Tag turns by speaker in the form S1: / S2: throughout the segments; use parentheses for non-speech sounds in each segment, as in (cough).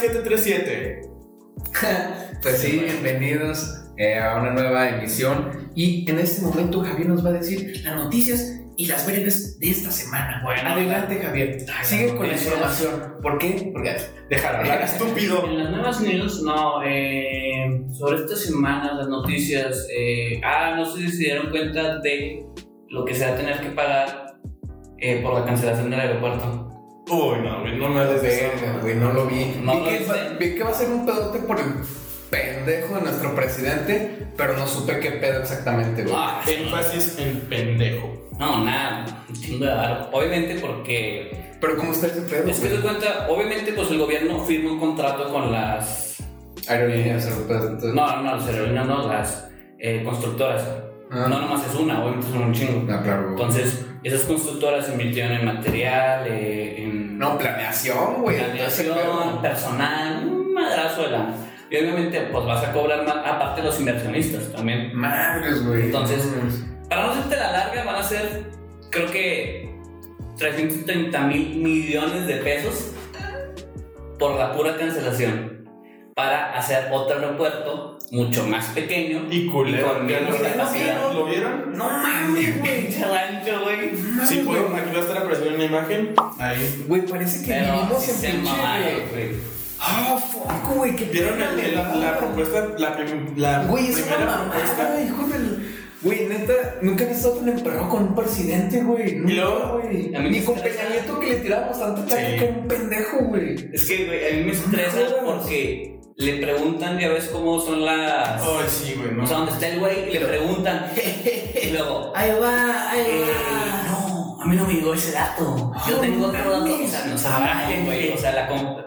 S1: 737.
S2: (laughs) Pues sí, bienvenidos eh, a una nueva emisión. Y en este momento Javier nos va a decir las noticias y las breves de esta semana.
S3: Bueno,
S2: Adelante, Javier.
S3: Ay,
S2: Sigue
S3: las
S2: con la
S3: noticias.
S2: información. ¿Por qué? Porque
S1: Déjala
S2: (laughs)
S1: hablar, estúpido.
S3: En las nuevas news, no, eh, sobre esta semana las noticias, eh, ah, no sé si se dieron cuenta de lo que se va a tener que pagar eh, por la cancelación del aeropuerto.
S1: Uy, no, güey, no me hagas
S2: Verga,
S1: eso.
S2: güey, no lo vi.
S3: No
S2: vi,
S3: lo
S2: que
S3: viste.
S2: va, vi que va a ser un pedote por el pendejo de nuestro presidente, pero no supe qué pedo exactamente, güey.
S3: Ah,
S1: Énfasis en pendejo.
S3: no, nada, un chingo de varo. Obviamente porque
S2: Pero ¿cómo está ese pedo?
S3: Es que
S2: güey?
S3: te cuenta, obviamente, pues el gobierno firma un contrato con las.
S2: Aerolíneas, europeas, entonces-
S3: No, no, las aerolíneas, no, las eh, constructoras.
S2: Ah,
S3: No, nomás es una, obviamente son un chingo.
S2: no, claro, güey.
S3: Entonces, esas constructoras invirtieron en material, eh, en.
S2: No, planeación, güey. entonces,
S3: planeación,
S2: pero-
S3: personal, un madrazo de la. Y obviamente, pues vas a cobrar más, aparte los inversionistas también.
S2: Madres, güey.
S3: Entonces, Para no hacerte la larga, van a ser, creo que, 330 mil millones de pesos por la pura cancelación para hacer otro aeropuerto mucho más pequeño.
S1: Y culero.
S3: Y con
S1: ¿Lo
S3: menos
S1: vieron?
S3: capacidad.
S1: ¿Lo vieron?
S3: No mames, güey, ese rancho, güey.
S1: Sí, pueden. Aquí va a estar apareciendo una imagen. Ahí.
S2: Güey, parece que
S3: Pero
S2: vivimos
S3: sí
S2: en
S3: se
S2: pinche.
S3: mamaron, güey.
S2: Ah, fuck, güey, qué
S1: ¿Vieron
S2: pena
S1: el-
S2: le
S1: el-
S2: da.
S1: la propuesta? La, prim- la
S2: Güey, es una
S1: primera propuesta.
S2: mamada, hijo del. Güey, neta, nunca había estado tan emperrado con un presidente, güey. Nunca,
S1: Y luego,
S2: güey.
S3: a mí
S2: Ni
S3: me
S2: con
S3: estresa.
S2: Peña Nieto que le tirábamos tanto caca
S1: Sí.
S2: que era un pendejo, güey.
S3: Es que, güey, a mí me estresa
S2: Jodas.
S3: porque le preguntan, ya ves cómo son las.
S1: Ay, sí, güey,
S3: O sea,
S1: no.
S3: donde está el güey, le preguntan. Y luego,
S2: Ah.
S3: ahí va, ahí va. No, a mí no me llegó ese dato. Yo
S2: Oh,
S3: tengo
S2: no
S3: otro dato. O
S2: mames.
S3: sea, no saben, güey. O sea, la comp-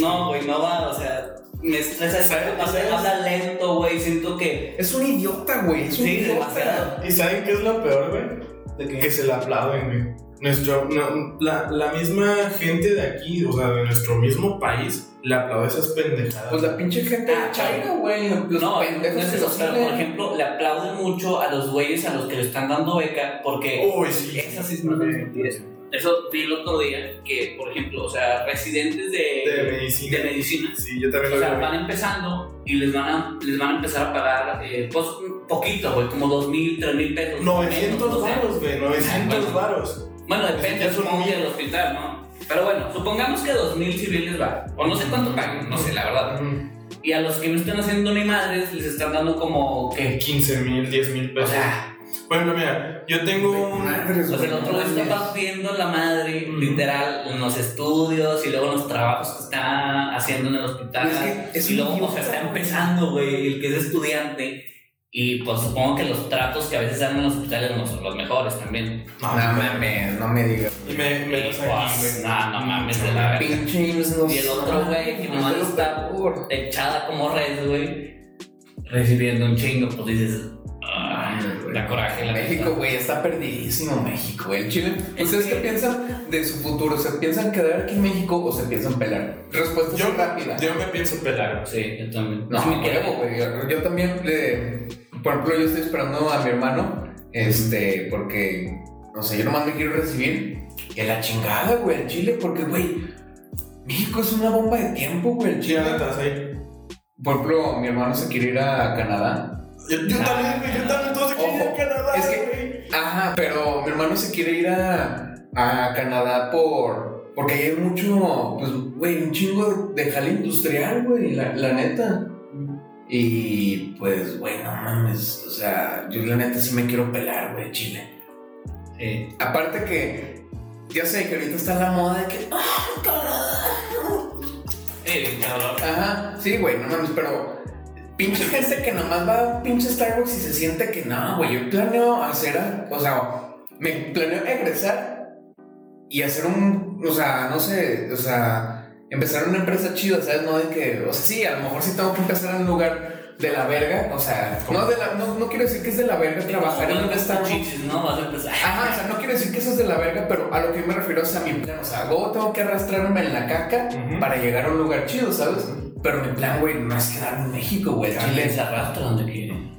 S3: No, güey, no va. O sea, me estresa
S1: ¿Sabes?
S3: el habla, habla lento, güey. Siento que.
S2: Es un idiota, güey. Es un
S3: Sí,
S2: idiota.
S3: demasiado.
S1: ¿Y saben qué es lo peor, güey? De que, que se la aplauden, güey. Nuestro, no, la, la misma gente de aquí, o sea, de nuestro mismo país, le aplaude esas pendejadas.
S2: Pues la pinche gente de
S3: Ah,
S2: China, güey. Los
S3: no,
S2: pendejos
S3: no es
S2: que
S3: eso,
S2: los
S3: pero,
S2: tienen.
S3: por ejemplo, le aplauden mucho a los güeyes a los que le están dando beca porque.
S1: Uy, sí.
S3: Esas sí son las mentiras. Eso vi el otro día que, por ejemplo, o sea, residentes
S1: De
S3: de,
S1: medicina.
S3: de medicina
S1: Sí, yo también
S3: O
S1: lo
S3: sea,
S1: vi.
S3: van empezando y les van a, les van a empezar a pagar eh, pues, un poquito, güey, como dos mil, tres mil pesos. menos,
S1: 900
S3: no sé.
S1: varos, güey, 900
S3: Bueno.
S1: varos.
S3: Bueno, depende,
S1: Es un
S3: supongo,
S1: mil.
S3: del hospital, ¿no? Pero bueno, supongamos que dos mil civiles va. O no sé cuánto pagan, no sé, la verdad. Y a los que no están haciendo ni madres les están dando como que...
S1: 15 mil, 10 mil
S3: O
S1: pesos.
S3: sea,
S1: Bueno, mira, yo tengo un.
S2: Madres,
S3: o sea, el otro güey está partiendo la madre, literal, en los estudios y luego en los trabajos que está haciendo en el hospital.
S2: Es que es
S3: y
S2: un
S3: luego, o sea,
S2: idiota,
S3: está
S2: güey.
S3: empezando, güey, el que es estudiante. Y pues supongo que los tratos que a veces dan en los hospitales no son los mejores también.
S2: No mames, no me digas.
S1: Y me, me los aquí,
S3: Pues,
S1: güey.
S3: no, no mames, de la verga.
S2: Pinche IMSS no
S3: Y el otro güey que nomás
S2: Pero
S3: está-
S2: por-
S3: Echada como red, güey. Recibiendo un chingo, pues dices. "Ay, Da coraje, la
S2: México,
S3: neta".
S2: güey, está perdidísimo México, güey. El Chile.
S3: Es
S2: ¿Ustedes qué
S3: que-
S2: piensan de su futuro? ¿Se piensan quedar aquí en México o se piensan pelar? Respuesta
S1: Yo-
S2: es rápida.
S1: Yo me pienso pelar.
S3: Sí, yo también.
S2: no,
S3: Sí me quedo.
S2: huevo, güey. Yo, yo también le. Por ejemplo, yo estoy esperando a mi hermano. Este, porque. No sé, yo nomás me quiero recibir. Y a la chingada, güey, al Chile, porque, güey. México es una bomba de tiempo, güey, al Chile.
S1: Chile atrás ahí.
S2: Por ejemplo, mi hermano se quiere ir a Canadá. Ah,
S1: Yo, yo también, güey, yo también. Entonces, ¿quién
S2: Ojo,
S1: en Canadá?
S2: es que-
S1: güey?
S2: Ajá, pero mi hermano se quiere ir a, a Canadá por. Porque hay mucho. Pues, güey, un chingo de, de jale industrial, güey, la, la neta. Y pues, güey, no mames. O sea, yo la neta sí me quiero pelar, güey, Chile.
S3: Sí.
S2: Aparte que. Ya sé que ahorita está la moda de que. ¡Ah, Canadá!
S3: Sí, cabrón.
S2: Ajá, sí, güey, no mames, pero. Pinche gente que nomás va a pinche Starbucks y se siente que no, güey. Yo planeo hacer, a- o sea, me planeo egresar y hacer un, o sea, no sé, o sea, empezar una empresa chida, ¿sabes? No de que, o sea, sí, a lo mejor sí tengo que empezar en un lugar de la verga, o sea, no, de la, no, no quiero decir que es de la verga trabajar en
S3: Bueno, pues,
S2: un Ah, Starbucks.
S3: chichis, ¿no? Vas a empezar.
S2: Ajá, o sea, no quiero decir que eso es de la verga, pero a lo que yo me refiero es a mi plan. O sea, luego tengo que arrastrarme en la caca
S1: Ujú.
S2: para llegar a un lugar chido, ¿sabes? Pero mi plan, güey, no es quedarme en México, güey. al
S3: Chile
S2: Chile.
S3: se arrastra donde quiere.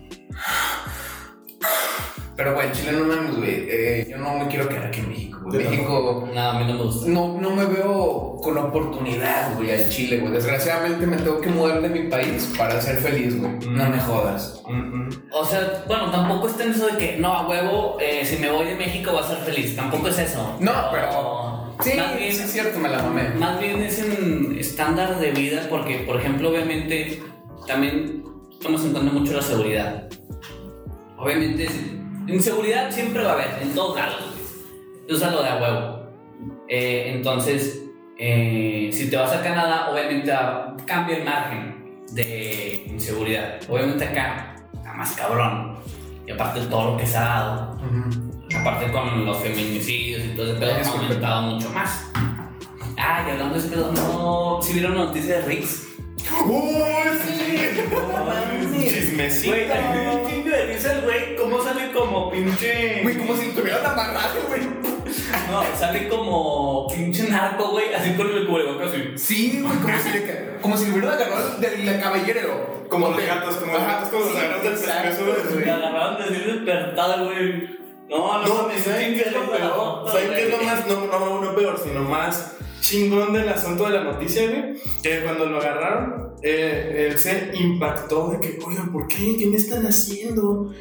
S2: Pero, güey, Chile no mames, güey. eh, yo no me quiero quedar aquí en México, güey.
S1: Yo
S2: México.
S3: Nada, a mí no me gusta.
S2: No, no me veo con oportunidad, güey, al Chile, güey. Desgraciadamente me tengo que mudar de mi país para ser feliz, güey. No me jodas.
S1: Mm, mm.
S3: O sea, bueno, tampoco está en eso de que, no, a huevo, eh, si me voy de México voy a ser feliz. Tampoco es eso.
S2: No, pero- Sí,
S1: Ah,
S3: Más bien-
S2: sí es cierto, me la mamé.
S3: Más bien es un estándar de vida porque, por ejemplo, obviamente también estamos en cuenta mucho la seguridad. Obviamente, es- inseguridad siempre va a haber, en todos lados. Yo lo de a huevo. Eh, entonces, eh, si te vas a Canadá, obviamente ah, cambia el margen de inseguridad. Obviamente acá está más cabrón. Y aparte todo lo que se ha dado
S2: Ujú.
S3: Pues aparte con los feminicidios y todo ese pedo,
S2: Es
S3: ha
S2: correcto.
S3: aumentado mucho más. Ah, y hablando de ese pedo, no, si vieron la noticia de Riggs.
S1: ¡Uy, sí!
S3: mames.
S1: Chismecito.
S3: chingo de risa el güey, ¿cómo sale como pinche?
S2: Güey, como si lo tuvieran amarrado, güey.
S3: No, sale como pinche narco, güey, así con el cubrebocas así.
S2: Sí, güey, como si le, ca- como si le hubieran agarrado del del caballero.
S1: Como los gatos, como los gatos cuando los agarras del
S2: exacto,
S1: pescuezo,
S3: Me agarraron de decir despertado, güey.
S1: No,
S3: No, no,
S1: ¿y
S3: me
S1: ¿saben qué es lo peor? ¿Saben qué es lo más, no, no, no peor, sino más chingón del asunto de la noticia, güey? Que cuando lo agarraron, eh, él se impactó de que, oigan, ¿por qué? ¿Qué me están haciendo?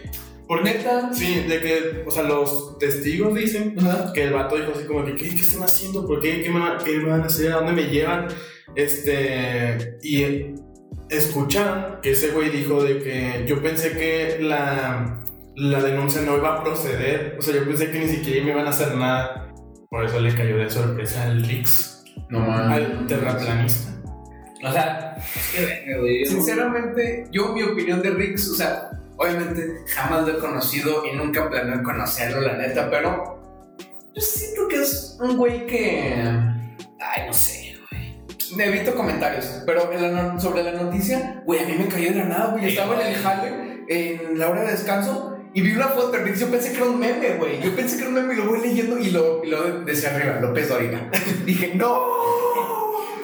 S1: ¿Por qué?
S2: Neta.
S1: Sí, de que, o sea, los testigos dicen
S2: Ajá.
S1: que el vato dijo así como que, ¿qué, qué están haciendo? ¿Por qué? ¿Qué me, va- qué me van a hacer? ¿A dónde me llevan? Este, y eh, escucharon que ese güey dijo de que yo pensé que la, la denuncia no iba a proceder, o sea, yo pensé que ni siquiera me iban a hacer nada. Por eso le cayó de sorpresa al Rix,
S2: No mames.
S3: Ah,
S1: al terraplanista.
S3: O sea, es que verga, güey. yo-
S2: Sinceramente, yo mi opinión de Riggs, o sea, obviamente jamás lo he conocido y nunca planeo conocerlo, la neta, pero yo siento que es un güey que...
S3: Ay, no sé.
S2: Me evito comentarios, pero en la no- sobre la noticia, güey, a mí me cayó de la nada, güey. Yo
S3: Sí,
S2: estaba en el
S3: güey.
S2: jale, en la hora de descanso, y vi una foto de Riggs, yo pensé que era un meme, güey. Yo pensé que era un meme y lo voy leyendo y lo, y lo decía arriba, López Dóriga. (laughs) Dije, no.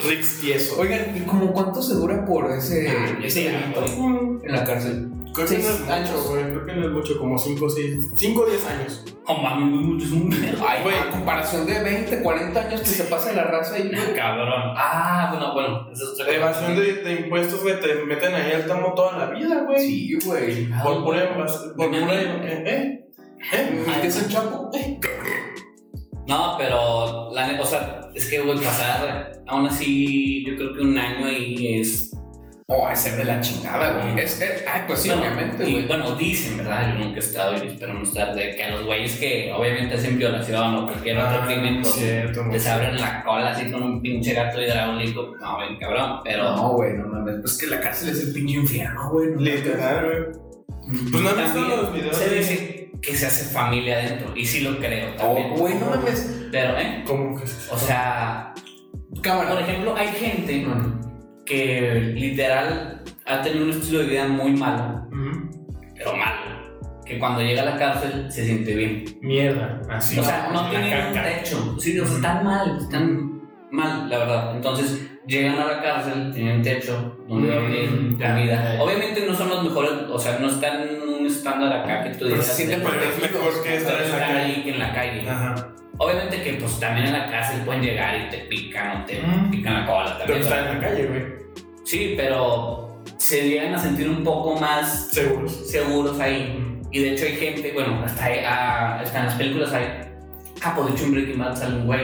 S1: Rix tieso.
S2: Oigan, ¿y como cuánto se dura por ese, ese
S3: Sí,
S2: delito
S3: güey.
S2: en la cárcel?
S1: Creo que no es
S2: Seis
S1: mucho,
S2: años.
S1: güey. Creo que no es mucho, como 5 o 5 o 10 años.
S3: Oh, mami, güey, es un pedo.
S2: Ay,
S1: Güey.
S2: güey, a comparación de 20, 40 años que se pasa en la raza ahí, güey.
S3: Cabrón. Ah, bueno, bueno. Eso es otra
S2: Eh,
S3: cosa.
S1: Evasión de, de impuestos, güey, te meten ahí al tomo toda la vida, güey.
S2: Sí, güey.
S3: Ah,
S1: Por pura invasión. Por
S3: Dime,
S1: pura.
S3: dime.
S1: ¿Eh? ¿Eh?
S2: ¿Y qué es el chapo?
S3: No, pero la neta, o sea, es que voy a pasar, aún así, yo creo que un año y es...
S2: Oh, ese es de la chingada, güey. Es, es- ay, pues sí,
S3: bueno,
S2: obviamente,
S3: y,
S2: güey.
S3: Bueno, dicen, ¿verdad? Yo nunca he estado y espero no estar de que a los güeyes que obviamente hacen violación o cualquier otro
S2: Ah,
S3: crimen, pues,
S1: Ah, Cierto, güey.
S3: les abren la cola así con un pinche gato hidráulico. No, ven, cabrón, pero...
S2: No, güey, no mames. Pues que la cárcel es el pinche infierno, güey. no mames.
S1: Literal, güey. Pues no han visto
S3: También
S1: los videos.
S3: se
S1: de-
S3: dice que se hace familia adentro, y sí lo creo también.
S2: Oh, güey, no mames.
S3: Pero, ¿eh?
S1: ¿Cómo que se-
S3: O sea, por
S2: Cámara.
S3: ejemplo, hay gente... que literal ha tenido un estilo de vida muy malo,
S1: Ujú.
S3: pero malo, que cuando llega a la cárcel se siente bien.
S1: Mierda, así.
S3: o sea, no
S1: La
S3: tienen un
S1: caca.
S3: techo. Sí, o sea, están mal, están mal, la verdad. Entonces llegan a la cárcel, tienen techo, donde dormir,
S1: Mm, ya, ya,
S3: comida.
S1: ya.
S3: Obviamente no son los mejores, o sea, no están en un estándar acá que tú
S2: Pero
S3: digas.
S2: se sienten
S3: de-
S1: Pero es mejor que estar en la Ah.
S3: estar
S1: calle.
S3: ahí que en la calle.
S1: Ajá.
S3: Obviamente que pues también en la cárcel pueden llegar y te pican o te
S1: Mm.
S3: pican la cola
S1: Pero
S3: también.
S1: están en la calle, güey.
S3: Sí, pero se llegan a sentir un poco más
S1: Seguros.
S3: seguros ahí. Y de hecho hay gente, bueno, hasta, hay- ah, hasta en las películas hay. Ah, pues de hecho en Breaking Bad sale un güey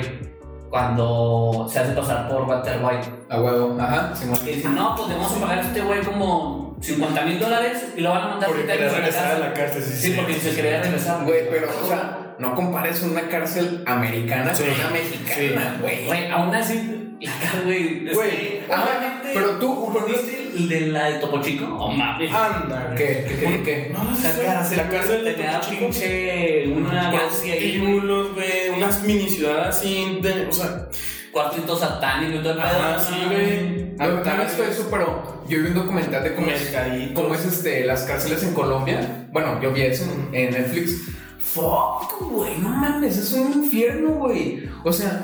S3: cuando se hace pasar por Walter White.
S2: A huevo. Ajá, Simón.
S3: Que dice, no, pues le vamos a pagar a este güey como 50 mil dólares y lo van a mandar
S1: Porque
S3: siete
S1: quería
S3: años la
S1: regresar a
S3: cárcel".
S1: la cárcel. Sí,
S3: Sí, porque se quería regresar.
S2: Güey, pero, o sea, no compares una cárcel americana
S1: Sí.
S2: con una mexicana,
S1: Sí.
S2: güey.
S3: Güey, aún así, la cara, güey. es
S1: Güey,
S3: que,
S2: ah,
S3: obviamente,
S2: pero tú,
S3: ¿viste el de la de Topo Chico? Oh, mames.
S1: Anda, güey.
S2: ¿Qué? ¿Qué? Ah, ¿Qué? qué?
S1: No,
S3: la cárcel,
S1: la cárcel de
S3: te da
S1: Topo Chico.
S3: pinche una gracia ahí,
S1: Prostíbulos, güey. Unas mini ciudades así. de- O sea,
S3: cuartito satánico y todo el
S1: Ajá,
S3: pedo,
S1: sí,
S3: ¿no?
S1: güey.
S2: No, no he visto eso, pero yo vi un documental de cómo es-
S1: Mercaditos.
S2: ¿Cómo es este, las cárceles en Colombia? Bueno, yo vi eso en- en Netflix. Fuck, güey, no mames, es un infierno, güey. O sea,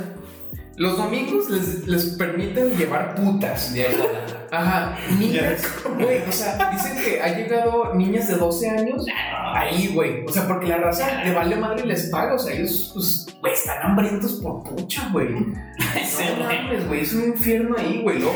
S2: los domingos les, les permiten llevar putas.
S3: De acuerdo.
S2: Ajá, niñas, güey, o sea, dicen que ha llegado niñas de 12 años ahí, güey. O sea, porque la raza le vale madre y les paga. O sea, ellos, pues, güey, están hambrientos por pucha, güey.
S3: (laughs) Sí,
S2: No
S3: güey.
S2: mames, güey, es un infierno ahí, güey, ¿no?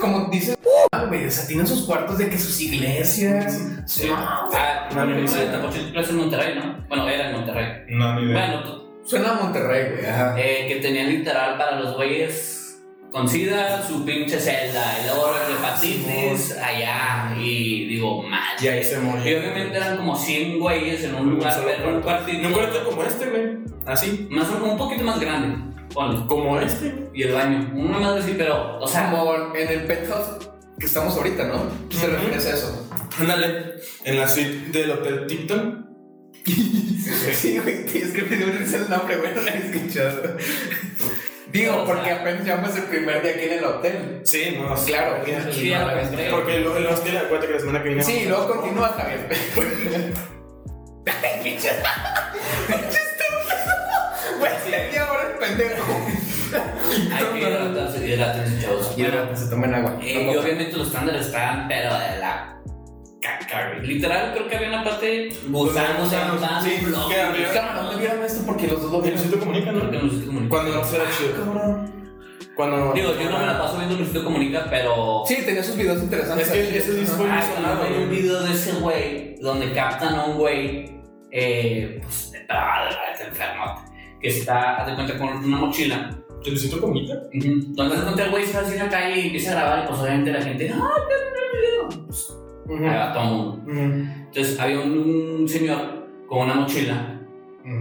S2: Como dicen, ah, güey, o sea, tienen sus cuartos de que sus iglesias.
S3: Sí.
S2: No, güey.
S3: Ah,
S1: No,
S3: no,
S1: no,
S3: no,
S1: no.
S3: en Monterrey, ¿no? Bueno, era en Monterrey.
S1: No, ni idea.
S3: Bueno, tú-
S2: Suena a Monterrey, güey. Ajá.
S3: eh, que tenían literal para los güeyes con SIDA, su pinche celda, el oro, el hepatitis, allá. Y digo, mal.
S1: y ahí se murió.
S3: Y obviamente eran como 100 güeyes en un lugar,
S1: solo
S3: pero un partido.
S1: En un cuarto como este, güey. Así.
S3: Más, un poquito más grande. Ponle.
S1: Como este.
S3: Y el baño. Una más así, pero, o sea,
S2: Como en el penthouse que estamos ahorita, ¿no? ¿Tú te
S1: Ujú.
S2: refieres a eso?
S1: Ándale. En la suite del Hotel Tipton.
S2: Sí, güey, (laughs) que es que me dio risa el nombre, güey, no lo he escuchado. Digo,
S3: O sea-
S2: porque apenas llevamos el primer día aquí en el hotel.
S1: Sí, no. sí.
S2: Claro, bien,
S3: Sí,
S2: chingón,
S3: ya lo
S2: güey.
S3: pensé.
S1: Porque lo- el hostel, acuérdate que la semana que viene.
S2: Sí, luego continúa, Javier. (laughs) Güey, media hora el pendejo.
S3: hay que hidratarse, hidratarse, chavos.
S2: Y ahora se tomen agua.
S3: Eh, y obviamente los estándares estaban, pero de la caca, güey. Literal, creo que había una parte gusanos en
S1: gusanos,
S3: un
S1: sí,
S3: blog,
S1: que
S3: güey.
S1: había-
S2: Cámara, no me vieron esto porque los dos lo
S1: El
S2: vieron.
S1: sitio comunica,
S3: Creo que
S1: ¿no?
S3: no sé cómo-
S1: Cuando no será chido.
S2: Cabrón.
S1: Cuando.
S3: Digo, yo no me la paso viendo Luisito Comunica, pero.
S2: Sí, tenía sus videos interesantes.
S1: Es que ese disco-
S3: Ah,
S1: sí,
S3: cuando
S1: sí,
S3: hay
S1: sí.
S3: un video de ese güey donde captan a un güey, eh, pues, depravado, la verdad, enfermo, que está, haz de cuenta, con una mochila.
S1: Ah, ¿El sitio comunica?
S3: Ujú. Donde se encuentra el güey, se va así en la calle y empieza a grabar, y pues obviamente la gente, ¡ah, qué video! Pues, ahí va todo el mundo.
S1: Ujú.
S3: Entonces había un, un señor con una mochila,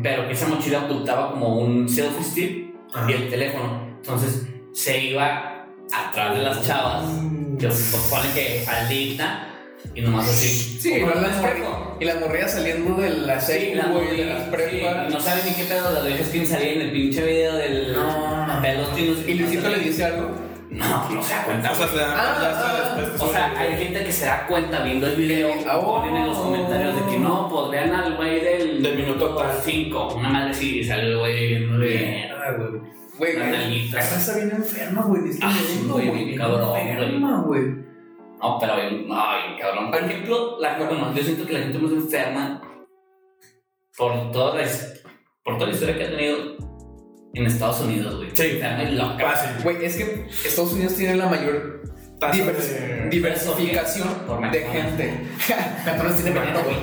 S3: pero que esa mochila ocultaba como un selfie stick
S1: Ajá.
S3: y el teléfono. Entonces se iba atrás de las chavas, que pues pone que adicta y nomás así.
S2: Sí,
S3: Como
S2: no
S3: en un
S2: las
S3: espejo.
S2: Y las morrillas saliendo de la
S3: Sí,
S2: serie,
S3: la
S2: güey, de las
S3: morrilla,
S2: prepas.
S3: sí, no saben ni qué pedo las viejas quieren salir en el pinche video del.
S2: No.
S3: de los chinos.
S2: Y Luisito le dice algo.
S3: No, no se da cuenta.
S1: O sea, se dan
S2: Ah,
S1: ya está después que
S3: O sea,
S1: sale.
S3: hay gente que se da cuenta viendo el video,
S2: Ah, oh.
S3: ponen en los comentarios de que no, pues vean al güey del,
S1: Del minuto tal.
S3: 5, una madre sí, sale el güey viendo bien.
S2: Mierda, güey. Güey,
S3: Una
S2: güey,
S3: nalguita.
S2: la raza bien enferma, güey.
S3: Ah,
S2: sí,
S3: güey, bien cabrón, güey.
S2: Enferma, güey.
S3: No, pero bien, no, bien cabrón. Por ejemplo, la, bueno, yo siento que la gente más enferma por toda la, his- por toda la historia que ha tenido en Estados Unidos, güey.
S1: Sí.
S3: Enferma y loca.
S1: Fácil.
S2: Güey, es que Estados Unidos tiene la mayor
S1: Tasa
S2: divers-
S1: de-
S2: diversificación
S3: Por
S2: de
S3: McDonald's. (laughs)
S2: gente. McDonald's tiene veneno, güey.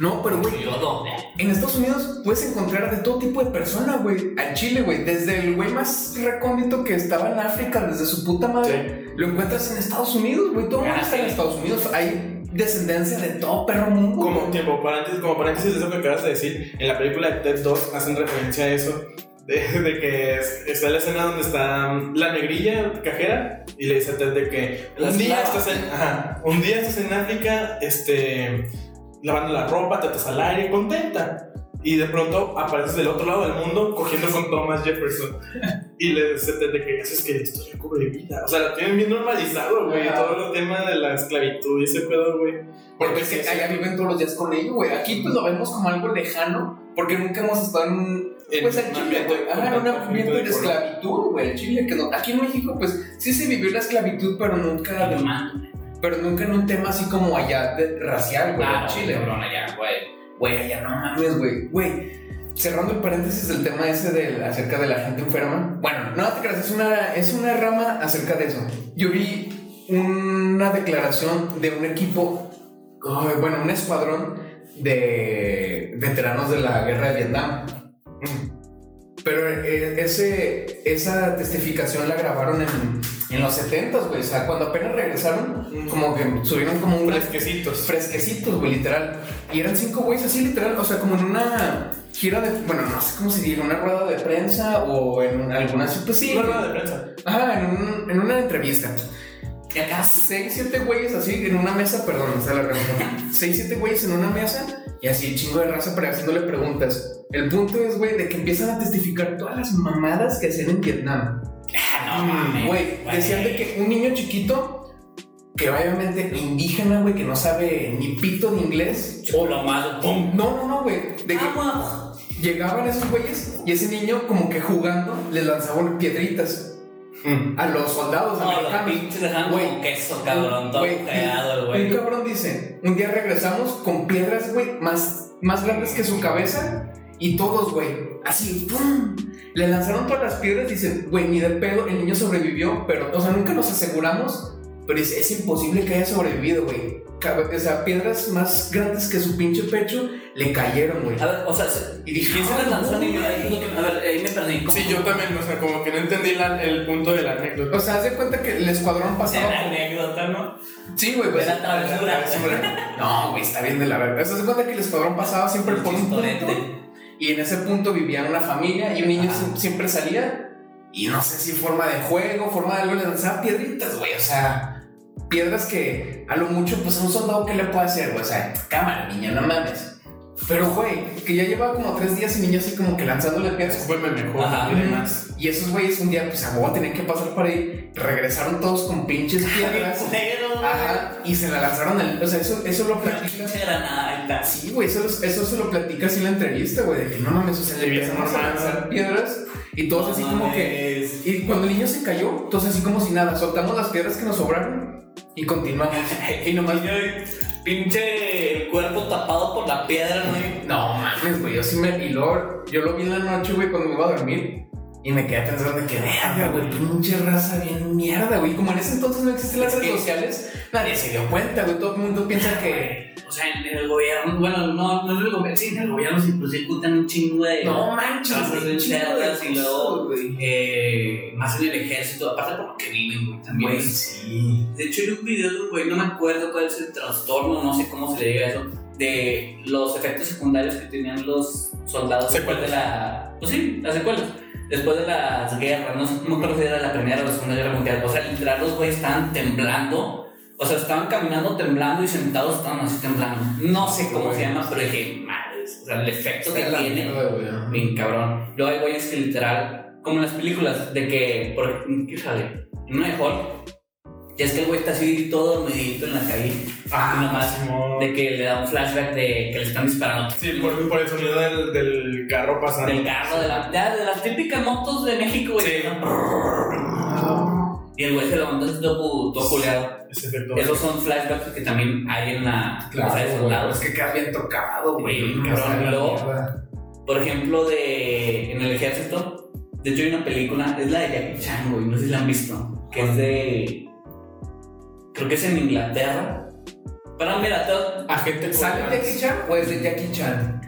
S2: No, pero güey,
S3: Yodo.
S2: en Estados Unidos puedes encontrar de todo tipo de personas, güey. Al Chile, güey. Desde el güey más recóndito que estaba en África, desde su puta madre, lo encuentras en Estados Unidos, güey. Todo el mundo
S3: Ah,
S2: está en
S3: sí.
S2: Estados Unidos. Hay descendencia de todo perro mundo. güey.
S1: Como, tiempo, paréntesis, como paréntesis de eso que acabas de decir, en la película de Ted 2 hacen referencia a eso, de, de que es- está la escena donde está la negrilla cajera y le dice a Ted de que
S3: La
S1: un día,
S3: esclava.
S1: estás en, ajá, un día estás en África este, lavando la ropa, te atas al aire, contenta. Y de pronto apareces del otro lado del mundo cogiendo con Thomas Jefferson. Y le dice a Ted de que haces que la historia cobre vida. O sea, lo tienen bien normalizado, güey.
S2: Ajá.
S1: Todo el tema de la esclavitud y ese pedo, güey.
S2: Porque es
S1: sí,
S2: que
S1: sí.
S2: allá viven todos los días con ellos, güey. Aquí pues lo vemos como algo lejano, porque nunca hemos estado en un. Pues
S1: en
S2: el
S1: un
S2: Chile, güey.
S1: ambiente-
S2: Ah, en un ambiente de
S1: color.
S2: esclavitud, güey. El Chile, que no. Aquí en México, pues sí se vivió la esclavitud, pero nunca. Pero nunca en un tema así como allá de, racial, güey.
S3: Claro,
S2: en Chile.
S3: cabrón, allá, güey.
S2: Güey, allá no mames, güey. Güey. Cerrando el paréntesis del tema ese del, acerca de la gente enferma. Bueno, no te creas, es una, es una rama acerca de eso. Yo vi una declaración de un equipo, ay, bueno, un escuadrón de veteranos de la guerra de Vietnam. Mm. Pero eh, ese, esa testificación la grabaron en, en los 70 güey. O sea, cuando apenas regresaron, como que subieron como un
S1: Fresquecitos.
S2: fresquecitos, güey, literal. Y eran cinco güeyes así, literal. O sea, como en una gira de. Bueno, no sé cómo se diga, una rueda de prensa o en un- alguna. Pues sí.
S1: No, no, de prensa.
S2: Ajá, en, un- en una entrevista.
S3: ¿Qué acaso?
S2: Seis, siete güeyes así en una mesa, perdón, está la reunión. Seis, siete güeyes en una mesa y así chingo de raza para haciéndole preguntas. El punto es, güey, de que empiezan a testificar todas las mamadas que hacen en Vietnam.
S3: Ah, no mames.
S2: Güey, decían de que un niño chiquito, que obviamente indígena, güey, que no sabe ni pito de inglés.
S3: Chulo, amado, pum.
S2: Oh, No, no, no, güey. De que
S3: Ah,
S2: llegaban esos güeyes y ese niño, como que jugando, les lanzaban piedritas.
S1: Mm.
S2: a los soldados
S3: No, los
S2: americanos.
S3: pinches dejaban
S2: Güey.
S3: como queso, cabrón, todo
S2: Güey,
S3: cagado, el
S2: Un
S3: güey.
S2: cabrón dice, un día regresamos con piedras, güey, más, más grandes que su cabeza y todos, güey, así, ¡pum! Le lanzaron todas las piedras y dice, güey, ni de pedo, el niño sobrevivió, pero, o sea, nunca nos aseguramos, pero dice, es imposible que haya sobrevivido, güey. Cabe- O sea, piedras más grandes que su pinche pecho le cayeron, güey.
S3: A ver, o sea, se-
S2: Y dije,
S3: ¿quién se
S2: "Ah,
S3: les lanzó
S2: no,
S3: al niño? Ahí es lo que- A ver, ahí me perdí. ¿cómo?
S1: Sí, yo también, o sea, como que no entendí la- el punto de la anécdota.
S2: O sea, haz de cuenta que el escuadrón pasaba
S3: Era
S2: por-
S3: anécdota, ¿no?
S2: Sí, güey, pues.
S3: De la travesura.
S2: travesura. No, güey, está bien de la verga. ¿Se cuenta que el escuadrón pasaba siempre por un
S3: Chistorete.
S2: punto? Y en ese punto vivía una familia y un niño
S3: Ajá.
S2: sie- siempre salía. Y no sé si forma de juego, forma de algo, le lanzaba piedritas, güey. O sea, piedras que a lo mucho, pues a un soldado, ¿qué le puede hacer, güey? O sea, cámara, niña, no mames. Pero, güey, que ya llevaba como tres días y niño así como que lanzándole piedras.
S1: Escúpeme mejor
S3: Ajá.
S1: y demás.
S2: Y esos güeyes un día, pues a huevo tenían que pasar por ahí. Regresaron todos con pinches
S3: (laughs)
S2: piedras.
S3: Culero, güey.
S2: Ajá, y se la lanzaron al. O sea, eso, eso lo platicas.
S3: Pinche granada, ahí está.
S2: Sí, güey, eso, los- eso se lo platicas en la entrevista, güey, de que no mames, o sea, le
S1: Sí, bien
S2: empezamos a
S1: normal.
S2: lanzar piedras y todos así
S3: No
S2: como que.
S3: mames.
S2: Y cuando el niño se cayó, todos así como si nada, soltamos las piedras que nos sobraron y continuamos. Y nomás.
S3: Yo, Pinche el cuerpo tapado por la piedra, güey.
S2: No mames, güey, yo sí me. Y luego, yo lo vi en la noche, güey, cuando me iba a dormir. Y me quedé pensando de que, verga, güey, pinche raza bien mierda, güey. Como en ese entonces no existen las redes
S3: Sí.
S2: sociales, nadie se dio cuenta, güey. Todo el mundo piensa que.
S3: (laughs) O sea, en el gobierno, bueno, no, no en el gobierno, sí, en el gobierno se inclusive un chingo de.
S2: No manches,
S3: Entonces,
S2: güey,
S3: chido,
S2: chido,
S3: güey,
S2: güey,
S3: y luego-
S2: güey.
S3: Eh, más en el ejército, aparte por lo que viven, güey, también.
S2: Güey, sí.
S3: De hecho, hay un video de un güey, no me acuerdo cuál es el trastorno, no sé cómo se le diga eso, de los efectos secundarios que tenían los soldados después de la. Pues sí, las secuelas. Después de las guerras, no, sé, no creo si era la primera o la segunda guerra mundial. O sea, literal, los güeyes estaban temblando. O sea, estaban caminando temblando y sentados estaban así temblando. No sé cómo se llama, pero dije, madres, o sea, el efecto que
S2: Está la
S3: tiene.
S2: mierda, güey, ajá.
S3: Bien cabrón. Luego hay güeyes que literal, como en las películas, de que, por, ¿qué sale? En una de Hulk, que es que el güey está así todo dormidito en la calle,
S2: Ah.
S3: y nomás
S1: Ah, Simón.
S3: de que le da un flashback de que le están disparando.
S1: Sí, por, por el sonido del, del carro pasando.
S3: Del carro, de, la, ya, de las típicas motos de México, güey.
S1: Sí.
S3: Y el güey se levanta así todo, cu- todo culeado.
S1: Ese efecto.
S3: Esos son flashbacks que también hay en la
S2: Claro,
S3: o sea, de
S2: güey,
S3: soldados.
S2: Es que quedas bien tocado, güey.
S3: Sí,
S2: no,
S3: cabrón,
S2: está la
S3: luego-
S2: mierda.
S3: Por ejemplo, de, en el ejército, de hecho hay una película, es la de Jackie Chan, güey, no sé si la han visto, que es de, creo que es en Inglaterra. Pero mira, todo-
S1: Agente
S2: ¿Sale
S1: Colgante.
S2: Jackie Chan o
S3: Pues,
S2: es de Jackie Chan?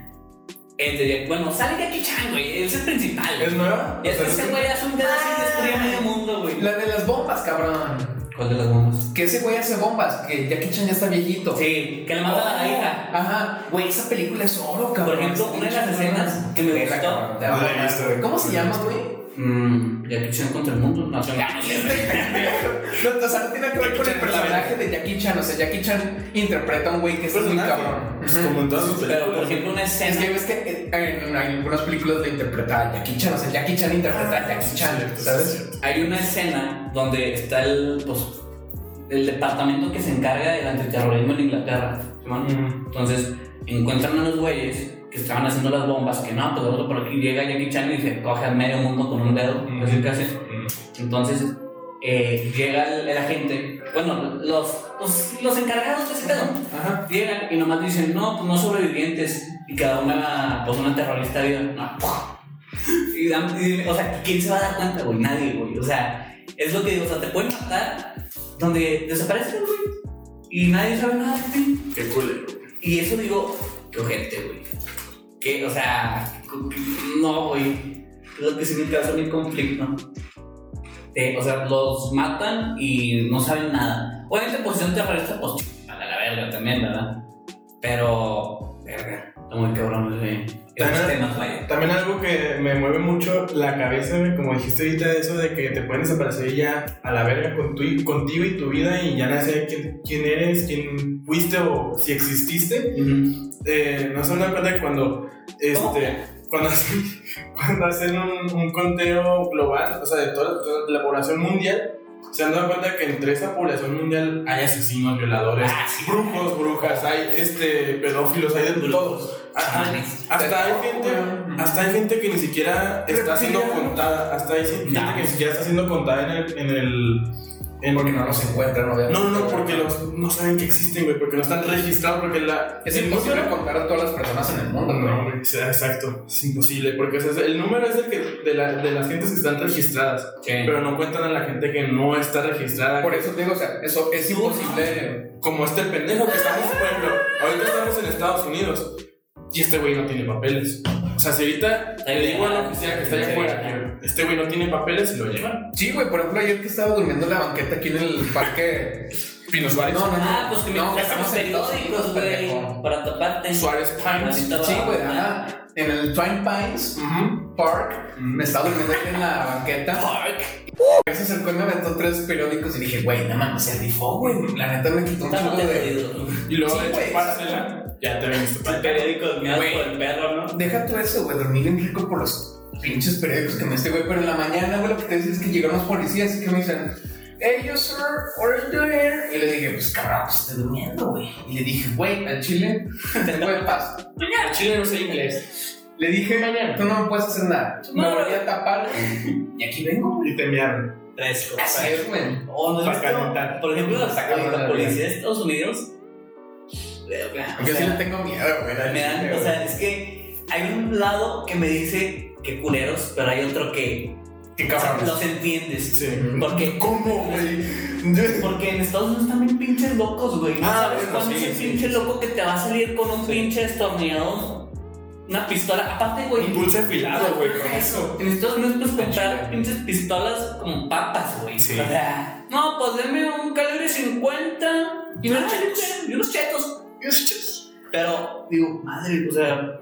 S3: es de- bueno, sale Jackie Chan, güey, él es el principal.
S1: ¿Es nueva?
S3: Y es que ese güey hace un pedazo y destruye medio mundo, güey.
S2: La de las bombas, cabrón.
S3: ¿Cuál de las bombas?
S2: Que ese güey hace bombas, que Jackie Chan ya está viejito.
S3: Sí, que le mata a la hija.
S2: Ajá, güey, esa película es oro, cabrón.
S3: Por ejemplo, una de las escenas que me
S2: Verga,
S3: gustó-
S2: cabrón, te
S1: No
S2: amo,
S1: la he visto, güey.
S2: ¿Cómo se llama, güey?
S3: Mm, Jackie Chan contra el mundo, no, no sé.
S2: No, o sea, no tiene que ver con el personaje de Jackie Chan. O sea, Jackie Chan interpreta a un güey que es muy
S1: Personaje.
S2: cabrón.
S1: Pues
S2: Ujú.
S1: como en todas sus películas.
S3: Pero por ejemplo, una
S2: Es
S3: escena...
S2: que ves que eh, en algunas películas lo interpreta a Jackie Chan, o sea, Jackie Chan interpreta
S1: Ah,
S2: a Jackie Chan, ¿sabes?
S3: Hay una escena donde está el, pues, el departamento que se encarga del antiterrorismo en Inglaterra. ¿sí, man?
S1: Ujú.
S3: Entonces encuentran a los güeyes que estaban haciendo las bombas, que no, pues otro por aquí llega Jackie Chan y se coge al medio mundo con un dedo,
S1: Ujú.
S3: así que hace. Entonces eh, llega el, el agente, bueno, los, los, los encargados de ese pedo
S2: Ajá.
S3: llegan y nomás dicen, no, pues no sobrevivientes, y cada una, pues una terrorista viva, no, y dan- y, o sea, ¿quién se va a dar cuenta, güey? Nadie, güey, o sea, es lo que digo, o sea, te pueden matar donde desaparecen, güey, y nadie sabe nada de ti,
S1: Qué culero.
S3: y eso digo, qué ojete, güey, que, o sea, no, güey, es lo que sí me causa mi conflicto, Eh, o sea, los matan y no saben nada, obviamente posición terrorista, pues, a la verga también, ¿verdad? Pero, verga, está muy cabrón ese- esos
S1: También-
S3: temas, vaya.
S1: También algo que me mueve mucho la cabeza, güey, como dijiste ahorita, eso de que te pueden desaparecer ya a la verga con tu, contigo y tu vida y ya no sé quién, quién eres, quién fuiste o si exististe. Eh, no se dan cuenta que cuando, este, cuando, hacen, (laughs) cuando hacen un, un conteo global, o sea, de toda la, toda la población mundial, se han dado cuenta que entre esa población mundial hay asesinos, violadores,
S3: Ah, sí.
S1: brujos, brujas, hay este, pedófilos, hay de todos.
S3: pues,
S1: Ah, ah,
S3: Chamanes.
S1: Hasta hay, gente,
S2: Ujú.
S1: hasta hay gente que ni siquiera está siendo contada. Hasta hay gente
S3: Nah.
S1: que ni siquiera está siendo contada en el. En el en-
S2: Porque no los encuentran, obviamente.
S1: no, no, porque los, no saben que existen, güey, porque no están registrados, porque la...
S2: Es
S1: el
S2: imposible
S1: número-
S2: contar a todas las personas en el mundo,
S1: No,
S2: ¿no?
S1: güey, o sea, exacto, es imposible, porque o sea, el número es el que, de, la- de las gentes que están registradas, pero no cuentan a la gente que no está registrada.
S2: Por eso te digo, o sea, eso es imposible.
S1: Como este pendejo que estamos, por ejemplo, ahorita estamos en Estados Unidos y este güey no tiene papeles. O sea, si ahorita
S3: Está
S1: le digo a la
S3: ilegal.
S1: oficina que está allá
S3: Sí,
S1: afuera,
S3: ilegal.
S1: que este güey no tiene papeles y lo llevan.
S2: Sí, güey, por ejemplo, ayer que estaba durmiendo en la banqueta aquí en el
S1: (laughs)
S2: parque.
S1: Pinos
S2: No,
S1: Suárez.
S2: no, no.
S3: Ah, pues que me
S2: no,
S3: compraste los
S2: estamos en
S3: periódicos,
S2: Estados Unidos,
S3: pues, güey, para taparte.
S1: Suárez Pines.
S3: Maldita
S2: Sí, güey,
S3: barba.
S2: ajá. En el Twine Pines
S1: Ujú.
S2: Park me estaba durmiendo aquí en la banqueta.
S3: Park.
S2: Ahí se acercó y me aventó tres periódicos y dije, güey, no mames, se rifó, güey. La neta me quitó un
S3: Está
S2: chingo
S3: muy
S2: de.
S3: jodido.
S1: Y luego
S2: Sí,
S1: de
S2: güey.
S1: chupársela, ya te este veniste para
S3: El
S1: acá.
S3: periódico de miedo
S2: Güey.
S3: por el perro, ¿no?
S2: Deja tú eso, güey, dormir en rico por los pinches periódicos que me este güey, pero en la mañana, güey, lo que te decía es que llegaron los policías y que me dicen, hey, yo, sir, what are you doing here?" Y le dije, pues cabrón, pues, estoy durmiendo, güey. Y le dije, güey, al chile, (laughs) tengo de paz.
S3: Pues
S1: Al Chile no sé inglés.
S2: Le dije, mañana, tú no me puedes hacer nada. Me
S3: No.
S2: volví a tapar, güey, y aquí vengo, güey.
S1: Y te enviaron.
S3: Fresco.
S2: Así es, güey.
S3: O Ah, Oh, no
S1: Para
S3: es
S1: calentar.
S3: Por ejemplo, la,
S2: Para
S3: la
S2: calentar,
S3: policía de Estados Unidos. eh, o sea,
S2: Yo sí le tengo miedo, güey. al
S3: me dan, o
S2: chile, güey.
S3: sea, es que hay un lado que me dice que culeros, pero hay otro que
S2: qué
S3: o sea,
S2: cabrón.
S3: los entiendes.
S1: Sí.
S3: Porque,
S1: ¿Cómo, güey?
S3: (laughs) porque en Estados Unidos también pinches locos, güey. No
S1: Ah,
S3: sabes
S1: bueno,
S3: cuándo
S1: sí,
S3: es el
S1: sí.
S3: pinche loco que te va a salir con un pinche destornillador, una pistola. Aparte, güey.
S1: Un dulce afilado, güey, con eso. Ah,
S3: En Estados Unidos puedes
S2: Chile.
S3: comprar pinches pistolas con papas, güey.
S1: Sí.
S3: O sea, no, pues deme un calibre 50 y unos chetos. Y unos chetos. Pero, digo, madre, o sea,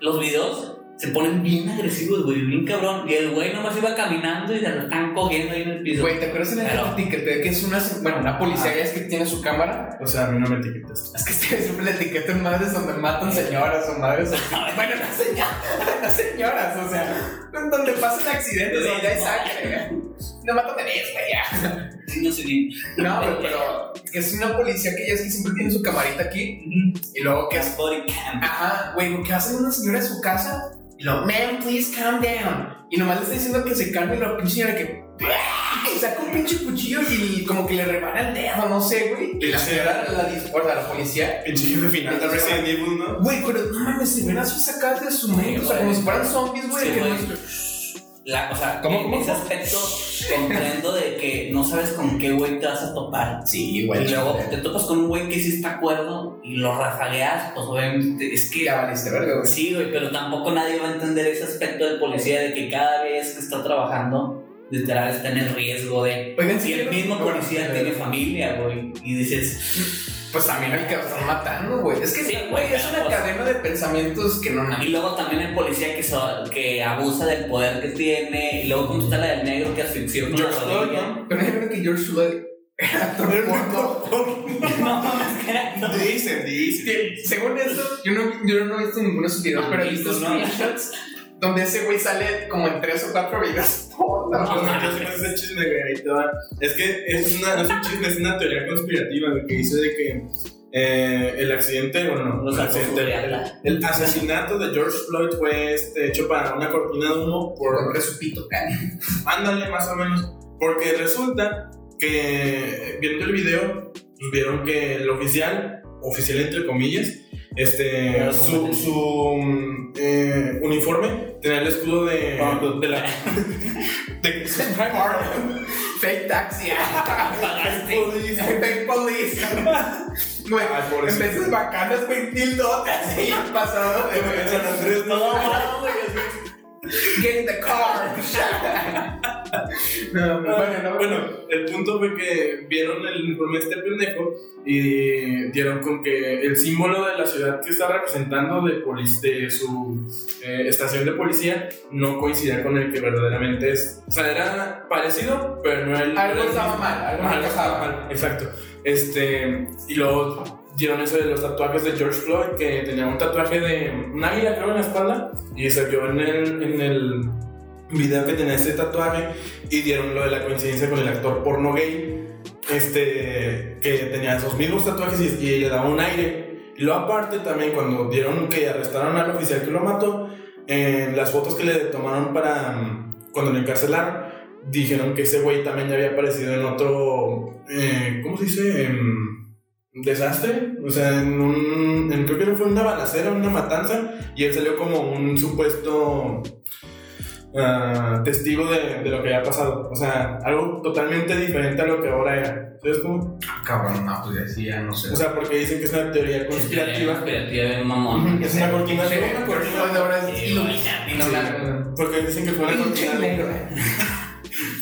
S3: los videos se ponen bien agresivos, güey, bien cabrón. Y el güey nomás iba caminando y se lo están cogiendo ahí en el piso.
S2: Güey, ¿te acuerdas en el
S3: Claro.
S2: etiquete que es una, bueno, una policía
S3: Ah.
S2: ya es que tiene su cámara?
S1: O sea, a mí no me etiquetas.
S2: Es que ustedes siempre le etiquetan madres donde matan señoras o madres. bueno, no señoras, (laughs) no señoras, o sea, donde pasan accidentes, donde hay sangre. ¿eh? No matan bebés, güey, ya.
S3: No sé ni-
S2: No, güey, pero es una policía que ya es que siempre tiene su camarita aquí y luego que hace.
S3: Body cam.
S2: Ajá, güey, lo que hace una señora en su casa y luego, man, please calm down. Y nomás le está diciendo que se calme y la pinche señora que. y Saca un pinche cuchillo y como que le rebana el dedo, no sé, güey. Y la señora la discorda, la policía.
S1: Pinche jefe final de Resident Evil,
S2: (laughs)
S1: ¿no?
S2: Güey, pero no mames, se ven así sacadas de su mente, o sea, como si fueran zombies, güey.
S3: Sí,
S2: que
S3: güey.
S2: no-
S3: La, o sea,
S1: ¿Cómo,
S3: en
S1: cómo,
S3: ese aspecto comprendo de que no sabes con qué güey te vas a topar.
S2: Sí,
S3: Y luego te topas con un güey que sí está acuerdo y lo rafagueas, pues obviamente es
S2: Y
S3: que
S2: ya valiste, verga, güey.
S3: sí, güey, pero tampoco nadie va a entender ese aspecto del policía de que cada vez que está trabajando, literal está en el riesgo de.
S2: Oigan,
S3: Si el
S2: quiero-
S3: mismo
S2: no,
S3: policía
S2: no,
S3: tiene
S2: no.
S3: familia, güey, y dices,
S2: Pues también al que lo están matando, güey. Es que,
S3: Sí,
S2: güey,
S3: güey,
S2: es una
S3: pues-
S2: cadena de pensamientos que no
S3: y
S2: mames.
S3: luego también el policía que, so- que abusa del poder que tiene, y luego como está la del negro que asfixió con la
S1: George Floyd,
S3: rodilla.
S1: ¿no?
S2: Pero yo creo que George Floyd era actor porno.
S3: (laughs) No, mames, que
S1: (laughs)
S3: era-
S1: Dicen, dicen.
S2: Sí, Según esto, yo no, yo no he visto ninguno de sus videos, pero he visto
S3: No, no.
S2: screenshots donde ese güey sale como en tres o cuatro videos porno.
S1: No,
S2: güey.
S1: no, no, no, ese chisme, güey, ahí te va. Es que es una, no es un chisme, es una teoría conspirativa güey, que dice de que eh, el accidente, bueno, no,
S3: Los
S1: el, accidente, el,
S3: acostumbrados.
S1: el asesinato de George Floyd fue este, hecho para una cortina de humo por
S2: Porque su pito cae.
S1: Ándale, más o menos. Porque resulta que viendo el video, pues, vieron que el oficial, oficial entre comillas, este,
S3: Pero
S1: su,
S3: como-
S1: su, mm, eh, uniforme tenía el escudo de,
S3: Ah.
S2: pues,
S1: de la. de su Primark.
S2: (laughs) Fake taxi. ah,
S3: Pagaste.
S2: (laughs) Fake police. (laughs) Güey,
S1: Ay,
S2: En
S1: pobrecito.
S2: vez de bacanas, güey, tildote así pasado de
S1: En San
S2: güey.
S1: Andrés,
S3: No,
S1: no.
S3: no, güey,
S2: Get in the car. (laughs) no, bueno, no,
S1: Bueno, el punto fue que vieron el uniforme de este pendejo y dieron con que el símbolo de la ciudad que está representando de, polic- de su eh, estación de policía no coincidía con el que verdaderamente es. O sea, era parecido, pero no era el.
S2: Algo
S1: era el
S2: estaba mal,
S1: Ajá,
S2: algo mal
S1: algo estaba mal, Exacto. Este, y luego dieron eso de los tatuajes de George Floyd, que tenía un tatuaje de un águila, creo, en la espalda, y se vio en el, en el, video que tenía este tatuaje y dieron lo de la coincidencia con el actor porno gay, este, que tenía esos mismos tatuajes y, y le daba un aire. Y luego aparte también cuando dieron que arrestaron al oficial que lo mató, en las fotos que le tomaron para mm, cuando lo encarcelaron, dijeron que ese güey también ya había aparecido en otro, eh, ¿cómo se dice? Em, desastre, o sea, en un, en- creo que fue una balacera, una matanza, y él salió como un supuesto ah, testigo de, de lo que había pasado, o sea, algo totalmente diferente a lo que ahora era, ¿sabes cómo?
S2: Cabrón, no, pues ya sí, ya no sé.
S1: O sea, porque dicen que es una teoría conspirativa,
S3: Conspirativa de
S1: Ujú,
S3: mamón.
S1: es una cortina,
S2: Sí,
S1: una cortina
S2: de ahora es
S3: Sí,
S2: iluminati, no
S1: Sí.
S2: mames.
S1: porque dicen que fue una
S2: Pinche
S1: cortina (laughs)
S2: negro.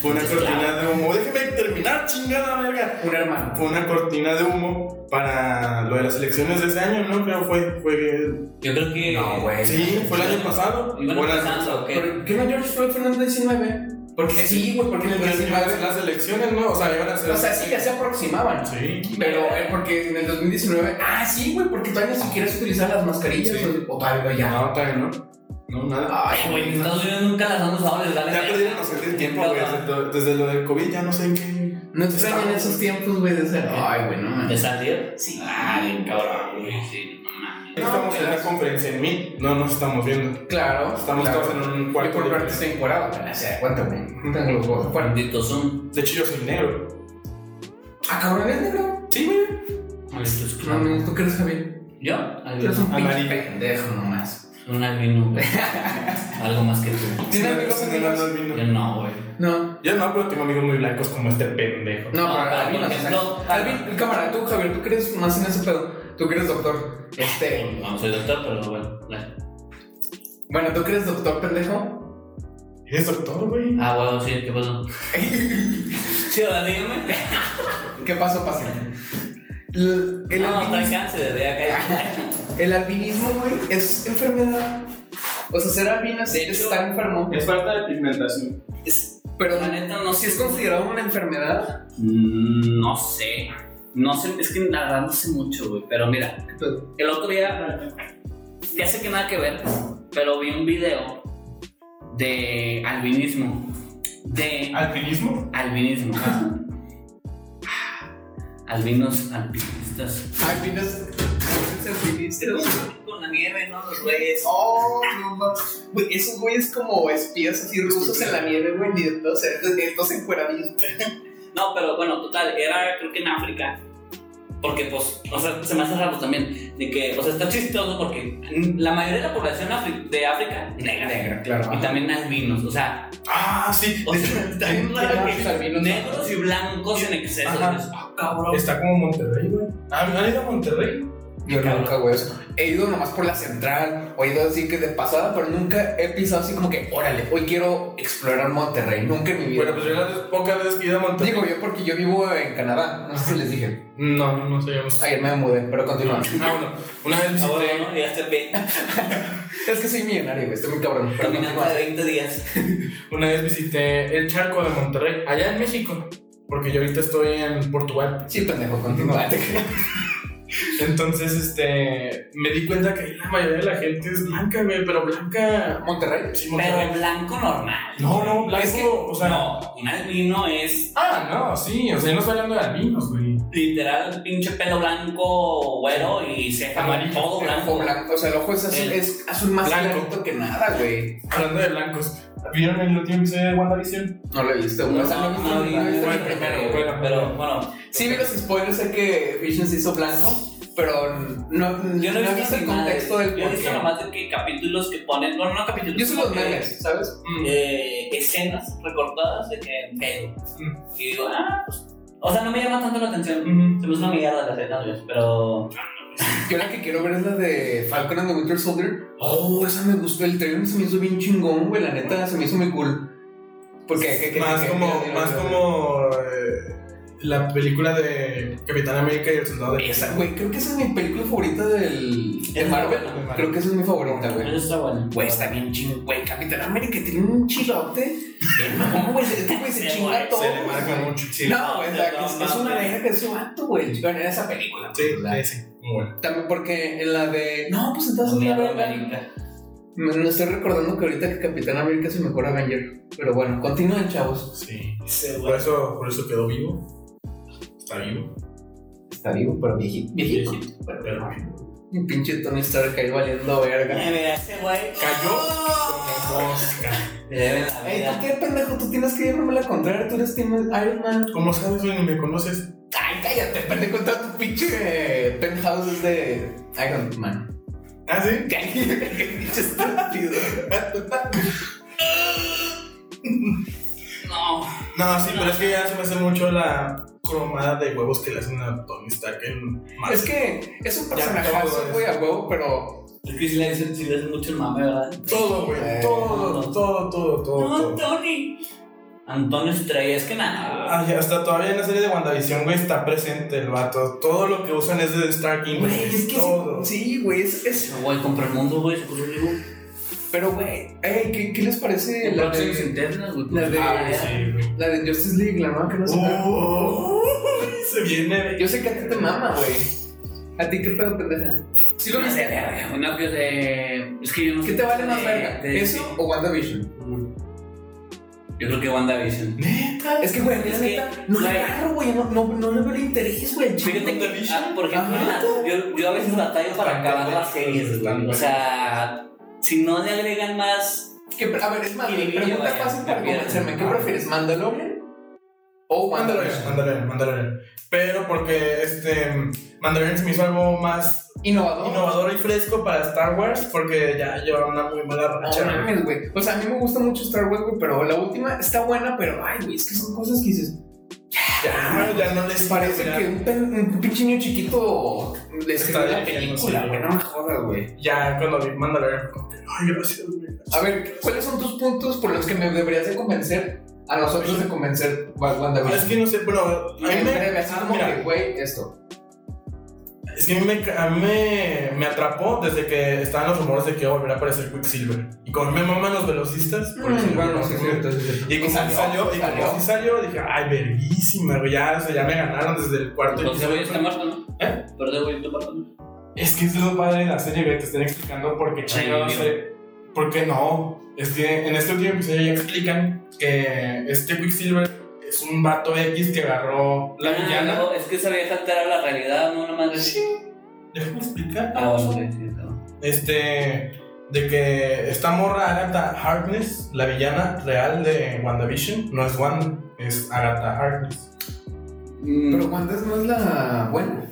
S1: Fue una cortina de humo. Déjeme terminar, chingada verga.
S2: Un hermano.
S1: Fue una cortina de humo para lo de las elecciones de ese año, ¿no? Creo fue. fue
S3: Yo creo que.
S2: No, güey.
S1: sí, fue el año pasado.
S3: Iban
S1: Fue la-
S3: empezando, ¿o qué?
S2: ¿Por qué no George Floyd fue en el 19? Porque sí, güey, porque en el
S1: Iban a
S2: 19.
S1: ser las elecciones, ¿no? O sea, iban a ser.
S2: O sea, sí, ya se aproximaban.
S1: Sí.
S2: Pero eh, porque en el 2019, ah, sí, güey, porque todavía ni siquiera se utilizan las mascarillas
S1: Sí.
S2: o, o todavía ya.
S1: No, todavía no. No, nada.
S2: Ay,
S3: Ay, güey, en
S2: güey, no.
S3: Estados Unidos nunca las han usado, les vale.
S1: Ya
S3: verga.
S1: perdieron los el tiempo, güey. Desde, lo- desde lo del COVID, ya no sé en qué.
S2: No extrañan esos tiempos, güey, de ser. Ay, güey, no
S3: ¿De
S2: mames.
S3: salir?
S2: Sí.
S3: Ay, cabrón, güey, sí, no mames.
S1: Estamos en una conferencia en mí. No nos estamos viendo.
S2: Claro,
S1: Estamos
S2: claro.
S1: todos en un
S2: Yo
S1: cuarto.
S2: por
S1: de-
S2: parte estoy encuadrado, güey, o sea, cuánto, güey. Tengo los huevos afuera.
S3: Maldito Zoom.
S1: De hecho, yo soy negro.
S2: Ah, cabrón, ¿es negro?
S1: Sí, güey.
S3: Maldito Zoom.
S2: No, mames, ¿tú crees, Javier?
S3: ¿Yo?
S2: Tú
S3: Algo,
S2: eres un pinche
S1: Amarillo.
S2: pendejo nomás.
S3: un albino, güey. (laughs) Algo más que tú.
S2: ¿Tiene
S1: Sí,
S2: amigos
S1: sí,
S2: negros?
S1: no, no, no.
S3: Yo no, güey.
S2: No,
S1: Yo no, pero tengo amigos muy blancos como este pendejo.
S2: no,
S3: No,
S2: para
S3: para
S2: Alvin,
S3: por
S2: o sea,
S3: ejemplo,
S2: Alvin, cámara, tú, Javier, tú crees más en ese pedo. Tú que eres doctor. Este.
S3: No soy doctor, pero bueno. la-
S2: Bueno, ¿tú crees doctor pendejo? (laughs)
S1: ¿Eres doctor, güey?
S3: Ah, bueno, sí, ¿qué pasó? (laughs) Sí, ahora dígame.
S2: ¿Qué pasó, paciente? El,
S3: (laughs) (laughs)
S2: el
S3: No, trae
S2: albinismo,
S3: cáncer, de acá.
S2: el albinismo, güey, es enfermedad. O sea, ser albino es
S3: De hecho-
S2: estar enfermo.
S1: Es falta de pigmentación.
S2: Es- pero
S3: La neta, no
S2: no, si
S3: sé.
S2: es considerado una enfermedad.
S3: Mm, No sé. No sé, es que la verdad no sé mucho, güey. Pero mira,
S2: pues,
S3: el otro día, que hace que nada que ver, pero vi un video de albinismo. De
S1: ¿Alpinismo?
S3: albinismo. (laughs) Ah, Albinos, alpinistas.
S2: Albinos es albinismo.
S3: Con la nieve, ¿no? Los güeyes.
S2: Oh, no, no. Güey, esos güeyes como espías así rusos en la nieve, güey, ni dos, dos encueradillos.
S3: No, pero bueno, total, era creo que en África. Porque, pues, o sea, se me hace raro también. De que, o sea, está chistoso porque la mayoría de la población afri- de África, negra.
S2: Negra, claro.
S3: Y también albinos, o sea,
S1: Ah, sí.
S3: o
S1: de
S3: sea,
S1: hecho,
S3: está bien raro
S2: Tiene
S3: que
S2: muchos albinos, ¿no?
S3: negros y blancos en exceso.
S1: Ajá.
S3: dices, ah, cabrón.
S1: Está como Monterrey, güey. Ah, ¿Han han ido a Monterrey?
S2: Yo nunca, güey. eso. He ido nomás por la central, o he ido así que de pasada, pero nunca he pisado así como que, órale, hoy quiero explorar Monterrey, nunca en mi vida.
S1: Bueno, pues yo las pocas veces que he ido a Monterrey.
S2: Digo yo porque yo vivo en Canadá, no sé si les dije.
S1: No, no sé. yo no sé.
S2: Ayer me mudé, pero continúa.
S1: (laughs) Ah, bueno. Una vez
S3: Ah,
S1: visité.
S3: bueno, ¿no? Ya se ve.
S2: Es que soy millonario, güey, estoy muy cabrón. Pero
S3: Caminando
S2: continúa.
S3: de 20 días.
S1: Una vez visité el charco de Monterrey, allá en México. Porque yo ahorita estoy en Portugal.
S2: Sí, pendejo, continúa.
S1: Entonces, este. Me di cuenta que la mayoría de la gente es blanca, güey. Pero blanca.
S2: Monterrey.
S1: Sí,
S3: Pero
S1: Monterrey.
S3: blanco normal.
S1: No, no, blanco.
S2: Es que-
S1: o sea.
S3: No, un albino es
S1: Ah, no, sí. O sea, yo no estoy hablando de albinos, güey.
S3: literal pinche pelo blanco, güero y ceja
S1: Amarillo.
S3: todo
S2: El
S3: blanco.
S2: ojo blanco, o sea, el ojo es azul,
S3: El-
S2: es azul más
S1: Blanco.
S2: clarito que nada, güey.
S1: Hablando de blancos. ¿Vieron el último episodio de WandaVision?
S2: No lo he visto, güey. O sea, no he visto
S3: No,
S2: ni-
S3: no,
S2: no he visto ni
S1: bueno,
S2: primero, güey.
S1: bueno,
S3: Pero bueno,
S2: Sí vi los spoilers, sé que Vision se hizo blanco, pero no,
S3: yo no he visto
S2: el
S3: ni madre.
S2: contexto del
S3: Yo he
S2: por
S3: visto
S2: qué.
S3: nomás de que capítulos que ponen, bueno, no capítulos.
S2: Yo soy los
S3: como que,
S2: memes, ¿sabes?
S3: eh, escenas recortadas de que en pedo.
S1: Mm.
S3: Y digo, ah, pues. O sea, no me llama tanto la atención.
S1: Mm.
S3: Se me hizo una mierda la escena, güey, pero.
S2: Yo la que quiero ver es la de Falcon and the Winter Soldier. Oh, esa me gustó. El trailer se me hizo bien chingón, güey. La neta se me hizo muy cool. Porque que- que-
S1: más
S2: que-
S1: como,
S2: que-
S1: más como eh, la película de Capitán América y el Soldado de
S2: Esa, güey, creo que esa es mi película favorita del de
S3: Es
S2: Marvel.
S3: buena,
S1: güey.
S2: Creo que esa es mi favorita, güey.
S3: Eso está bueno.
S2: Güey, está bien chingón, güey. Capitán América tiene un chilote. Bien mamón, güey. Es que, güey, se
S3: Se
S2: chinga
S3: marca-
S2: todo.
S1: Se le
S2: güey.
S1: marca mucho. Sí,
S2: No, es, la- es- es una
S3: No,
S2: verga que es su vato, güey. Bueno, en esa película. pues,
S1: sí,
S2: ¿verdad?
S1: sí, sí, muy bueno.
S2: También porque en la de. No, pues entonces la
S3: Mierda,
S2: verga.
S3: marica.
S2: Me, me estoy recordando que ahorita que Capitán América es el mejor Avenger. Pero bueno, continúen, chavos.
S1: Sí.
S3: Ese,
S1: Por
S3: güey.
S1: eso, por eso quedó vivo. Está vivo.
S2: Está vivo, pero viejito. Viejito. Pero,
S1: Pero
S2: un pinche Tony Stark ahí valiendo verga.
S3: Mira, mira, ese güey.
S1: cayó como
S3: ¡Oh!
S1: mosca.
S3: Le deben la
S2: Ey,
S3: vida.
S2: ¿tú qué pendejo? Tú tienes que llevarme la contraria. Tú eres Team Iron Man.
S1: Como sabes, güey, ni me conoces.
S2: Ay, cállate, pendejo. Todo tu pinche eh, penthouse es de Iron Man.
S1: Ah, sí.
S2: Cállate, (laughs) qué pinche estúpido.
S3: No.
S1: No, sí, pero es que ya se me hace mucho la cromada de huevos que le hacen a Tony Stark en Marvel.
S2: Es que es un
S1: Ya,
S2: personajazo,
S1: todo
S2: güey, a huevo, pero
S3: Es que si le hacen, si le hacen mucho el mame, ¿verdad?
S1: Todo, güey.
S2: Eh,
S1: Todo, todo, todo, todo. todo.
S3: Tony. Antonio Estrella, es que nada.
S1: Ay, hasta todavía en la serie de WandaVision, güey, está presente el vato. Todo lo que usan es de Stark
S2: Güey,
S1: Industries.
S2: es que sí-
S1: todo.
S2: sí, güey, es, es-
S3: Ese güey compra el mundo, güey, se puso vivo.
S2: Pero, güey, ey, ¿qué, qué les parece la
S3: Relaciones
S2: de,
S3: internas, güey.
S2: la de-
S3: Ah, ya.
S1: Sí, güey.
S2: la de Justice League, la nueva que no se
S1: Uy, se viene.
S2: Yo sé que a ti te mama, güey. ¿A ti qué pedo, pendeja? ¿Sí lo
S3: No sé,
S2: viste?
S3: verga, güey, no, que, eh, es que yo no
S2: ¿Qué
S3: sé-
S2: te vale más
S3: eh,
S2: verga?
S3: te-
S2: ¿Eso o WandaVision?
S3: Yo creo que WandaVision.
S1: Neta.
S2: Es que, güey, a mí la
S3: Es que,
S2: neta, no le
S3: güey.
S2: agarro, güey, no, no, no le veo el interés, güey.
S3: Fíjate que,
S1: WandaVision?
S3: ah, por ejemplo,
S2: Ajá.
S3: la- yo, yo a veces batallo para
S1: Están
S3: acabar las
S1: buenas,
S3: series,
S1: están
S3: güey.
S1: buenas.
S3: O sea, si no le agregan más.
S2: Que, a ver, es más,
S3: Y- y-
S2: pregunta
S3: vaya,
S2: fácil para
S3: también.
S2: convencerme. ¿Qué prefieres, Mandalorian o
S1: Mandalorian,
S2: WandaVision?
S1: Mandalorian, Mandalorian. Pero porque este Mandalorian se me hizo algo más
S2: ¿Innovador?
S1: innovador y fresco para Star Wars porque ya lleva una muy mala
S2: No
S1: racha.
S2: mames, güey. O sea, a mí me gusta mucho Star Wars, güey, pero la última está buena, pero ay, güey, es que son cosas que dices.
S1: ya, ya no les
S2: Parece que un, pen- un pinche niño chiquito le
S1: Está
S2: escribió la
S1: dirigiendo,
S2: película,
S1: sí.
S2: güey. No me jodas, güey.
S1: Ya cuando vi Mandalorian, como que, ay, gracias, güey.
S2: A ver, ¿cuáles son tus puntos por los que me deberías de convencer a nosotros de convencer a
S1: Es
S2: WandaVision?
S1: que no sé, pero a mí
S2: En
S1: me.
S2: breve, así
S1: ah,
S2: como
S1: mira,
S2: que, güey, esto.
S1: Es que a mí, me, a mí me, me atrapó desde que estaban los rumores de que iba a volver a aparecer Quicksilver. Y como me maman los velocistas, por eso
S2: Mm,
S1: no
S2: sí,
S1: sé
S2: sí, sí, sí, sí.
S1: Y como salió, y como sí salió, dije, ay, verguísima, güey, ya, o sea, ya me ganaron desde el cuarto
S3: Entonces, güey, está
S1: episodio.
S3: muerto, ¿no?
S1: ¿Eh?
S3: Pero de pues, güey, está muerto, ¿no?
S1: Es que es lo padre de la serie, güey, te están explicando por qué
S3: Sí,
S1: chingados
S3: obvio.
S1: se- ¿Por qué no? Es que en este último episodio ya explican que este Quicksilver es un vato X que agarró la
S3: Ah,
S1: villana.
S3: no, es que esa vieja altera la realidad, no, nomás.
S1: Sí, déjame explicar.
S3: Ah, bueno, güey, sí, está bueno.
S1: Este. De que esta morra Agatha Harkness, la villana real de WandaVision, no es Wanda, es Agatha Harkness.
S3: Mm,
S2: Pero Wanda no es la buena.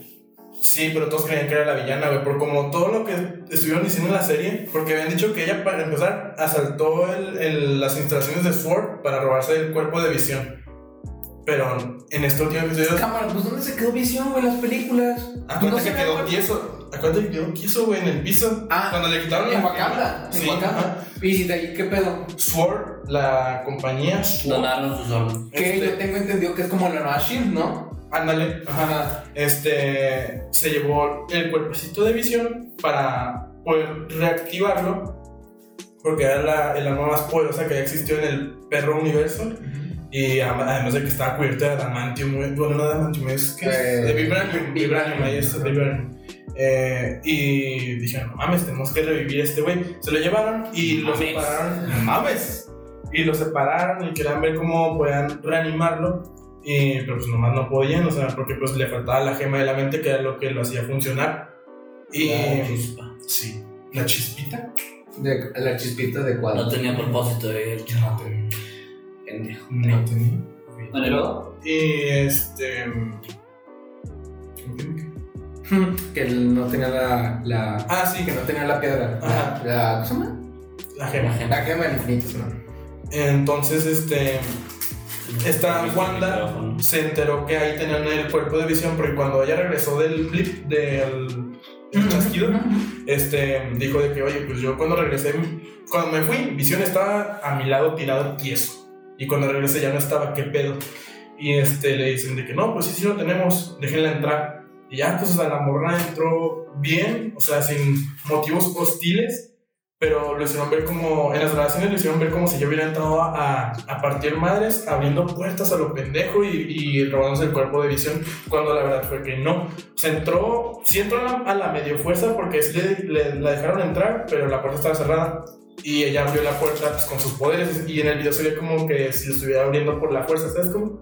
S1: Sí, pero todos creían que era la villana, güey, por como todo lo que estuvieron diciendo en la serie, porque habían dicho que ella, para empezar, asaltó el- el- las instalaciones de Sword para robarse el cuerpo de Visión. Pero en este último episodio,
S2: Cámara, pues ¿dónde se quedó Visión, güey, en las películas? Pues,
S1: acuérdate
S2: Ah, se
S1: que
S2: me
S1: Ah, quedó
S2: acuerda.
S1: tieso, acuérdate que quedó tieso, güey, en el piso.
S2: Ah,
S1: cuando le quitaron
S2: En
S1: la-
S2: Wakanda, en
S1: Sí,
S2: Wakanda.
S1: ajá.
S2: ¿Y de ahí qué pedo?
S1: Sword, la compañía Sword.
S3: Donaron sus órganos.
S2: Que
S1: Este-
S2: yo tengo entendido que es como la nueva Shield, ¿no?
S1: Ándale, ajá.
S2: Ajá.
S1: Este se llevó el cuerpecito de visión para poder reactivarlo. Porque era la, el arma más poderosa que ya existió en el perro universo. Y am- además de que estaba cubierto de adamantium. güey. Bueno, no adamantium, es que es
S2: Eh,
S1: de vibranium. Vibranium, ahí está,
S2: ajá.
S1: vibranium. Eh, y dijeron, no mames, tenemos que revivir a este güey. Se lo llevaron y lo
S3: Mames.
S1: separaron. No mames. Y lo separaron y querían ver cómo podían reanimarlo. Y, pero pues nomás no podían, o sea, porque pues le faltaba la gema de la mente que era lo que lo hacía funcionar. Y... pues,
S2: La
S3: chispa.
S1: Sí. La chispita.
S2: De la chispita de
S3: No
S2: cuadro.
S3: tenía propósito el
S1: No
S3: charro.
S1: tenía.
S3: Pendejo.
S1: No tenía.
S3: Bueno, ¿y luego?
S1: Y este... ¿cómo que me quedé?
S2: (laughs) que él no tenía la, la.
S1: Ah, sí,
S2: Que no tenía la piedra.
S1: Ajá. Em.
S2: La, la- ¿Cómo se llama?
S1: la gema.
S2: La gema del infinito, ¿no?
S1: Entonces, este, Esta Wanda- se enteró que ahí tenían el cuerpo de visión, porque cuando ella regresó del flip, del del chasquido, este, dijo de que, oye, pues yo cuando regresé, cuando me fui, visión estaba a mi lado tirado tieso, y cuando regresé ya no estaba, qué pedo. Y este, le dicen de que no, pues sí, sí lo tenemos, déjenla entrar. Y ya, pues, o sea, la morra entró bien, o sea, sin motivos hostiles, Pero lo hicieron ver como, en las grabaciones lo hicieron ver como si yo hubiera entrado a, a partir madres, abriendo puertas a lo pendejo y, y robándose el cuerpo de visión, cuando la verdad fue que no. Se entró, sí entró a la, a la medio fuerza porque sí le- le- la dejaron entrar, pero la puerta estaba cerrada. Y ella abrió la puerta pues, con sus poderes y en el video se ve como que si lo estuviera abriendo por la fuerza, ¿sabes cómo?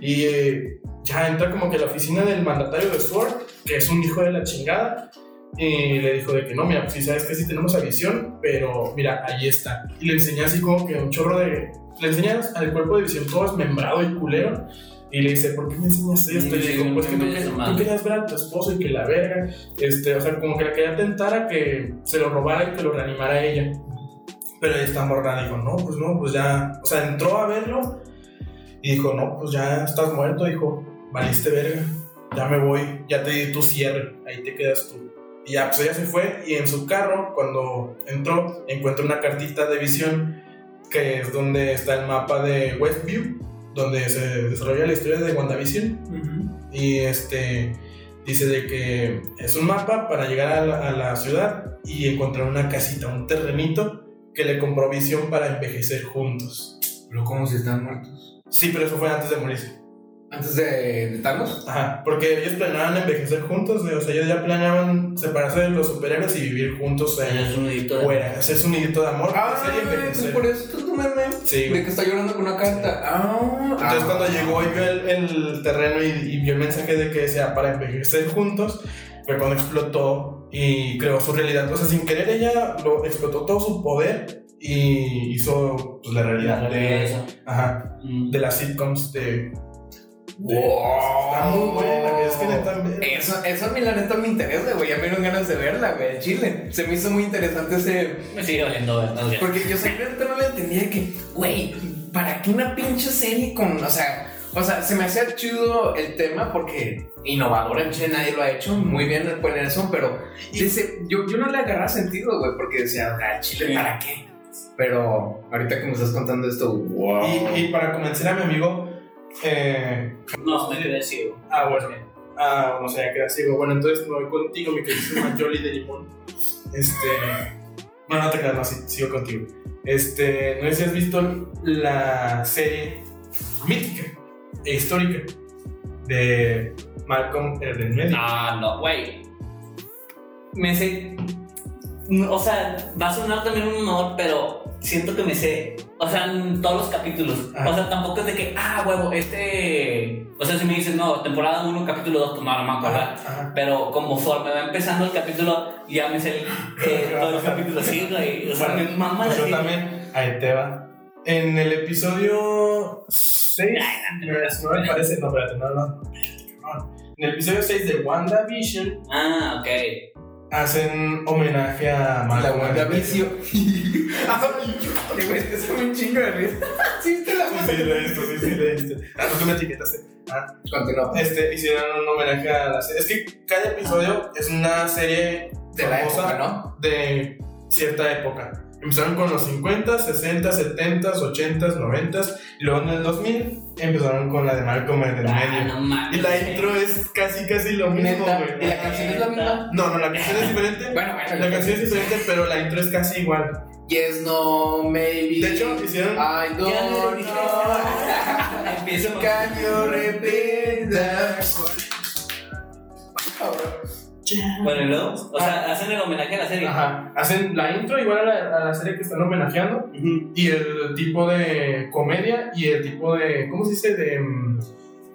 S1: Y eh, ya entra como que a la oficina del mandatario de Sword, que es un hijo de la chingada. Y le dijo de que no, mira, pues sí sabes que sí tenemos a visión, pero mira, ahí está. Y le enseña así como que un chorro de... Le enseñas al cuerpo de visión todo desmembrado y culero. Y le dice, ¿por qué me enseñas esto? Y le digo, pues que tú, tú querías ver a tu esposo y que la verga. Este, o sea, como que la quería tentar a que se lo robara y que lo reanimara a ella. Pero esta morra dijo, no, pues no, pues ya. O sea, entró a verlo y dijo, no, pues ya estás muerto, dijo, valiste verga, ya me voy, ya te di tu cierre, ahí te quedas tú. Y ya, pues ella se fue y en su carro, cuando entró, encuentra una cartita de visión que es donde está el mapa de Westview, donde se desarrolla la historia de WandaVision. Y este dice de que es un mapa para llegar a la, a la ciudad y encontrar una casita, un terrenito que le compró visión para envejecer juntos.
S2: Pero como si están muertos.
S1: Sí, pero eso fue antes de morirse.
S2: Antes de, de Thanos.
S1: Ajá, porque ellos planeaban envejecer juntos, o sea, ellos ya planeaban separarse de los superhéroes y vivir juntos ahí
S3: Es un editor.
S1: fuera, hacerse un nidito de amor,
S2: Ah,
S1: crecer y
S2: pues
S1: envejecer.
S2: por eso tú tu meme.
S1: Sí,
S2: De que está llorando con una carta. Ah,
S1: Entonces cuando llegó y vio el, el terreno y, y vio el mensaje de que decía para envejecer juntos, fue cuando explotó y creó su realidad. O sea, sin querer ella lo explotó todo su poder y hizo pues, la realidad
S3: La realidad
S1: de,
S3: esa.
S1: ajá,
S3: Mm.
S1: de las sitcoms de... de-
S2: Wow.
S1: Está muy buena, es que neta, ve-
S2: Eso, eso a mí la neta me interesa, güey. Ya me dieron ganas de verla, güey. al Chile. Se me hizo muy interesante ese.
S3: Me sigue valiendo ver, no sé.
S2: Porque yo simplemente no le entendía que, güey, ¿para qué una pinche serie con.? O sea, o sea, se me hacía chido el tema porque innovador en Chile nadie lo ha hecho. Muy bien en poner eso, pero dice, yo, yo no le agarraba sentido, güey, porque decía, ah, Chile, ¿para qué? Pero ahorita que me estás contando esto, wow.
S1: Y, y para convencer a mi amigo, eh,
S3: No, me quedé ciego.
S1: ah, bueno, ah, o sea, que así, bueno, entonces me voy contigo, mi (laughs) queridísima Jolly de limón. Este. No, no te quedas, no, sí, sigo contigo. Este, no sé si has visto la serie mítica e histórica de Malcolm eh, el del medio.
S3: Ah, no, güey. Me sé. O sea, va a sonar también un honor, pero siento que me sé. O sea, en todos los capítulos.
S1: Ajá.
S3: O sea, tampoco es de que, ah, huevo, este. O sea, si me dices, no, temporada 1, capítulo 2, pues no, no me acuerdo.
S1: Ajá.
S3: Pero conforme va empezando el capítulo, ya me sé el,
S1: (laughs)
S3: eh, todos los capítulos. Sí, güey. O sea, me mama la
S1: Yo
S3: serie.
S1: también, ahí te va. En el episodio 6, no me parece, no, espérate, no, no. no. En el episodio 6 de WandaVision,
S3: Ah, ok.
S1: hacen homenaje a
S2: La
S1: Malcolm.
S2: guarda vicio. (laughs) Ay, güey, es un chingo de risa. (laughs) Sí, te la
S1: Sí, sí, lo he visto, sí, sí, lo he visto. Ah, no, tú me etiquetaste.
S2: Continúa.
S1: Este, hicieron un homenaje a la serie. Es que cada episodio es una serie
S2: De la
S1: famosa
S2: época, ¿no?
S1: de cierta época. Empezaron con los 50, 60, 70, 80, 90 y luego en el 2000 empezaron con la de Malcolm en el
S3: Ah,
S1: medio.
S3: no mames.
S1: Y la intro es casi, casi lo mismo,
S2: Neta, ¿Y
S1: güey.
S2: la canción es la misma?
S1: No, no, la canción es diferente.
S2: Bueno, bueno.
S1: La canción es diferente, pero la intro es casi igual.
S2: Yes, no, maybe.
S1: De hecho, hicieron
S2: I don't
S3: Ya no
S2: know.
S3: le dije nada. (laughs) Empiezo con-
S2: Can you repeat that? Cabrón.
S3: Bueno, y luego, o sea, hacen el homenaje a la serie.
S1: Ajá. Hacen la intro igual a la, a la serie que están homenajeando
S3: Ujú.
S1: y el tipo de comedia y el tipo de, ¿cómo se dice? De... mm,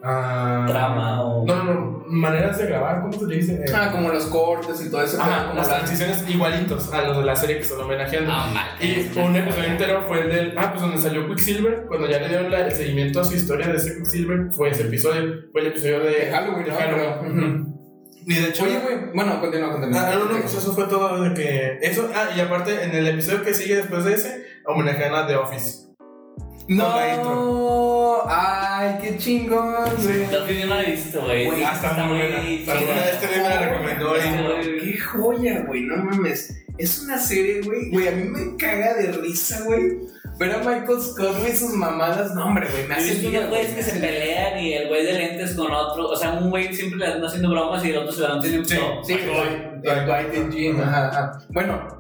S1: ah,
S3: Trama o-
S1: No, no, no, maneras de grabar, ¿cómo se le dice? Eh,
S2: Ah, como los cortes y todo eso.
S1: ajá,
S2: como
S1: las
S2: la-
S1: transiciones igualitos a los de la serie que están homenajeando.
S3: Ah, mal.
S1: Y un episodio entero fue el del. Ah, pues donde salió Quicksilver. Cuando ya le dieron la- el seguimiento a su historia de ese Quicksilver, fue ese episodio. Fue el episodio de.
S2: De Halloween,
S1: de
S2: ¿no?
S1: Halloween.
S2: Creo.
S1: Ujú. Y de hecho.
S2: Ah, Oye, güey. Bueno, continúa, continúa.
S1: Ah, no, no, pues eso fue todo de que. Eso, ah, y aparte, en el episodio que sigue después de ese, homenajean a The Office. Con la
S2: No, ay, qué chingón, güey.
S3: Lo que yo no la he visto, güey.
S2: Güey,
S1: Ah, está muy buena. Está muy buena. Este güey me la recomendó.
S3: Este
S1: y-
S3: güey-
S2: Qué joya, güey, no mames. Es una serie, güey. Güey, a mí me caga de risa, güey. Ver a Michael Scott y sus mamadas, no, hombre, güey, me
S3: He
S2: hace
S1: este
S3: visto unos
S2: vida,
S3: güeyes que
S2: me
S3: se
S2: hace-
S3: pelean y el güey de lentes con otro. O sea, un güey siempre le anda haciendo bromas y el otro se le anda haciendo
S1: Sí.
S3: todo.
S2: Sí,
S1: Dwight.
S2: Dwight, Dwight y Jim, ajá, ajá. Bueno,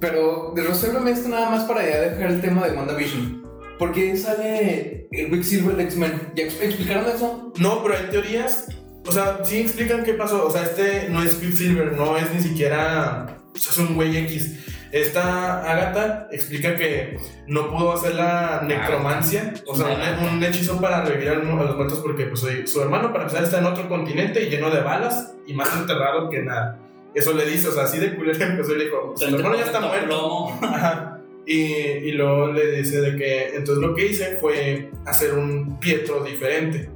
S2: Pero resuélveme esto nada más para ya dejar el tema de WandaVision. ¿Por qué sale el Big Silver de X-Men? ¿Ya ex- explicaron eso?
S1: No, pero hay teorías. O sea, sí explican qué pasó. O sea, este no es Quicksilver, no es ni siquiera. o sea, es un güey X. Esta Agatha explica que no pudo hacer la necromancia, o sea, un, un hechizo para revivir al mu- a los muertos porque pues, oye, su hermano, para empezar, está en otro continente y lleno de balas y más enterrado que nada. Eso le dice, o sea, así de culero (laughs) empezó y le dijo: Su hermano ya está muerto.
S3: Plomo. (laughs)
S1: Ajá. Y, y luego le dice de que entonces lo que hice fue hacer un Pietro diferente.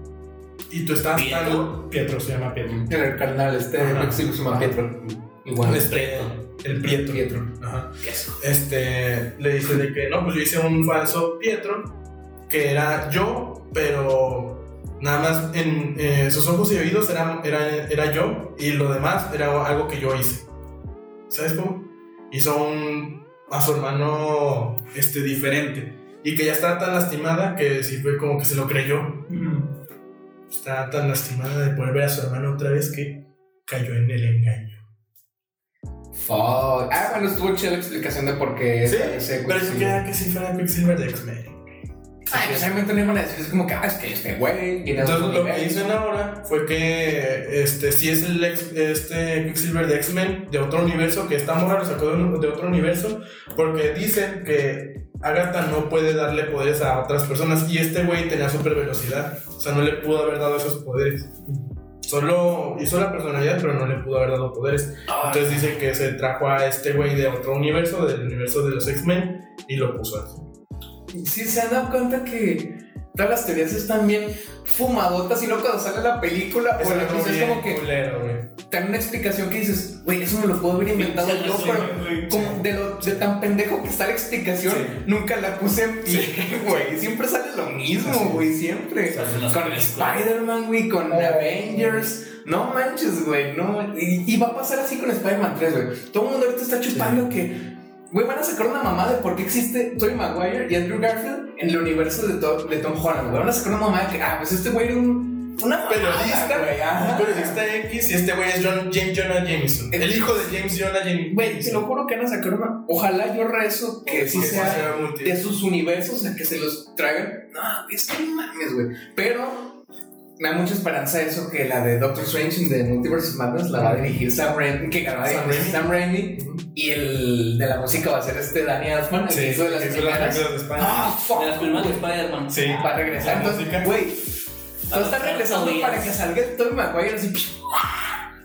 S1: Y tú estabas
S3: ¿Pietro?
S1: tan. Pietro se llama Pietro.
S2: En el carnal, este
S1: Ajá.
S2: Big Silver se llama Pietro. Igual.
S1: Este, el Pietro.
S2: Pietro.
S1: Ajá.
S3: Qué asco.
S1: Este le dice de que no, pues yo hice un falso Pietro que era yo, pero nada más en eh, sus ojos y oídos era, era, era yo y lo demás era algo que yo hice. ¿Sabes cómo? Hizo un, a su hermano este, diferente y que ya estaba tan lastimada que sí fue como que se lo creyó. Estaba tan lastimada de poder ver a su hermano otra vez que cayó en el engaño.
S2: Fuck. Ah, bueno, estuvo chida la explicación de por qué
S1: Sí,
S2: sale ese
S1: pero es que
S2: Quicksilver.
S1: era que si fuera Quicksilver de X-Men.
S2: Ay, pues obviamente no iban a decir, es como que, ah, es que este güey tiene
S1: Entonces
S2: dos
S1: lo que
S2: niveles.
S1: dicen ahora fue que este sí es el ex- este Quicksilver de X-Men de otro universo, que esta morra lo sacó de, un- de otro universo, porque dicen que Agatha no puede darle poderes a otras personas y este güey tenía super velocidad, o sea, no le pudo haber dado esos poderes. Solo hizo la personalidad, pero no le pudo haber dado poderes.
S2: Ah,
S1: Entonces dicen que se trajo a este güey de otro universo, del universo de los X-Men, y lo puso aquí.
S2: Sí, se han dado cuenta que todas las teorías están bien fumadotas y luego cuando sale la película o
S1: Eso
S2: la
S1: estuvo
S2: cosa Ah, pues es
S1: bien
S2: como que
S1: culero, güey.
S2: te dan una explicación que dices, güey, eso me lo puedo haber inventado
S3: Sí,
S2: yo,
S3: sí,
S2: pero como de lo de tan pendejo que está la explicación,
S1: Sí.
S2: nunca la puse en pie, (laughs) güey. Siempre sale lo
S1: Así
S2: mismo,
S1: es.
S2: güey, siempre.
S3: Se hacen las
S2: Con
S3: películas.
S2: Spider-Man, güey, con
S1: Ay.
S2: Avengers. No manches, güey, no. Y, y va a pasar así con Spider-Man 3, güey. Todo el mundo ahorita está chupando que, güey, van a sacar una mamá de por qué existe Tobey Maguire y Andrew Garfield en el universo de, To- de Tom Holland, güey. Van a sacar una mamá de que, ah, pues este güey era un, una mamada,
S1: Periodista,
S2: güey. ajá.
S1: Un periodista X y este güey es John, James Jonah Jameson. El hijo de James Jonah Jameson.
S2: Güey, te lo juro que van a sacar una. Ojalá yo rezo que sí sea
S1: multi-
S2: de sus universos a que se los traigan. No, güey, es que no mames, güey. Pero me da mucha esperanza eso que la de Doctor Strange en The Multiverse of Madness la va a dirigir Sam Raimi, que la va a
S1: Sam
S2: dirigir Sam Raimi. Y el de la música va a ser este Danny Elfman, el que hizo de las
S1: que hizo las
S2: primeras.
S1: películas de España.
S2: Ah, fuck.
S3: De las primeras de Spider-Man.
S1: Sí.
S2: Va a regresar.
S1: La música.
S2: Entonces, güey, lo están regresando para que salga el Tobey Maguire así.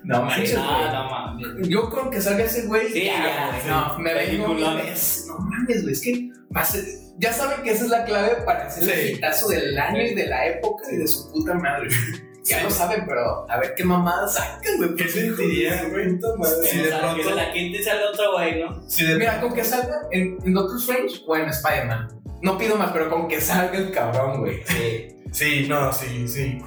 S2: No manches, güey.
S3: Ah, no mames.
S2: Yo creo que salga ese güey.
S3: Sí, ya,
S2: güey,
S3: sí.
S2: No, me vengo
S3: Peliculón.
S2: mil veces. No mames, güey. Es que va a ser- ya saben que esa es la clave para hacer
S1: Sí.
S2: el hitazo del año y de la época y de su puta madre. (laughs) Ya
S1: Sí.
S2: lo saben, pero a ver qué mamadas sacan, güey.
S1: ¿Qué
S2: porque,
S1: sentirían,
S2: hijo
S1: güey?
S2: de puta madre.
S1: Sí, de
S3: O sea, que
S1: pronto-
S3: la quinta y sale otro güey, ¿no?
S1: Si de-
S2: Mira, con que salga en, en Doctor Strange o en Spider-Man. No pido más, pero con que salga el cabrón, güey.
S3: Sí.
S1: Sí, no, sí, sí.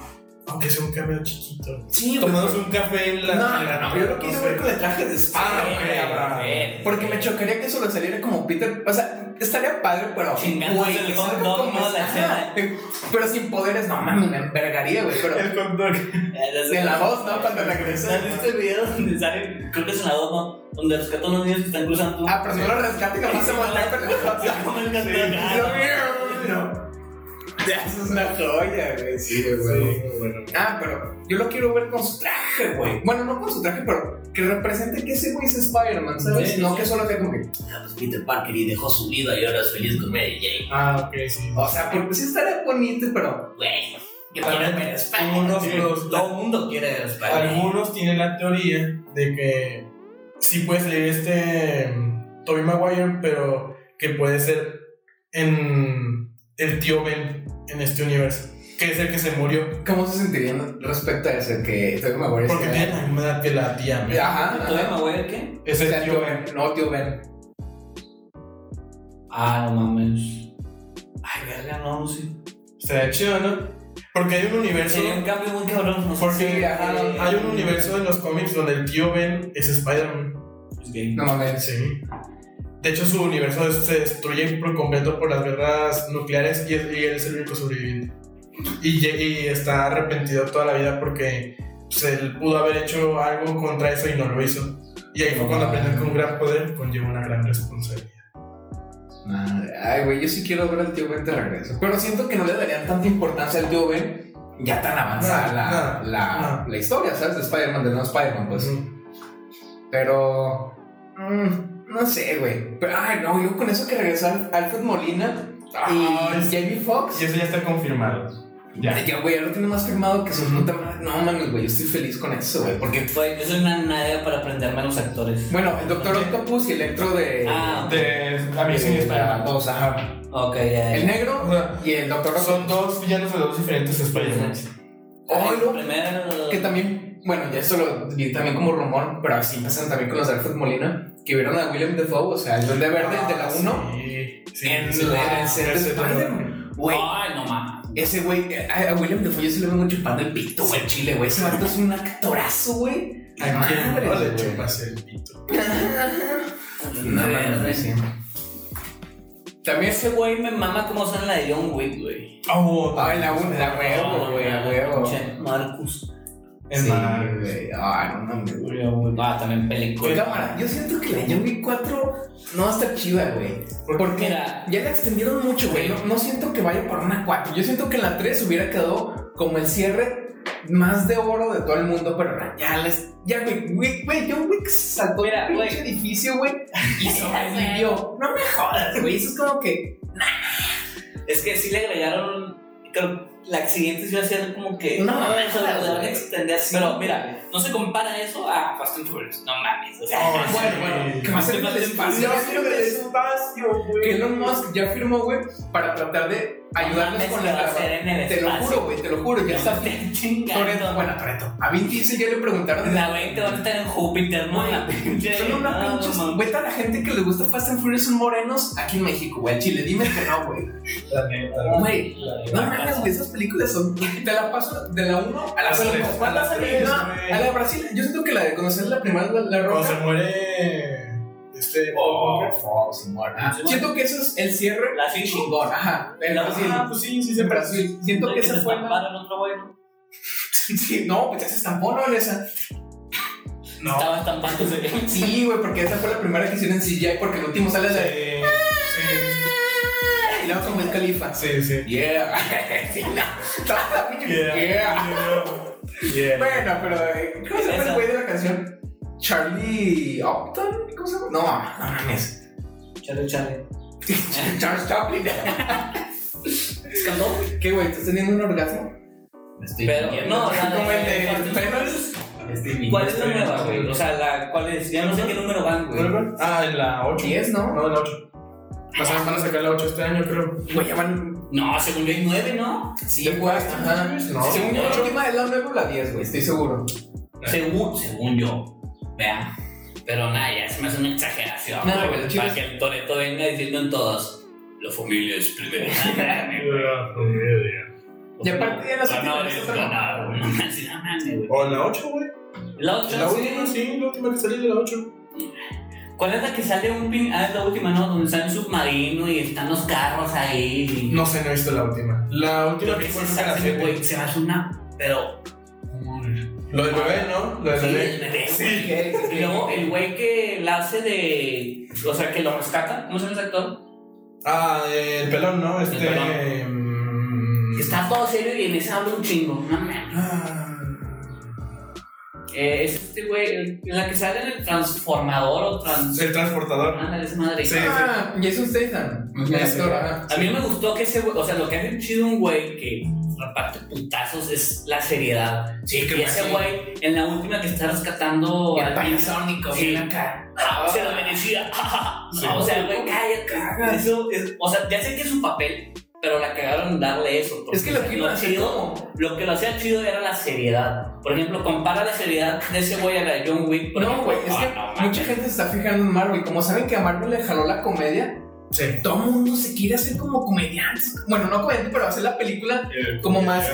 S1: Aunque sea un cameo chiquito.
S2: Sí,
S1: Tomamos un café en
S2: No,
S1: la.
S2: no,
S1: en la-
S2: no, yo lo quiero ver con el traje de
S1: Ah,
S2: Spider-Man.
S1: ok,
S2: cabrón.
S1: ah,
S3: eh.
S2: Porque me chocaría que solo saliera como Peter. O sea, estaría padre, pero.
S3: Chingándose
S2: güey,
S3: el
S2: que
S3: hot
S2: salga
S3: dog,
S2: como
S3: ¿no? La
S2: está.
S3: escena.
S2: Pero sin poderes, no mames, me envergaría, güey.
S3: (laughs)
S2: Pero
S1: El hot dog.
S2: de la voz, ¿no? Cuando regresa.
S3: ¿Has visto el este video donde sale, creo que es en la 2, ¿no? Donde rescatan unos niños que están cruzando. un-
S2: Ah, pero si no lo rescate, capaz se monta con el hot
S3: Se
S2: dog.
S3: come el gato.
S1: Sí.
S3: Ah, no mames.
S2: Yo, no. Ya, eso es una joya, güey. Sí,
S1: Sí, muy bueno.
S2: Ah, pero yo lo quiero ver con su traje, güey. Bueno, no con su traje, pero que represente que ese güey es Spider-Man, ¿sabes?
S3: Sí,
S2: no
S3: sí.
S2: que solo sea como que.
S3: Ah, pues Peter Parker y dejó su vida y ahora es feliz con Mary Jane.
S1: Ah, ok, sí.
S2: O sea, porque sí estaría bonito, pero.
S3: Güey, yo
S1: También
S3: quiero ver a Spider-Man.
S1: algunos los-
S3: Todo el mundo quiere ver a Spider-Man.
S1: Algunos tienen la teoría de que sí puede salir este mm, Tobey Maguire, pero que puede ser en el tío Ben en este universo, que es el que se murió,
S2: ¿Cómo se sentirían respecto a eso? Que Tobey Maguire
S1: porque
S2: sea-
S1: tiene la misma edad que la tía Ben.
S2: Ajá.
S3: ¿Tú ves,
S2: ajá.
S3: Maguire, qué?
S1: Es
S2: O
S1: el
S2: sea,
S1: tío Ben.
S2: No, tío Ben.
S3: Ah, no mames. Ay, verga, no, no sé.
S1: Estaría chido, ¿no? Porque hay un universo,
S3: Sería un cambio muy cabrón, no sé.
S1: porque
S2: Sí, ajá.
S1: hay un universo en los cómics donde el tío Ben es Spider-Man.
S3: Es gay.
S2: No mames.
S1: Sí. De hecho, su universo es- se destruye por completo por las guerras nucleares y, es- y él es el único sobreviviente. Y, ye- y está arrepentido toda la vida porque pues, él pudo haber hecho algo contra eso y no lo hizo. Y ahí fue cuando aprendí que un gran poder conlleva una gran responsabilidad.
S2: Madre, Ay, güey, yo sí quiero ver al tío Ben de regreso. Pero siento que no le darían tanta importancia al tío Ben ya tan avanzada
S1: No,
S2: la,
S1: no,
S2: la, la historia, ¿sabes? De Spider-Man, de no Spider-Man, pues. Pero. mm, no sé, güey. Pero, ay, no, yo con eso que regresar Alfred Molina
S1: Ay,
S2: y
S1: sí.
S2: Jamie Foxx.
S1: Y eso ya está confirmado. Ya.
S2: Ya, güey, ya lo tiene más firmado que su
S1: Ujú.
S2: puta madre. No mames, güey, yo estoy feliz con eso, güey. Porque,
S3: Güey, yo soy una nada para aprenderme a los actores.
S2: bueno, el Doctor Octopus y Electro de.
S3: Ah,
S1: De Amazing
S2: de-
S1: Spider-Man.
S2: dos, ajá.
S3: ok, ya.
S1: O
S3: ya.
S2: El negro
S1: sea,
S2: y el Doctor Octopus.
S1: son dos villanos de dos diferentes Spider-Man.
S2: Oh,
S3: El
S2: no.
S3: primero-
S2: Que también, bueno, ya eso lo vi también como rumor, pero así pasan también con los de Alfred Molina, que vieron a William Defoe, o sea, el Duende Verde el de la 1,
S1: Sí, Ah, sí,
S2: en
S1: sí,
S2: la-
S1: sí,
S2: en el set de
S1: sí, sí,
S2: Spider-Man. Güey,
S3: Ay, no mames.
S2: ese güey, eh, a a William Defoe yo se le vengo chupando el pito, güey, al chile, güey. Ese vato es un actorazo, güey.
S1: ¿A quién
S2: Madre,
S1: no le
S2: güey.
S1: chupas el pito?
S2: No, no, no, no, sí. También
S3: Ese güey me mama como son la de John Wick, güey.
S1: Oh,
S2: Ay, la una, la huevo,
S3: No,
S2: güey, la
S3: no,
S2: huevo.
S3: pinche Marcus.
S1: es
S2: Sí,
S1: más.
S2: güey. Ay, no mames, güey.
S3: Ah, también
S2: Güey,
S3: película.
S2: cámara, yo siento que la John Wick 4 no va a estar chida, güey.
S1: ¿Por
S2: Porque
S3: Mira.
S2: ya la extendieron mucho, güey. No, no siento que vaya para una 4. Yo siento que la 3 hubiera quedado como el cierre más de oro de todo el mundo, pero na- ya les. Ya, güey, güey, güey, John Wick saltó de
S3: Mira,
S2: un pinche
S3: güey. (laughs)
S2: edificio, güey, y sobrevivió. no me jodas, güey. Eso es como que.
S3: Es que sí le agregaron. Creo la siguiente sí va a ser como que.
S2: No,
S3: eso lo
S2: no,
S3: van
S2: güey.
S3: a extender. (laughs) Pero mira, no se compara eso a Fast and Furious. No mames. O sea,
S1: Oh, sí.
S2: Bueno, bueno, que más
S3: Sí,
S2: en el
S3: sí,
S2: espacio.
S3: sí,
S2: creo que eso- Que Elon Musk ya firmó, güey, para tratar de ayudarnos
S3: mames,
S2: con
S3: que
S2: la
S3: va a ser en el
S2: Te lo
S3: espacio.
S2: juro, güey, te lo juro, ya está.
S3: Te
S2: Toreto,
S3: chingando.
S2: bueno, Toreto. A Vin Diesel ya le preguntaron.
S3: La 20 van a estar en Júpiter, ¿no? La pinche.
S2: Son una
S3: no,
S2: pinche.
S3: no,
S2: Güey, toda la gente que le gusta Fast and Furious son morenos aquí en México, güey. al Chile, dime que
S1: (laughs)
S2: no, güey.
S1: La neta.
S2: Güey, no mames, güey, esas películas son. Te la paso de la 1 a la
S1: A
S2: 5.
S1: tres,
S2: A
S1: a la
S2: la
S1: tres, güey.
S2: A la de Brasil. Yo siento que la de conocer la primera, la, la
S1: Cuando se
S2: roca. Oh,
S1: muere. Este.
S2: fuck, se muere. Ah, Siento que eso es el cierre.
S3: La Fishi.
S2: Chingón, ajá. En
S3: La-
S2: Brasil.
S1: Ah, pues sí, sí,
S2: En
S1: siempre.
S2: Brasil. Siento que esa fue la.
S3: otro güey. ¿no?
S2: (laughs) Sí, no, pues ya se estampó, ¿no? En esa.
S1: No.
S3: Estaba estampándose.
S2: Sí, güey, porque esa fue la primera que hicieron en CGI, porque el último sale de.
S1: Sí,
S2: Y la otra fue el califa.
S1: sí, sí, sí.
S2: Yeah. (laughs) Sí, no.
S1: Yeah.
S2: Yeah.
S1: Yeah.
S2: Bueno, pero eh, ¿cómo se llama el
S3: Esa.
S2: güey de la canción? Charlie Upton, ¿cómo se llama? No, no mames.
S3: Chale, chale.
S2: Charles Chaplin. ¿Qué güey? ¿Estás teniendo un orgasmo? Estoy
S3: Pero, no, la de-
S2: como el de Venom.
S3: ¿Cuál es la nueva, güey? O sea, la, ¿cuál es? Ya no sé qué número van, güey.
S1: ¿Vuelven? Ah, en la 8.
S2: 10, ¿no?
S1: No, en la 8. O sea, van a sacar la 8 este año, creo.
S2: Güey, ya van.
S3: No, según yo hay nueve, ¿no?
S2: Sí, güey. Ajá.
S1: No.
S2: Según yo, la última es la 9 o la 10, güey, estoy seguro.
S3: Según, según yo. Vean. Pero nada, ya se me hace una exageración.
S2: No,
S3: güey,
S2: güey, lo chido
S3: para
S2: es-
S3: que el Toreto venga diciendo en todas. La familia es primero.
S1: (laughs)
S2: Y aparte ya no sé
S3: Ganar
S2: qué es
S3: es
S2: otra.
S3: ganar, güey. No mames, no mames, güey.
S1: O en la 8, güey.
S3: La
S1: En La
S3: otra, sí.
S1: última, sí, la última que salió de la 8.
S3: ¿Cuál es la que sale un pin? Ah, es la última, ¿no? Donde sale un submarino y están los carros ahí.
S1: No sé, no he visto la última. La última
S3: Lo
S1: que
S3: que
S1: fue
S3: se
S1: creo que la
S3: sale,
S1: 7.
S3: güey, se va a hacer una. Pero.
S1: Lo del bebé, ¿no? Lo del
S3: Sí,
S1: bebé.
S3: el bebé,
S1: Sí.
S2: (laughs)
S3: Y luego el güey que la hace de. O sea, que lo rescata. ¿Cómo se llama ese actor?
S1: Ah, eh, el pelón, ¿no? Este.
S3: pelón.
S1: mm,
S3: Está todo serio y en esa habla un chingo. No mames.
S1: Ah.
S3: Eh, es este güey, el- la que sale en el transformador o trans.
S1: El transportador.
S3: Ándale, esa madre.
S1: Sí.
S2: Ah, y es un Statham.
S1: Ya sé.
S3: A mí me gustó que ese güey, o sea, lo que hace chido un güey que reparte putazos es la seriedad.
S2: Sí, que
S3: Y ese
S2: sí.
S3: güey, en la última que está rescatando
S2: El
S3: al
S2: payasánico,
S3: Sí.
S2: bien acá.
S3: Ah, se lo (laughs) merecía.
S1: Sí.
S3: O sea, güey, cállate. cállate. Eso es, o sea, ya sé que es su papel, pero la cagaron en darle eso. porque
S2: Es que lo que iba a hacer
S3: chido-
S2: como.
S3: lo que lo hacía chido era la seriedad. Por ejemplo, compara la seriedad de ese güey a la de John Wick. por
S2: No,
S3: ejemplo.
S2: güey, es
S3: Ah,
S2: que
S3: no,
S2: mucha
S3: manches.
S2: gente se está fijando en Marvel. Como saben que a Marvel le jaló la comedia,
S1: Sí.
S2: todo el mundo se quiere hacer como comediantes. Bueno, no comediante, pero hacer la película Como más-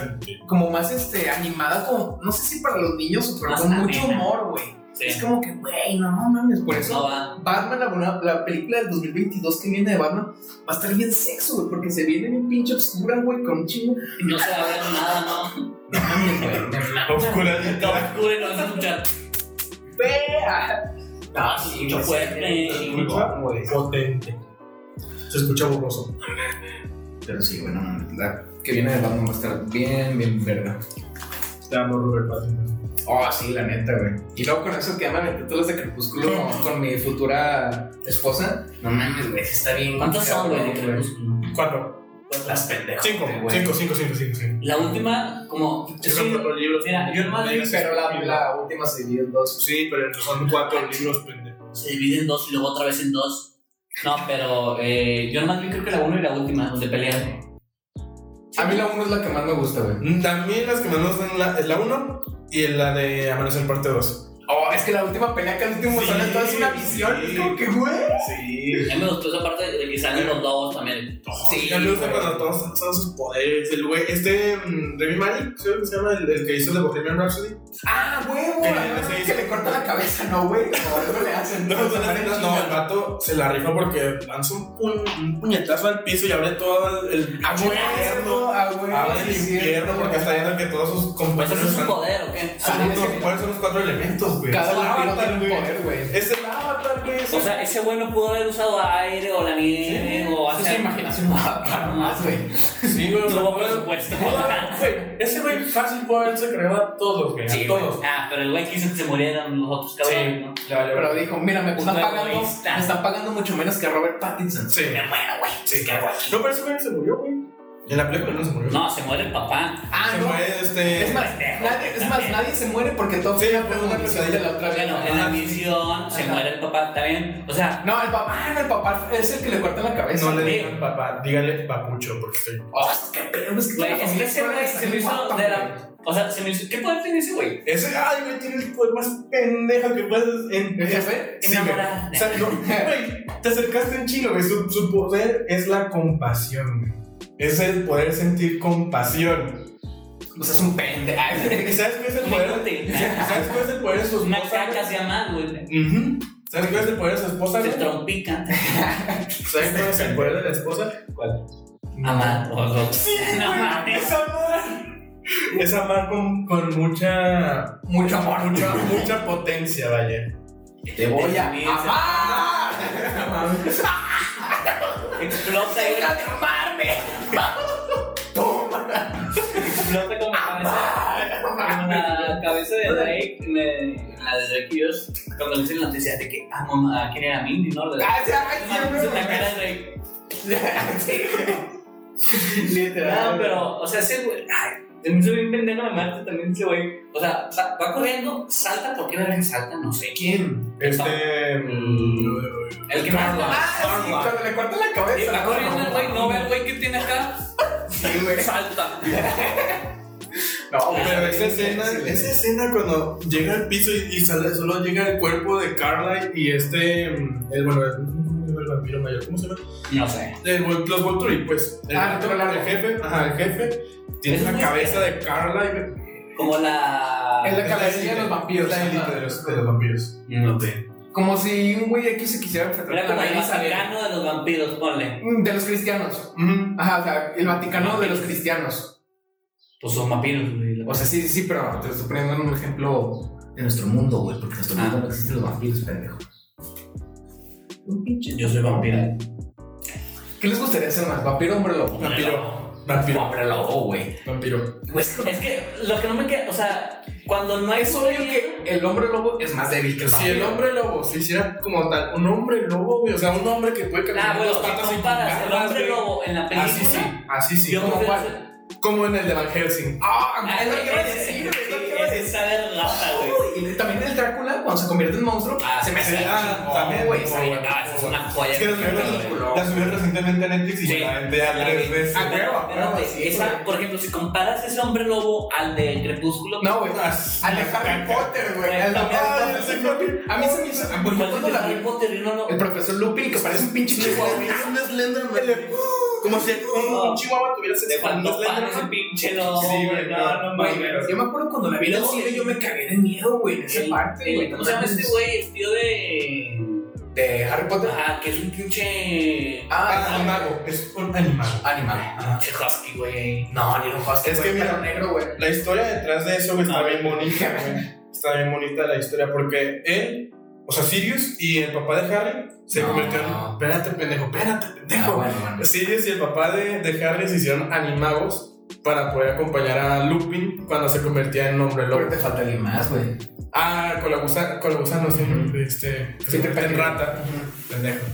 S2: como más este, animada, como no sé si para los niños o pero
S3: Más
S2: con mucho
S3: amena.
S2: humor, güey.
S3: Sí.
S2: Es como que, güey, no mames. Por
S3: No
S2: eso,
S3: va.
S2: Batman, la, buena- la película del 2022 que viene de Batman, va a estar bien sexo, güey, porque se viene bien pinche oscura, güey, con un chingo.
S3: No se va a ver nada, ¿no?
S2: (laughs) No mames, güey.
S1: Oscuradita.
S3: Oscuro y no vas a escuchar.
S2: Vea.
S4: Ah, sí,
S3: Mucho
S4: me
S3: fuerte.
S4: siento chingón, güey.
S1: Potente. Se escucha borroso.
S2: Pero sí, bueno, la que viene de Batman va a estar bien, bien verga.
S1: Te amo, Robert Pattinson.
S2: Oh, sí, la neta, güey. Y luego con esos que llaman el título de Crepúsculo con mi futura esposa. No mames, güey, sí está bien.
S3: ¿Cuántas son,
S2: cabrón,
S3: güey? de Crepúsculo?
S1: Cuatro.
S2: Las pendejas.
S1: Cinco.
S2: güey.
S1: Cinco, cinco, cinco, cinco, cinco.
S3: La última, como.
S1: Sí,
S3: sí,
S1: son cuatro libros.
S3: mira, yo nomás leí-
S2: Pero la, la última se dio en dos.
S1: Sí, pero son cuatro libros, pendejo.
S3: se divide en dos y luego otra vez en dos. No, pero eh, yo nomás vi creo que la uno y la última, donde pelean.
S2: A mí la uno es la que más me gusta, güey.
S1: Mm, También las que más nos dan la, es la 1 y la de Amanecer parte 2.
S2: Oh, es que la última pelea que el último
S1: Sí,
S2: son todas es una visión.
S1: sí.
S2: Es como que, güey.
S1: Sí.
S3: A mí me gustó esa parte de que salen los lobos también.
S1: Sí, me gusta
S2: güey.
S1: cuando todos usan sus poderes. El güey, este mm, Remy Malik, creo que se llama el, el que hizo de Bohemian Rhapsody.
S2: Ah, huevo.
S1: Que le-
S2: además
S1: se
S2: Que,
S1: hizo-
S2: le corta la cabeza, no, güey. No, luego le hacen.
S1: No, no,
S2: se van en
S1: no, no,
S2: chinga.
S1: el vato se la rifa porque lanza un, pu- un puñetazo al piso y abre todo el, el
S2: A huevo, a huevo.
S1: Abre el
S2: Ah, sí, sí,
S1: infierno porque está viendo que todos sus
S3: Pues
S1: compañeros
S3: eso es un
S1: están.
S3: poder, ¿o qué?
S1: son los- ¿Cuáles son los cuatro elementos, güey? Es
S2: Cada
S1: el
S2: vampiro
S1: avatar,
S2: tiene un
S1: güey.
S2: poder, güey.
S1: Es el avatar, güey. es
S3: O
S1: el-
S3: sea, ese güey no pudo haber usado aire o la nieve o
S2: Eso es
S3: hacer.
S2: imaginación más, más, güey.
S1: Sí, güey, o sea,
S3: (laughs) No, por
S1: puedes-
S3: supuesto.
S1: pudo haber- güey, Ese güey fácil puede haberse creado a todos, güey.
S3: Sí,
S1: a
S3: güey.
S1: todos.
S3: Ah, pero el güey quiso que se murieran los otros cabrones, ¿no?
S1: Le valió
S2: Pero dijo, mira, me
S3: Un
S2: están pagando,
S3: egoísta.
S2: me están pagando mucho menos que Robert Pattinson.
S1: Sí.
S2: Me muero, güey.
S1: Sí.
S2: ¿Qué hago aquí?
S1: No, pero ese güey se murió, güey. En la película no se murió.
S3: No, se muere el papá.
S2: Ah,
S1: se
S2: no.
S1: fue este.
S2: Es más,
S3: pendejo,
S2: nadie, es más,
S3: también.
S2: nadie se muere porque todo
S1: Sí,
S2: fue
S1: fue
S2: una
S1: una
S2: condición de
S1: pesadilla.
S2: la otra vez.
S3: Bueno, en la misión se
S2: Ajá.
S3: muere el papá también. O sea,
S2: No, el papá, ah, no, el papá es el que le corta la cabeza.
S1: no le
S3: Sí.
S1: digan papá, dígale papucho, porque estoy.
S2: Oh, qué pedo, es que
S3: güey,
S2: toda la
S3: es que
S2: familia
S3: ese güey
S2: está
S3: se me hizo
S2: guapa,
S3: de
S2: güey.
S3: la. O sea, se me hizo. ¿Qué poder tiene ese güey?
S1: Ese, ay, güey, tiene el poder más pendejo que puedes. En...
S2: ¿Ese fue?
S1: Sí, güey.
S3: Enamorada.
S1: O sea, no, güey, te acercaste un chingo, güey. Su, su poder es la compasión, güey. Es el poder sentir compasión.
S3: Pues
S2: O sea, es un pendejo. Ay,
S1: ¿Y
S2: güey.
S1: sabes cuál es el
S3: Un
S1: poder?
S3: inútil.
S1: (laughs) ¿Sabes cuál es el poder de su
S3: Una
S1: esposa?
S3: caca se llama, güey.
S1: Ujú. ¿Sabes cuál es el poder de su esposa?
S3: Se
S1: güey?
S3: trompica.
S1: ¿Sabes cuál es el poder de la esposa? ¿Cuál?
S3: Amar.
S2: (laughs)
S1: Sí,
S3: (laughs) No
S1: güey,
S3: mames.
S1: es amar. Es amar con, con mucha,
S2: (laughs) Mucho amor, mucho
S1: mucha,
S2: amor.
S1: mucha potencia, vaya.
S2: Te voy a
S3: También se-
S2: amar.
S3: Explota y
S2: Deja de amarme. Toma.
S3: explota como cabeza. Como la cabeza de Drake, me- la de Drake y yo, cuando le dicen la noticia de que "Ah, amo a quién era Mindy, ¿no? La de-
S2: Gracias,
S3: Ah,
S2: ay,
S3: se la cara de
S2: siempre.
S3: Drake.
S2: Literal.
S3: No, pero, o sea, ese güey. Ay, se me hizo bien pendejo la Marte también ese güey. O sea, sa- va corriendo, salta, ¿por qué verga salta? No sé.
S2: ¿Quién?
S1: Este. mm,
S3: El que más va.
S2: Ah, sí, cuando le corta la cabeza.
S3: Va corriendo el güey, no ve al güey que tiene acá.
S2: Sí, güey.
S3: Salta.
S2: No,
S1: Pero esa escena, esa escena cuando llega al piso y, y sale, solo llega el cuerpo de Carly y este. mm, El, bueno, el, el vampiro mayor, ¿cómo se llama?
S3: No sé.
S1: El, Vol- los Volturi, pues. El,
S2: Ah, el pelo largo.
S1: el jefe, ajá, el jefe. Tiene
S3: Es
S1: la
S3: muy
S1: cabeza de Carly.
S3: Como
S2: Es
S3: la.
S2: la cabecilla de los vampiros.
S1: La élite de los, de los vampiros.
S3: No sé.
S2: Como si un güey aquí se quisiera enfrentar
S3: Era
S2: con
S3: como
S2: la
S3: el
S2: Elizabeth.
S3: Vaticano de los vampiros, ponle.
S2: Mm, De los cristianos.
S1: Ujú.
S2: Ajá, o sea, el Vaticano de los cristianos.
S3: Pues son vampiros, güey. la-
S2: O sea, sí, sí, pero te lo estoy poniendo en un ejemplo de nuestro mundo, güey, porque en nuestro
S3: Ah.
S2: mundo no existen los vampiros, pendejo. Un pinche.
S3: Yo soy vampiro.
S2: ¿Qué les gustaría hacer más? ¿Vampiro o hombre lobo?
S1: Vampiro.
S2: Vampiro,
S1: Vampiro.
S2: hombre lobo, güey.
S1: Vampiro.
S2: Güey, es
S3: Pues, Es que lo que no me queda, o sea, cuando no hay
S2: Es obvio que el hombre lobo es más débil que el
S1: Si
S2: vampiro.
S1: el hombre lobo se hiciera como tal, un hombre lobo, güey, o sea, un hombre que puede caminar
S3: Ah,
S1: con
S3: bueno,
S1: las patas
S3: si
S1: y
S3: comparas el
S1: garras,
S3: hombre
S1: güey.
S3: lobo en la película.
S1: Así sí, así sí.
S3: Yo
S1: como,
S3: creo
S1: cual-
S3: que-
S1: como en el de Van Helsing.
S2: ¡Ah!
S3: Ah,
S2: Es lo que iba a
S3: ese-
S2: decir, güey, es lo que
S3: (laughs)
S2: iba a
S3: ese
S2: decir.
S3: está de rata, güey.
S2: Y también el Drácula, cuando se convierte en monstruo,
S3: Ah,
S2: se me hace.
S1: sí, ah,
S2: chingón,
S1: también,
S2: güey.
S1: muy
S2: está bien.
S1: bueno.
S3: Ah, esa es una joya.
S1: Es que la subieron, la subieron recientemente a Netflix y
S3: Sí.
S1: la vendí a
S3: La
S1: tres
S3: vi.
S1: veces.
S2: Ah, huevo,
S3: Espérate,
S2: huevo, sí,
S3: esa-
S2: güey.
S3: por ejemplo, si comparas ese hombre lobo al de Crepúsculo,
S2: No, güey.
S1: ah,
S2: Al de Harry Potter, güey. al de Harry
S1: Ay, ese
S2: Potter.
S1: Harry
S2: A mí se me hizo. a mí
S3: ¿cuál
S2: pues, cuando
S3: de
S2: la vi,
S3: Harry Potter? No, no.
S2: El profesor Lupin, que parece un pinche chihuahua.
S1: Como si uh, un
S3: No.
S1: un chihuahua tuviera
S3: Le
S1: ese
S3: faltó pan ese
S1: Slenderman.
S3: pinche lobo,
S1: Sí,
S3: güey.
S1: güey,
S3: No, no
S2: Güey,
S3: mames.
S2: Yo me acuerdo cuando la vi en el cine, yo me cagué de miedo, güey, en esa
S3: El-
S2: parte,
S3: el-
S2: güey.
S3: ¿Cómo se llama este güey? El tío de.
S2: De Harry Potter.
S3: Ajá, que es un pinche.
S1: Ah,
S2: Ah,
S1: animago. Es un animal.
S2: animal.
S3: Pinche husky, güey.
S2: No, ni un husky.
S1: Es
S2: güey,
S1: que mira-
S2: perro negro, güey.
S1: La
S2: Ah.
S1: historia detrás de eso güey, está
S3: No.
S1: bien bonita, güey. Está bien bonita la historia porque él, o O sea, Sirius y el papá de Harry se
S2: No.
S1: convirtieron. Espérate, pendejo, espérate,
S2: Ah,
S1: pendejo.
S2: bueno, bueno.
S1: Sirius y el papá de, de Harry se hicieron animagos para poder acompañar a Lupin cuando se convertía en hombre
S2: Pero
S1: lobo.
S2: te falta alguien más, güey.
S1: Ah, con la gusana, con la gusana, sí,
S2: Ujú.
S1: este, que se
S2: Siempre
S1: convierte en
S2: pendejo.
S1: rata, pendejo.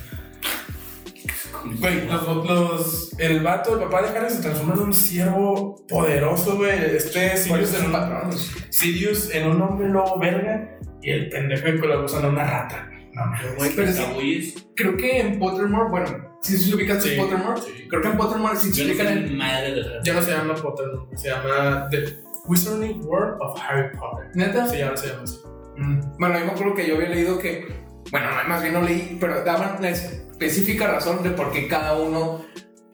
S1: Güey, los, los, el vato, el papá de Harry se transforma en un ciervo poderoso, güey. Este Sirius en, un, Sirius en un hombre lobo verga y el pendejo con la gusana una rata. No mames.
S2: Güey, pero
S3: Te
S2: sí,
S3: cabulles.
S2: creo que en Pottermore, bueno, si se ubican
S1: Sí,
S2: en Pottermore,
S1: sí.
S2: creo que en Pottermore sí se
S3: Yo no
S2: ubican
S3: soy
S2: en.
S3: madre de verdad.
S1: Ya no se llama Potter, no, se llama The Wizarding World of Harry Potter.
S2: ¿Neta?
S1: Sí, ya no se llama así.
S2: Mm. Bueno, yo me acuerdo que yo había leído que, bueno, no, más bien no leí, pero daban la específica razón de por qué cada uno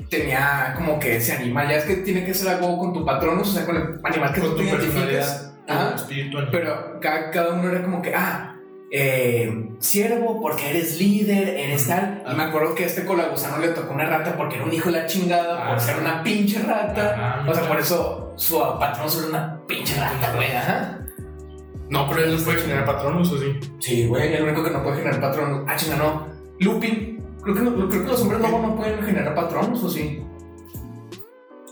S2: tenía como que ese animal. Ya es que tiene que ser algo con tu patrón, o sea, con el animal que
S1: Con
S2: tú te
S1: tu
S2: identificas.
S1: personalidad,
S2: Ajá.
S1: tu espíritu animal.
S2: Pero ca- cada, uno era como que, ah, eh, siervo, porque eres líder,
S1: Mm,
S2: eres tal. Y me acuerdo que este colagusano le tocó una rata porque era un hijo de la chingada,
S1: Ah.
S2: por ser una pinche rata.
S1: Ajá,
S2: O sea, por eso su patrón era una pinche rata, güey. Ajá.
S1: No, pero él no puede generar patronos, ¿o sí?
S2: Sí, güey, el único que no puede generar patronos. Ah, chinga, no. Lupin. Creo que, no- creo que los hombres lobos no pueden generar patronos, ¿o sí?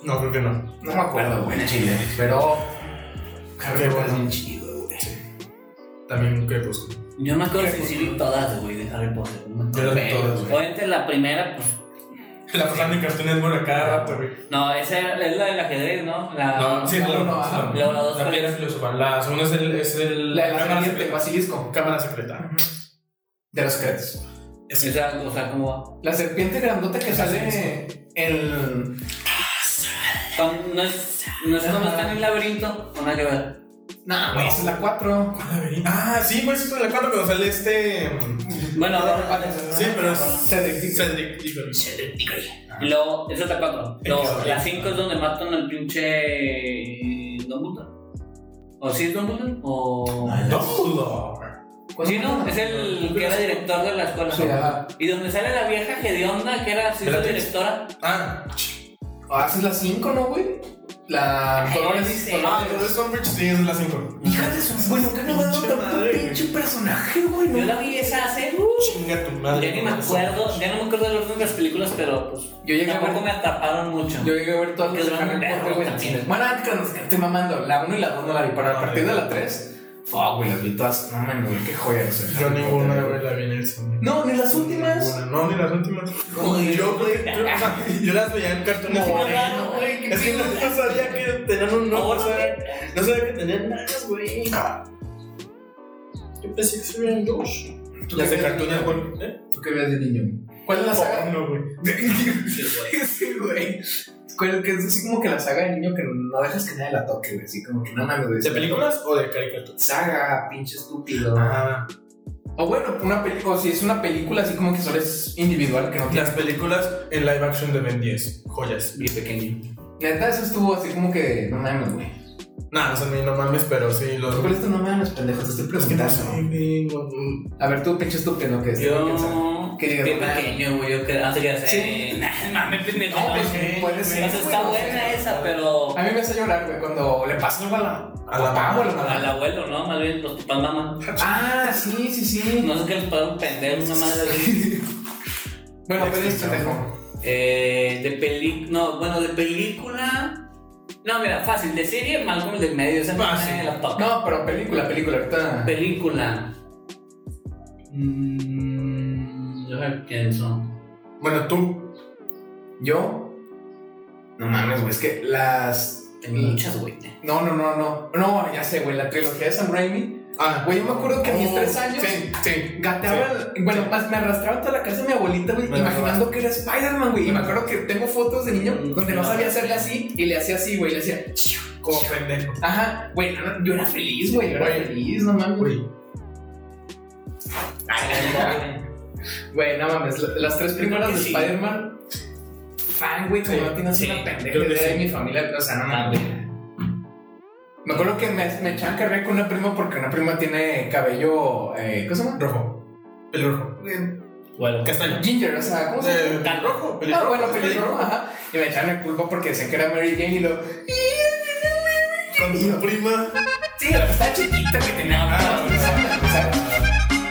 S1: No, creo que no.
S2: No me acuerdo, güey, chile. Pero. Harry Potter es un chido, güey.
S1: También Crepúsculo.
S3: Yo me acuerdo si sí vi todas, güey, de Harry Potter. No me acuerdo.
S1: Yo las vi todas, güey.
S3: Obviamente la primera, pues.
S1: (laughs) La pasaban en Cartoon Network a cada rato, güey.
S3: No, esa era- es la del ajedrez, ¿no? La,
S1: No, sí,
S2: no,
S1: claro,
S2: no, ajá.
S1: no.
S3: Luego la dos,
S1: La
S3: tres.
S1: piedra filosofal. La segunda es el. Es el
S2: La pues. de la
S1: cámara
S2: familia de
S1: secreta.
S2: Basilisco.
S1: Cámara (laughs) secreta.
S2: De los secretos.
S3: Esa, o sea, como.
S2: La serpiente grandota que sale en.
S3: son- no es, no es como
S2: Ajá.
S3: están en el laberinto. Una que ver.
S2: No, güey, esa es la 4.
S1: Ah, sí, pues eso es la cuarta cuando sale este. mm,
S3: Bueno,
S1: Sí, pero es.
S2: Cedric Diggory.
S1: Cedric Diggory.
S3: Y luego, esa es la 4.
S1: Exacto.
S3: La 5 es donde matan al pinche. Dumbledore. ¿O si es Dumbledore? O.
S1: Dumbledore.
S3: Sí, no, es el que era director de la escuela.
S2: Sí, ajá.
S3: Y donde sale la vieja gedionda que era su hija
S1: Espérate.
S3: directora.
S1: Ah,
S2: Ah, esa es la 5, ¿no, güey? La.
S3: Ay,
S2: Dolores.
S3: dice,
S1: ah,
S2: Dolores.
S1: entonces Umbridge sí es la 5.
S2: Hija de su. Güey, nunca me ha dado
S1: Pinche
S2: tanto
S1: madre, güey.
S2: pinche personaje, güey.
S3: Yo
S2: no
S3: la vi esa hace. uh,
S1: Chinga tu
S3: ya
S1: madre.
S3: ni me acuerdo, ya no me acuerdo del orden de las películas, pero pues.
S2: Yo llegué a
S3: tampoco
S2: ver-
S3: me atraparon mucho.
S2: Yo llegué a ver todas las de
S3: Pero
S2: Harry
S3: no,
S2: Potter, güey, en
S3: no,
S2: cines. Bueno, antes que nos- que estoy mamando, la 1 y la 2 no la vi, pero a partir de la 3, fuck, güey, las vi todas. No mames, güey, qué joya, o sea,
S1: Yo
S2: Harry Potter,
S1: ninguna,
S2: güey.
S1: güey, la vi en el cine.
S2: No, ni las últimas.
S1: Ninguna, No, ni las últimas.
S2: Joder.
S1: Yo, güey, yo, o sea, yo las veía en Cartoon
S2: No,
S1: Network.
S2: bueno, güey, qué
S1: Es que no
S2: pedo.
S1: no sabía que tenían un nombre.
S3: Ahora,
S1: o sea, No sabía que tenían nada, güey. Yo pensé que se veían dos.
S2: ¿Tú
S1: Las
S2: qué
S1: de
S2: ves
S1: Cartoon
S2: niño?
S1: Network, ¿eh?
S2: ¿Tú qué ves de niño? ¿Cuál es la (laughs) saga?
S1: No, güey.
S2: Ese, güey. ¿Cuál que es así como que la saga de niño que no dejas que nadie la toque, güey? Así como que no mames, güey.
S1: ¿De películas o de caricaturas?
S2: Saga, pinche estúpido.
S1: Ah,
S2: O bueno, una película, si es una película así como que solo es individual, que no tiene.
S1: las películas en live action de Ben 10. Joyas.
S3: Bien pequeño.
S2: Neta, eso estuvo así como que, no mames, güey.
S1: Nah, o sea, ni no mames, pero sí, los.
S2: ¿Cuál pues, es tu nombre de los pendejos? Te estoy
S1: Es que no
S2: preguntando.
S1: sé, güey, no, mm.
S2: A ver, tú, pinche estúpido, que es.
S3: Yo.
S2: ¿Qué digas?
S3: Bien pequeño, güey. Yo creo que ah,
S2: Sí.
S3: hace. Nah, mames, pendejo.
S2: No, pues
S1: güey,
S2: puede
S3: O
S2: ser.
S3: sea, está
S2: güey, no
S3: buena
S2: sé.
S3: esa, pero.
S2: A mí me hace llorar, güey, cuando le pasa algo a la,
S1: A la
S2: papá o a la mamá.
S3: Al abuelo, ¿no? Más bien los papás mamá.
S2: Ah, sí, sí, sí.
S3: No sé qué les pagaron pendejo, una madre.
S2: (laughs) Bueno, pero es
S1: Extinción.
S2: pendejo.
S3: Eh, de peli... No, bueno, de película... No, mira, fácil. De serie, Malcolm del medio. Esa
S1: Fácil.
S3: nadie la toca.
S2: No, pero película, película, ahorita.
S3: Película. Mm, yo me pienso.
S1: Bueno, tú.
S2: Yo. No mames, güey, es que las.
S3: Tengo muchas, güey.
S2: (laughs) No, no, no, no. No, ya sé, güey, la trilogía de Sam Raimi.
S1: Ah,
S2: Güey, yo me acuerdo que a mis tres años.
S1: Sí, sí.
S2: Gateaba, bueno, más me arrastraba toda la casa de mi abuelita, güey,
S1: Me
S2: imaginando que era Spider-Man, güey. Y me acuerdo que tengo fotos de niño
S1: Mm,
S2: donde no sabía hacerle así y le hacía así, güey, le hacía.
S1: Como pendejo.
S2: Ajá, güey, no, no, yo era feliz, güey, yo era
S1: Güey.
S2: feliz, no mames.
S1: Güey.
S2: Güey, no mames, la- las tres primeras
S3: Creo
S2: de
S3: que sí.
S2: Spider-Man, fan, güey, como
S1: Sí,
S2: no tienes
S3: sí,
S2: una pendeja
S1: creo que
S2: idea de
S1: sí.
S2: mi familia, o sea, no
S3: Ah,
S2: mames. Me acuerdo que me, me echaban carrera con una prima porque una prima tiene cabello, eh, ¿cómo se llama?
S1: Rojo. Pelo rojo.
S3: Bueno.
S2: (laughs)
S1: Castaño.
S2: Ginger, o sea, ¿cómo se llama?
S1: Eh, rojo.
S2: Ah,
S1: pelirrojo,
S2: bueno,
S1: pelirrojo.
S2: pelirrojo, ajá. Y me echaron el culpa porque decían que era Mary Jane y lo.
S1: Con tu prima.
S2: Sí, la que está chiquita que tenía. ¿no? O sea,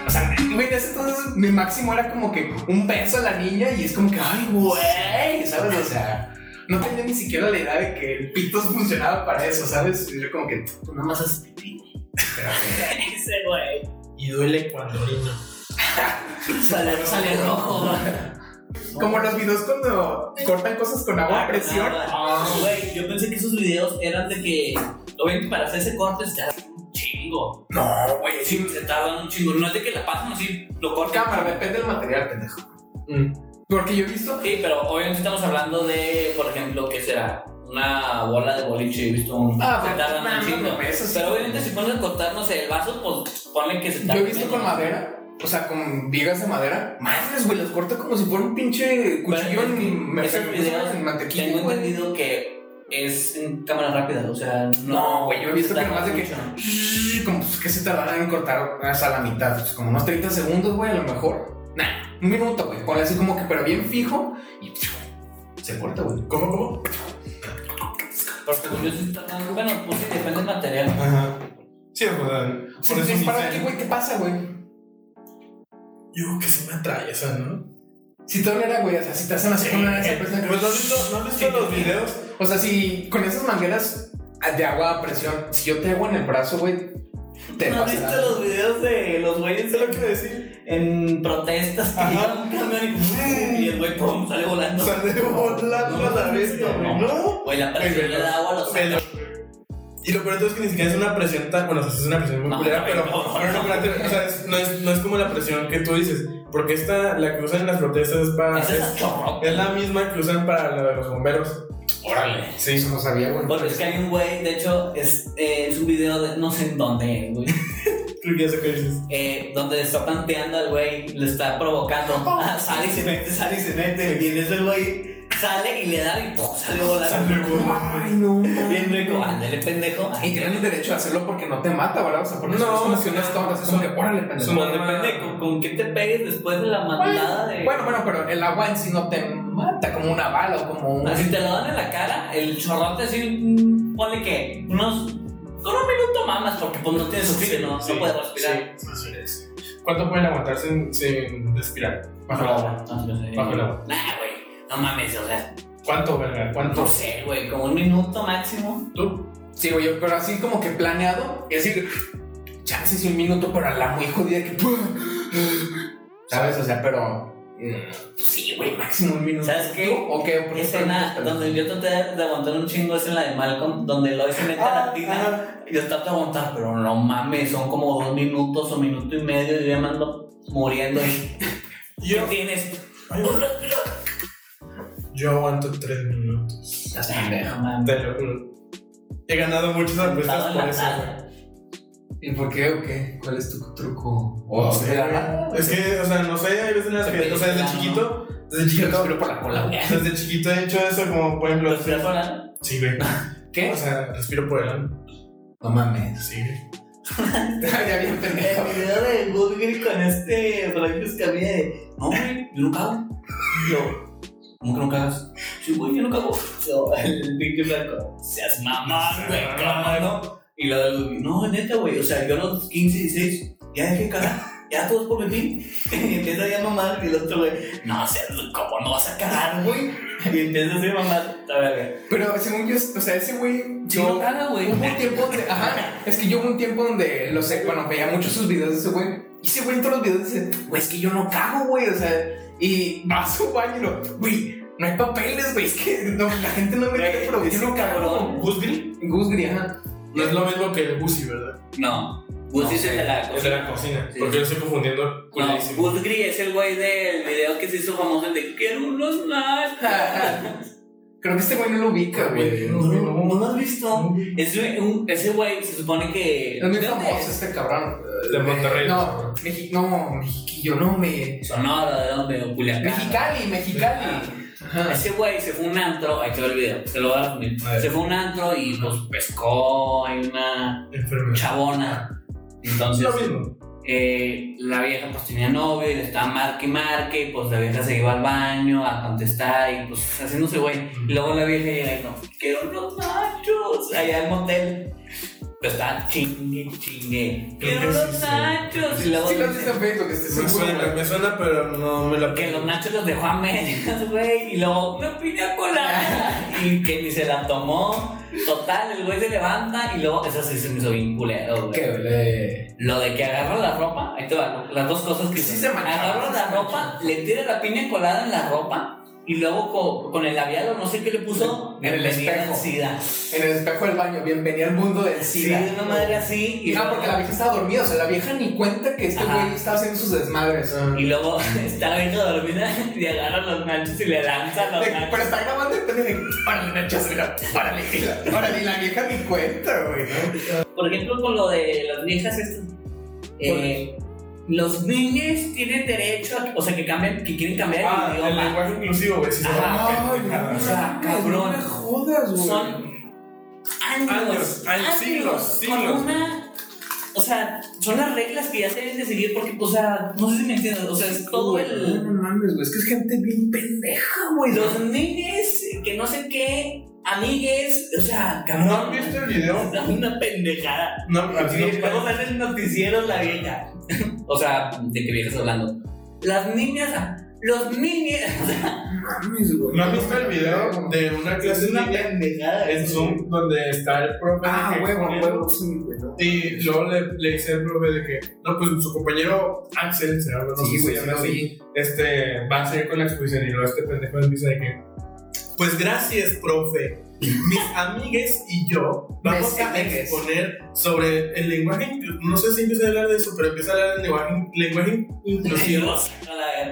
S2: o sea, güey, güey, en ese entonces mi máximo era como que un beso a la niña y es como que, ay, güey, ¿sabes? O sea, no tenía ni siquiera la idea de que el pitos funcionaba para eso, ¿sabes? Y yo como que, tú nada más haces pipí, güey. Pero, güey,
S3: Ese güey.
S4: Y duele cuando orina.
S3: Sale, sale rojo.
S2: como los videos cuando cortan cosas con agua a presión.
S3: Ah, Güey, yo pensé que esos videos eran de que, obviamente, para hacer ese corte se tarda un chingo.
S2: No, güey,
S3: Sí, se tardan un chingo. No es de que la pasan así, lo cortan.
S2: Cámara, depende del material, pendejo.
S1: Mm.
S2: Porque yo he visto.
S3: Sí, pero obviamente estamos hablando de, por ejemplo, ¿qué será? Una bola de boliche, he visto un.
S2: Ah,
S3: se
S2: pero
S3: tardan
S2: no,
S3: un
S2: no,
S3: chingo.
S2: no, eso sí.
S3: Pero obviamente, si pones a cortar, no sé, el vaso, pues ponle que se
S2: Yo
S3: tarda.
S2: he visto con
S3: menos.
S2: madera. O sea, con vigas de madera. Madres, güey, los corta como si fuera un pinche cuchillo
S3: Bueno, es que
S2: en, me-
S3: esos
S2: me-
S3: videos
S2: en mantequilla.
S3: Tengo
S2: güey.
S3: entendido que es en cámara rápida, o sea, no.
S2: No, güey, yo he visto
S3: se
S2: que
S3: tarda
S2: nomás de que-
S3: mucho.
S2: Shhh, Como pues, que se tardarán en cortar hasta la mitad. Pues como unos 30 segundos, güey, a lo mejor. Nah, un minuto, güey. Ponle así como que, pero bien fijo. Y se corta, güey.
S1: ¿Cómo, cómo?
S3: Porque pues, yo sí está tan- Bueno, pues sí, depende del material.
S1: Ajá. Sí, o sea,
S2: Si
S1: por eso
S2: te pues, para
S1: dicen-
S2: aquí, güey, ¿qué pasa, güey?
S1: Yo creo que sí me atrae esa, ¿no?
S2: Si te era, güey, o sea, si te hacen así con una de esas personas que-
S1: Pues no has visto, no has visto
S2: Sí.
S1: los videos.
S2: O sea, si con esas mangueras de agua a presión, si yo te hago en el brazo, güey, te
S3: ¿No
S2: vas
S3: has
S2: a
S3: visto
S2: dar-
S3: los videos de los güeyes
S1: ¿Qué es lo que iba a decir?
S3: en protestas que
S1: Ajá.
S3: llevan un camión y, y el güey pum, sale volando?
S1: Sale volando a la vez,
S3: no,
S1: cabrón, ¿no?
S3: Güey, la presión
S1: Veloz.
S3: le da agua a los
S1: Veloz. Y lo peor de todo es que ni siquiera es una presión tan. Bueno, o sea, sí es una presión muy
S3: No,
S1: culera,
S3: no,
S1: pero.
S3: no,
S1: pero no, espérate, o sea, es- no, es, no es como la presión que tú dices. Porque esta, la que usan en las protestas es para.
S3: Esa es la
S1: Es,
S3: chorro.
S1: es la misma que usan para lo de los bomberos.
S3: Órale.
S1: Sí.
S2: Eso no sabía, güey.
S3: Porque es que hay un güey, de hecho, es, eh, es un video de no sé en dónde, güey.
S1: Creo que ya sé qué dices.
S3: eh, donde está planteando al güey, le está provocando.
S1: Oh.
S3: Ah, sale y se mete, sale y se mete. Y en eso el güey sale y le da y ¡pum! sale volando.
S1: Sale volando.
S2: no.
S3: Bien rico, ándale, pendejo.
S2: Y
S3: Ay,
S2: tienen el derecho a hacerlo porque no te mata, ¿verdad? O sea, porque
S1: No,
S2: es como
S1: o
S2: que
S1: sea,
S2: unas tontas, es como que órale, pendejo.
S1: son-
S3: pues depende con, con qué te pegues después de la mandada de.
S2: Bueno, bueno, pero el agua en sí no te mata como una bala o como un.
S3: Así te lo dan en la cara, el chorrote así, mm, ponle que unos. Con un minuto mamas, porque pues no tienes oxígeno, no puedes respirar.
S1: sí, sí, sí. ¿Cuánto pueden aguantar sin, sin respirar? Bajo el agua. Bajo el agua.
S3: Nah, güey, no mames, o sea,
S1: ¿Cuánto, verga?
S3: no
S1: ¿Cuánto?
S3: sé, güey, como un minuto máximo.
S1: ¿Tú?
S2: Sí, güey, pero así como que planeado. Es decir, chance si un minuto, pero a la muy jodida que. ¿Sabes? O sea, pero. mm, Sí, güey, máximo un minuto.
S3: ¿Sabes qué?
S2: ¿Tú? ¿O qué? ¿Por pues, qué
S3: escena
S2: preguntas?
S3: donde yo traté de aguantar un chingo es en la de Malcolm, donde Lois se mete
S1: Ah,
S3: a la tina y yo trato de aguantar, pero no mames, son como dos minutos o minuto y medio y yo me ando
S1: (laughs)
S3: muriendo. Y, ¿Qué
S1: Yo,
S3: tienes?
S1: yo aguanto tres minutos.
S2: Estás pendejo.
S3: No mames.
S1: Te lo juro. He ganado muchas apuestas
S3: Estaba en
S1: por
S3: la
S1: eso, güey.
S3: sala.
S2: ¿Y por qué o qué? ¿Cuál es tu truco?
S1: No
S2: O
S1: sé,
S2: de la mano?
S1: güey. Es que, o sea, no sé, hay veces en las
S3: Se
S1: que,
S3: pega
S1: o sea, desde
S3: la mano.
S1: chiquito, desde
S2: (laughs) Yo
S1: chiquito,
S2: respiro por la cola, güey.
S1: desde chiquito he hecho eso como, por ejemplo,
S3: ¿Lo estás hablando?
S1: sí, güey.
S2: ¿Qué?
S1: O sea, respiro por el ano,
S2: No mames.
S1: sí, güey.
S2: ya (laughs) bien pendejo.
S3: video de Google con este Frank Escamilla de No, güey, yo no cago.
S1: Yo,
S3: ¿Cómo que no cagas? Sí, güey, yo no cago. No, el pinche blanco. Seas mamón, (laughs) güey, cómo no. Y lo del Luis, no, neta, güey. O sea, yo a los 15, 16, ya dejé de cagar. Ya todos por mí. (laughs) Y empieza ya a mamar. Y el otro, güey, no, o sea, ¿cómo no vas a cagar, güey? (laughs) Y empieza a hacer mamar. A ver, güey.
S2: Pero según yo, o sea, ese güey.
S3: Sí, no caga, güey.
S2: Hubo un tiempo donde. Ajá. Es que yo hubo un tiempo donde lo sé. Bueno, veía muchos sus videos de ese güey. Y ese güey en todos los videos dice, güey, es que yo no cago, güey. O sea, y va a su baño y lo, güey, no hay papeles, güey. Es que no, la gente no me
S3: Güey,
S2: cree, pero yo
S3: ese
S2: no
S3: cabrón.
S2: cago.
S1: Gusgri
S2: Gusgri, ajá.
S1: no es lo mismo que el Gusi, ¿verdad?
S3: No, pues Gus
S2: No,
S3: es el de la
S1: Es de
S3: cocina.
S1: la cocina,
S3: Sí.
S1: porque yo estoy confundiendo
S3: No,
S1: culerísimo.
S3: Gus Gris es el güey del video que se hizo famoso el de Quiero unos más.
S2: (laughs) Creo que este güey no lo ubica, güey.
S1: No, no,
S3: ¿No lo has visto? Ese un- ese güey se supone que.
S2: Es muy
S3: ¿De dónde
S2: famoso
S3: es?
S2: este cabrón.
S1: De Monterrey.
S2: No, Mexi no, Mexiquillo, no, me.
S3: Sonora, ¿de dónde? O Culiacán.
S2: Mexicali, Mexicali. Ajá.
S3: Ese güey se fue a un antro, hay que ver el video, se lo voy a resumir.
S1: A ver.
S3: Se fue a un antro y pues pescó a una
S1: Enfermedad.
S3: chabona.
S1: Es
S3: Entonces,
S1: lo mismo.
S3: eh, la vieja pues tenía novio y le estaba marque y marque, y pues la vieja se iba al baño a contestar y pues haciéndose güey. Y luego la vieja llega y no, quiero unos machos, allá al motel. Pero está chingue, chingue.
S1: Creo
S3: Quiero
S1: que sí,
S3: los
S1: sí.
S3: nachos. Y luego
S2: Sí, lo has visto en Facebook, este
S1: Me
S2: seguro,
S1: suena,
S2: güey.
S1: me suena, pero no me la
S3: que los nachos los dejó a medias, güey. Y luego, una piña
S2: (laughs)
S3: colada. y que ni se la tomó. Total, el güey se levanta y luego, eso sí se me hizo bien culero, güey.
S2: Que le-
S3: Lo de que agarra la ropa, ahí te va, las dos cosas que
S2: Sí
S3: hizo.
S2: se manchaba,
S3: Agarra
S2: sí
S3: la
S2: se
S3: ropa,
S2: manchaba.
S3: le tira la piña colada en la ropa y luego co- con, el labial o no sé qué le puso.
S2: En el
S3: bienvenida
S2: espejo.
S3: al SIDA.
S2: En el espejo del baño, bienvenida al mundo del
S3: Sí,
S2: SIDA.
S3: una madre así.
S2: Y
S3: Y,
S2: no,
S3: luego-
S2: porque la vieja estaba dormida, o sea, la vieja ni cuenta que este
S3: Ajá. Ah.
S2: güey estaba haciendo sus desmadres.
S3: y luego (laughs) está la vieja dormida y agarra los nachos y le lanza los
S2: De-
S3: nachos.
S2: pero está grabando y pone de, órale, Nacho, mira, órale, mira, órale, y la vieja ni cuenta, güey. ¿no?
S3: Por ejemplo, con lo de las viejas, esto, eh, los niños tienen derecho, a, o sea, que cambien, que quieren cambiar
S1: Ah,
S3: el
S1: el
S3: idioma.
S1: lenguaje inclusivo, güey. Sí, se
S3: Ajá.
S1: llama.
S2: Ay, no,
S1: Ajá.
S2: o
S3: sea, cabrón.
S2: No me jodas, güey.
S3: Son- años,
S1: Años, años, siglos, siglos.
S3: Con una, o sea, son las reglas que ya se deben de seguir porque, o sea, no sé si me entiendes, o sea, es todo
S2: Güey,
S3: el...
S2: No mames, güey, es que es gente bien pendeja, güey.
S3: Los niños, que no sé qué, amigues, o sea,
S1: ¿No han
S3: cabrón,
S1: visto el video?
S3: es una pendejada.
S1: No, así
S3: Sí,
S1: no.
S3: luego salen noticieros la vieja. (laughs) O sea, ¿de qué viejas hablando? Las niñas, ah, los (laughs) niños,
S2: No mames, güey.
S1: ¿No han visto el video de una clase en línea
S3: pendejada.
S1: en Zoom donde está el profe?
S2: Ah,
S1: que
S2: huevo,
S1: expone-
S2: huevo, sí, güey. no.
S1: Y luego le, le dice al profe de que, no, pues su compañero Axel, se llama, no sé
S2: Sí,
S1: si
S2: güey,
S1: se
S2: sí
S1: llama
S2: lo
S1: así,
S2: vi.
S1: este, va a seguir con la exposición y luego este pendejo empieza de que, pues gracias, profe. Mis amigues y yo vamos
S2: Mis
S1: a
S2: amigues.
S1: exponer sobre el lenguaje, inclu- no sé si empieza a hablar de eso, pero empieza a hablar del lenguaje, lenguaje inclusivo.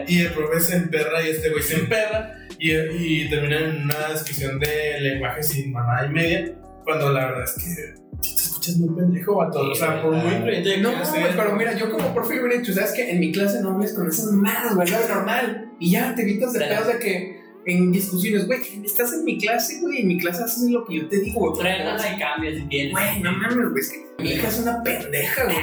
S1: Y el profe se emperra y este güey se emperra y, y termina en una discusión de lenguaje sin mamá y media, cuando la verdad es que sí te escuchas muy pendejo, vato. O sea, por muy creyente que
S2: No,
S1: quieras
S2: güey,
S1: ser,
S2: pero mira, yo como profe hubiera dicho, ¿sabes que En mi clase no hables con esas mamadas, güey, es normal. Y ya te evitas de
S3: Claro.
S2: pedos de que en discusiones, güey, estás en mi clase, güey, en mi clase haces lo que yo te digo, güey.
S3: Tráigala y cambia si quieres.
S2: Güey, no mames, güey, es que mi hija es una pendeja, güey.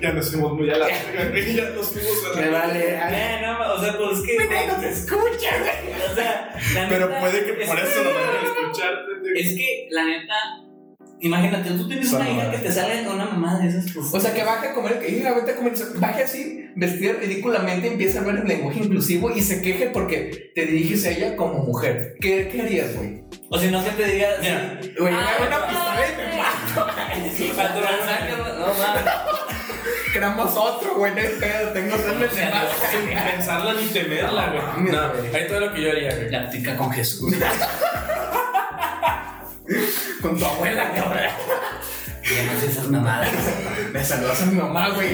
S1: ya nos fuimos muy a la ya nos fuimos a
S2: Me
S1: la
S2: vale, ay,
S3: Eh, no, o sea, pues es que.
S2: güey, no te escucha, güey.
S3: O sea, la
S1: Pero
S3: neta,
S1: puede que
S3: es-
S1: por eso no vayan a escuchar, pendejo.
S3: Es que, la neta, imagínate, tú tienes una
S1: Son
S3: hija que
S1: mamadas.
S3: te salga con una mamá de esas pues.
S2: O sea, que baje a comer, que hija, vete a comer, baje así, vestida ridículamente, empieza a hablar en lenguaje inclusivo y se queje porque te diriges a ella como mujer. ¿Qué, qué harías, güey?
S3: O si no, que te diga.
S1: Mira,
S3: sí,
S2: Güey,
S3: Ah,
S2: una
S3: no,
S2: pistola y te
S3: sí.
S2: mato.
S3: sí, para tu ranzaca, no mames.
S2: (laughs) Creamos otro, güey, no hay pedo, tengo solo el de más.
S1: Sin pensarla ni temerla, güey.
S2: mames,
S1: No,
S2: güey.
S1: ahí todo lo que yo haría, güey.
S3: Practica con Jesús. (laughs)
S2: Con tu abuela, cabrón.
S3: Ya no sé esas mamadas.
S2: Me saludas a mi mamá, güey.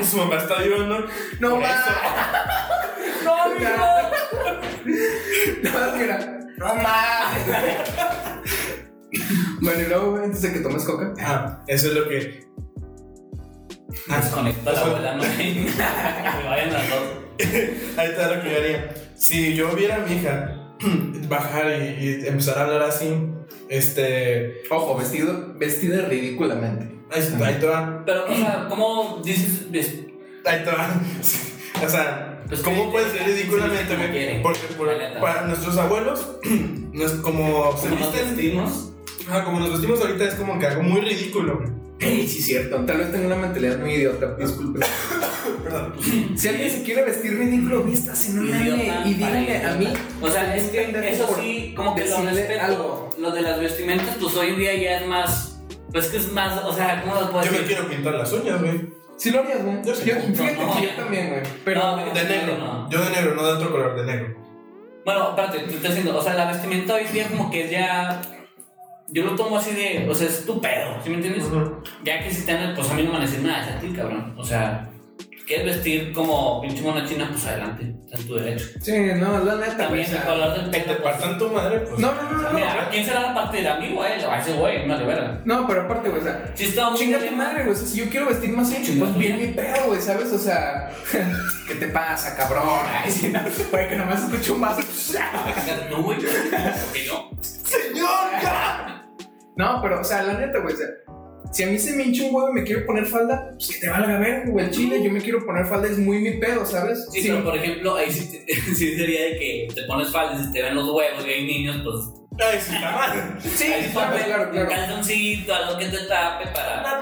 S1: Y su mamá está viva, ¿no?
S2: No
S1: Por
S2: más.
S1: eso.
S2: No, mira. No, mira. No más. Bueno, y luego, güey, antes de que tomes coca.
S1: Ah, eso es lo que.
S3: Desconecta Ah, la abuela, no (laughs) Que me vayan las dos.
S1: Ahí está lo que yo haría. Si yo viera a mi hija (clears throat) bajar y, y empezar a hablar así, este.
S2: Ojo, vestido, vestida ridículamente.
S1: Ahí está, ahí te va,
S3: Pero, o sea, ¿cómo dices? ves?
S1: ahí te va. (laughs) Sí, O sea,
S3: Pues
S1: ¿cómo
S3: sí,
S1: puede ser
S3: sí,
S1: ridículamente,
S3: sí, como
S1: güey?
S3: quieren,
S1: Porque por-
S3: la neta.
S1: para nuestros abuelos, (clears throat) no es como se
S3: ¿Cómo nos
S1: visten.
S3: vestimos?
S1: Ajá, como nos vestimos ahorita es como que algo muy ridículo, güey.
S2: Ey, sí, cierto. Tal vez tengo una mentalidad muy idiota, disculpen.
S1: Perdón.
S3: (clears throat)
S2: Si alguien se quiere vestir ridículo, vístase, no
S3: Idiota,
S2: mames. Y díganle
S3: para
S2: a mí.
S3: idiota. O sea, es que eso sí, como que lo
S2: decirle
S3: respeto.
S2: algo.
S3: Lo de las vestimentas, pues hoy en día ya es más. Pues que es más, o sea, ¿cómo lo puedo
S1: Yo me
S3: decir?
S1: quiero pintar las uñas, güey.
S2: Si lo harías, güey. Yo,
S1: Yo sí,
S2: fíjate
S3: no,
S2: que
S3: no.
S2: yo también, güey. Pero.
S3: No, no.
S1: De negro.
S3: no.
S1: Yo de negro, no de otro color, de negro.
S3: Bueno, espérate, te estoy diciendo, o sea, la vestimenta hoy en día como que es ya. Yo lo tomo así de, o sea, es tu pedo, ¿sí me entiendes? Ya que si te andas, pues a mí no me van a decir nada, es a ti, cabrón. O sea, ¿quieres vestir como pinche mona china? Pues adelante, está en tu derecho.
S2: Sí, no, la neta,
S3: También
S2: güey. o
S3: el
S2: sea,
S3: color del
S1: Que te
S3: pelo. pues,
S1: partan tu madre, pues.
S2: No, no, no, no.
S3: Mira, ¿a quién será la parte del amigo? Eh, a ese güey, no le verga.
S2: No, pero aparte, güey, o sea,
S3: Si está muy
S2: chinga tu madre, güey. o sea, si yo quiero vestir más ancho,
S3: Chinga
S2: pues
S3: tu
S2: bien mi pedo, güey, ¿sabes? O sea, (laughs) ¿qué te pasa, cabrón? Ay, si no, güey, que nomás escucho un vaso.
S3: No, güey. Que yo.
S1: ¡Señor!
S2: No, pero, o sea, la neta, güey, o sea, Si a mí se me hincha un huevo y me quiero poner falda, pues que te valga ver, güey. El chile, yo me quiero poner falda, es muy mi pedo, ¿sabes?
S3: Sí, pero por ejemplo, ahí sí, te- (laughs) sí sería de que te pones falda y se te ven los huevos y hay niños, pues.
S1: Ay, sí, está mal.
S2: sí,
S3: ahí
S2: claro,
S3: ponte
S2: claro,
S3: Un
S2: claro.
S3: calzoncito, algo que te tape para.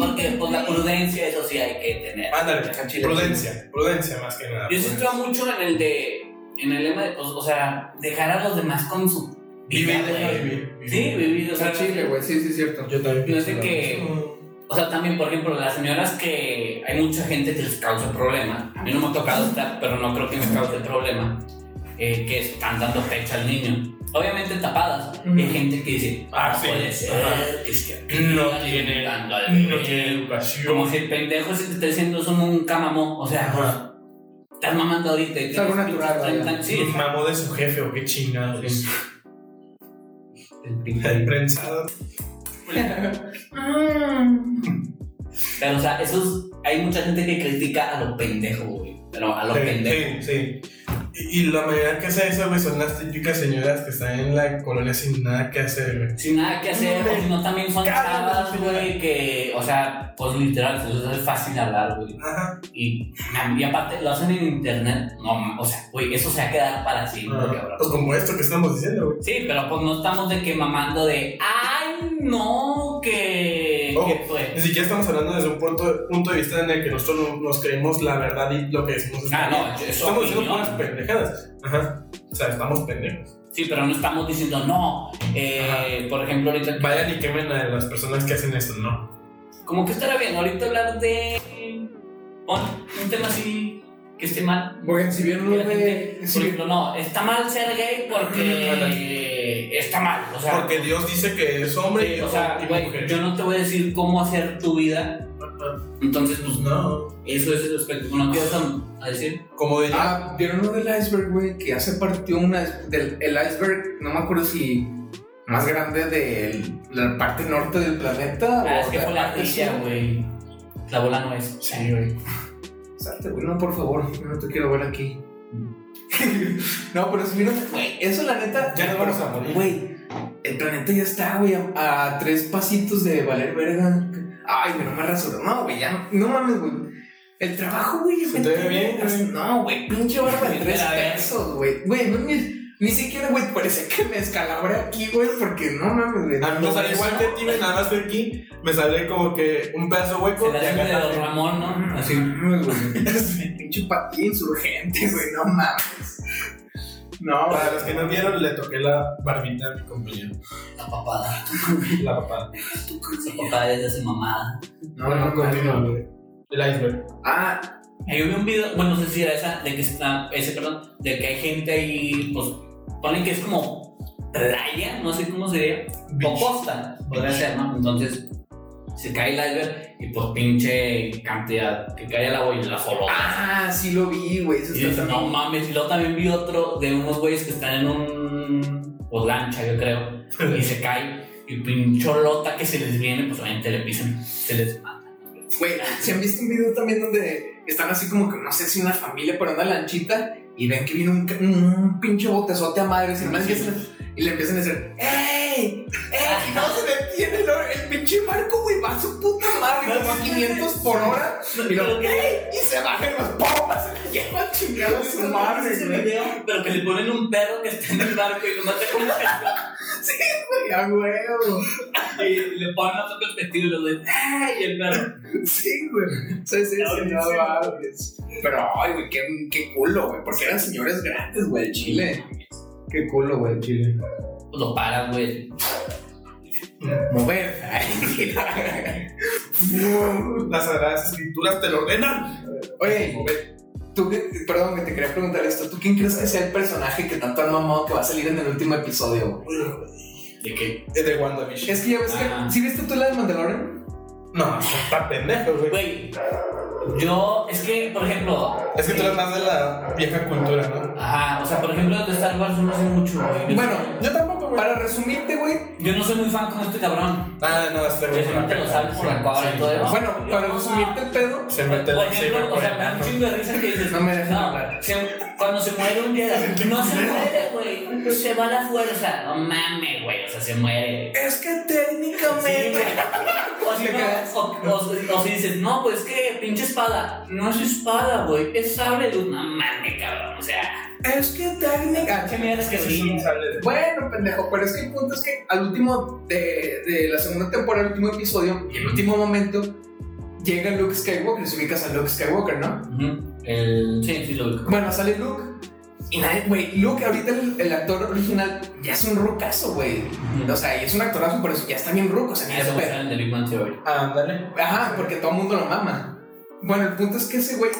S3: Porque pues la prudencia, eso sí hay que tener.
S1: Ándale,
S5: Al chile.
S1: prudencia, prudencia más que nada.
S3: Yo sí creo mucho en el de. En el lema de, pues, o sea, dejar a los demás con su.
S1: Vive,
S3: vida, güey.
S1: vive, vive.
S3: Sí, vivir, o sea.
S2: Al chile, güey, sí, sí, es cierto.
S6: Yo también
S3: No
S6: pienso
S3: sé
S6: lo
S3: que.
S6: mismo.
S3: O sea, también, por ejemplo, las señoras que hay mucha gente que les causa problema. A mí no me ha tocado estar, pero no creo que me cause problema. eh, que están dando pecho al niño. Obviamente tapadas.
S2: Ujú.
S3: Hay gente que dice,
S1: Ah,
S3: ah,
S1: sí.
S3: puede ser,
S1: Ajá.
S3: que es que
S1: No
S3: aquí
S1: tiene,
S3: alimentando al
S1: no
S3: bebé".
S1: tiene
S3: Como
S1: educación.
S3: si el pendejo se te está diciendo son un camamón. O sea, pues,
S1: Ajá.
S3: estás mamando ahorita. y
S2: Es algo
S3: tienes
S2: natural,
S3: pinches
S2: vaya.
S3: 30, Sí,
S1: Mamó de su jefe o qué chingados.
S3: el
S1: El
S3: pinche.
S1: prensado.
S3: Pero, o sea, esos, hay mucha gente que critica a los pendejos, güey. Pero a los pendejos.
S1: Sí, sí. Y, y la mayoría que hace eso, güey, son las típicas señoras que están en la colonia sin nada que hacer, güey.
S3: Sin nada que hacer,
S1: Me
S3: o si no también son
S1: cago en la
S3: chavas,
S1: señora.
S3: güey, que, o sea, pues literal, se les hace fácil hablar, güey.
S1: Ajá.
S3: Y, y aparte, lo hacen en internet, no, o sea, güey, eso se va a quedar para siempre, cabrón.
S1: Pues como esto que estamos diciendo, güey.
S3: Sí, pero pues no estamos de que mamando de, ay, no, que,
S1: Oh.
S3: que fue.
S1: Ni siquiera estamos hablando desde un punto, punto de vista en el que nosotros no- nos creemos la verdad y lo que decimos es
S3: Ah,
S1: verdad.
S3: no, yo- eso
S1: Estamos diciendo
S3: opinión.
S1: puras pendejadas. Ajá. O sea, estamos pendejos.
S3: Sí, pero no estamos diciendo, no, eh, por ejemplo, ahorita,
S1: Vayan y quemen a las personas que hacen esto, ¿no?
S3: como que estará bien, ahorita hablar de pon un tema así que esté mal.
S2: Bueno, si bien uno
S3: Y la gente,
S2: ve. si
S3: Por
S2: bien-
S3: ejemplo, no, está mal ser gay (clears throat) porque está mal. O sea,
S1: Porque Dios dice que es hombre y,
S3: sí, o sea,
S1: y
S3: güey,
S1: mujer.
S3: yo no te voy a decir cómo hacer tu vida. Entonces, pues
S1: No.
S3: eso es el aspecto. Bueno, ¿qué vas a, a decir?
S1: Como diría
S2: Ah, ¿vieron lo del iceberg, güey? Que ya se partió una, del, el iceberg, no me acuerdo si más grande de la parte norte del planeta
S3: Ah,
S2: o
S3: es que
S2: de
S3: fue la
S2: parte
S3: ardilla,
S2: sur.
S3: güey. La bola no es.
S2: Sí, güey. Salte, güey, no, por favor, yo no te quiero ver
S1: (laughs)
S2: aquí. no, pero si mira, güey, eso la neta.
S1: Ya nos vamos a morir.
S2: Güey, el planeta ya está, güey, a, a tres pasitos de valer verga. Ay, güey, no me rasuro. No, güey, ya no, no mames, güey. El trabajo, güey, ya
S1: Se
S2: me
S1: te ve
S2: tiene-
S1: bien, güey.
S2: No, güey, pinche barba de
S1: (laughs)
S3: Mira,
S2: tres
S3: a ver.
S2: pesos, güey. Güey, no me- Ni siquiera, güey, parece que me escalabré aquí, güey, porque no mames, güey.
S1: A mí me
S2: no,
S1: Ah, sale igual que a ti, güey, nada más de aquí. Me sale como que un pedazo hueco.
S3: Se la
S1: y
S3: hace de
S1: acá-
S3: Don Ramón, ¿no?
S2: (laughs) Así,
S3: Así.
S2: mames, güey. Pinche patín insurgente, güey, no mames. No,
S1: Para los que no vieron, le toqué la barbita a mi compañero.
S3: La papada.
S1: La papada.
S3: Esa papada es de esa mamada.
S2: no, no,
S1: continúa,
S2: no.
S1: güey. El iceberg.
S2: Ah,
S3: Ahí yo vi un video, bueno, no sé si era esa, de que está, ese, perdón, de que hay gente ahí, pues, ponen que es como playa, no sé cómo sería. o
S1: Beach.
S3: costa, podría
S1: Beach.
S3: ser, ¿no? Entonces se cae el iceberg y pues pinche cantidad que cae al agua y la joroba.
S2: Ah, sí lo vi, güey. Eso
S3: y
S2: está
S3: dices, no
S2: también-
S3: mames, y luego también vi otro de unos güeyes que están en un pues, lancha, yo creo, y se cae y pincho lota que se les viene, pues obviamente le pisan, se les mata.
S2: Ah, Güey, ¿se han visto un video también donde están así como que no sé si una familia por una lanchita y ven que viene un, ca- un pinche botezote a madres y, nomás empiezan a- y le empiezan a decir, ¡Ey! ¡Ey! No se detiene el, el pinche barco, güey, va a su puta madre, como a 500 por hora y luego, ¡Ey! Y se bajan los bombas, se le lleva chingado a su madre,
S3: Ese
S2: güey.
S3: video, pero que le ponen un perro que está en el barco y lo mata como que-
S2: Güey, a huevo.
S3: y le ponen otro perspectiva y lo dicen, ¡ay! Y el perro.
S2: Sí, güey. Sí, sí, sí, no mames. Pero, ay, güey, qué, qué culo, güey. Porque eran señores grandes, güey, de Chile. Qué culo, güey, de Chile.
S3: Pues lo paran, güey.
S1: Mm.
S2: Mover. (laughs) Ay,
S1: Las sagradas escrituras te lo ordenan.
S2: Oye, tú, que- perdón, que te quería preguntar esto. ¿Tú quién crees que sea el personaje que tanto han mamado que va a salir en el último episodio, güey?
S3: De que
S1: Es de WandaVision.
S2: Es que ya ves que.
S3: Ah.
S2: ¿Sí viste tú la de Mandalorian?
S1: No, está pendejo, güey.
S3: Güey, yo, es que, por ejemplo,
S1: Es que tú eres más de la vieja cultura, ¿no?
S3: ajá, o sea, por ejemplo, de Star Wars no sé mucho, güey. Yo-
S2: Bueno,
S1: Yo tampoco, güey.
S2: Para resumirte, güey.
S3: Yo no soy muy fan como este cabrón.
S1: Ah, no, este güey.
S3: Eso
S1: se me
S3: no te lo
S1: acaba.
S3: sabes por la cola y todo eso.
S2: Bueno, para resumirte el pedo.
S1: Se
S3: Por
S1: mete el lightsaber
S3: ejemplo, o
S1: por
S3: sea,
S1: el
S3: me da un
S1: ano.
S3: chingo de risa que dices.
S2: No me dejes hablar.
S3: se- cuando se muere un día,
S2: (laughs)
S3: no se muere, güey. Se va a la fuerza. No mames, güey. O sea, se muere.
S2: Es que
S3: Sí,
S2: técnicamente.
S3: güey. O si,
S2: Te
S3: no-
S2: quedas.
S3: o- o- o si dices, no, pues que pinche espada. No es espada, güey. Es sable de una mame, cabrón. O sea,
S2: Es que técnica.
S3: ¿qué mierda es que sí?
S2: Bueno, pendejo, pero es que el punto es que al último de, de la segunda temporada, el último episodio, y el último momento, llega Luke Skywalker. Si ubicas a Luke Skywalker, ¿no?
S3: Ujú. El... Sí, sí, lo ubico.
S2: Bueno, sale Luke. Y nadie, güey, Luke, ahorita el, el actor original ya es un rucazo, güey. O sea, y es un actorazo, pero ya está bien ruco, o sea, ni es
S3: Eso me
S2: pedo.
S3: sale de Big Bang Theory.
S1: Ándale.
S2: Ajá, porque todo el mundo lo mama. Bueno, el punto es que ese güey.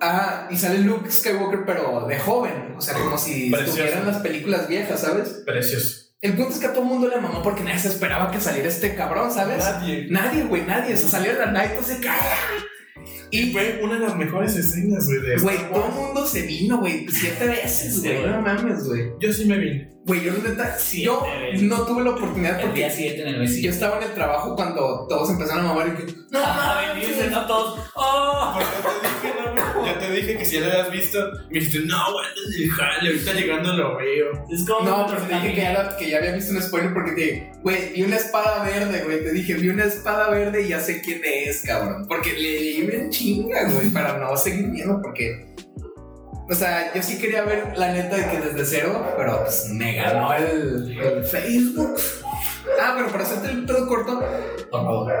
S2: Ajá, y sale Luke Skywalker, pero de joven. O sea, como si
S1: Precioso.
S2: estuvieran las películas viejas, ¿sabes?
S1: Precioso.
S2: El punto es que a todo el mundo le mamó porque nadie se esperaba que saliera este cabrón, ¿sabes?
S1: Nadie.
S2: Nadie, güey, nadie. Se salió la night, se caga.
S1: Y fue una de las mejores escenas, güey. de-
S2: Güey, todo el mundo se vino, güey, siete veces, güey. No mames, güey.
S1: Yo sí me vi.
S2: Güey, yo la neta,
S3: Siete
S2: yo
S3: veces.
S2: no tuve la oportunidad
S3: El
S2: porque
S3: día siguiente en el
S2: yo
S3: vecino.
S2: estaba en el trabajo cuando todos empezaron a mamar y que, no
S3: Ah, venirse,
S2: mames.
S3: no todos. ¡Oh!
S1: Ya te dije que si ya la habías visto, me dijiste, no, güey, antes de jale, ahorita llegando lo veo.
S3: Es como.
S2: No, pero te dije que ya, la- que ya había visto un spoiler porque te dije, güey, vi una espada verde, güey. Te dije, vi una espada verde y ya sé quién es, cabrón. Porque le leí una chinga, güey, para no seguir viendo, porque. O sea, yo sí quería ver la neta de que desde cero, pero pues me ganó el, el Facebook. Ah, pero para hacerte el todo corto,
S3: Por favor.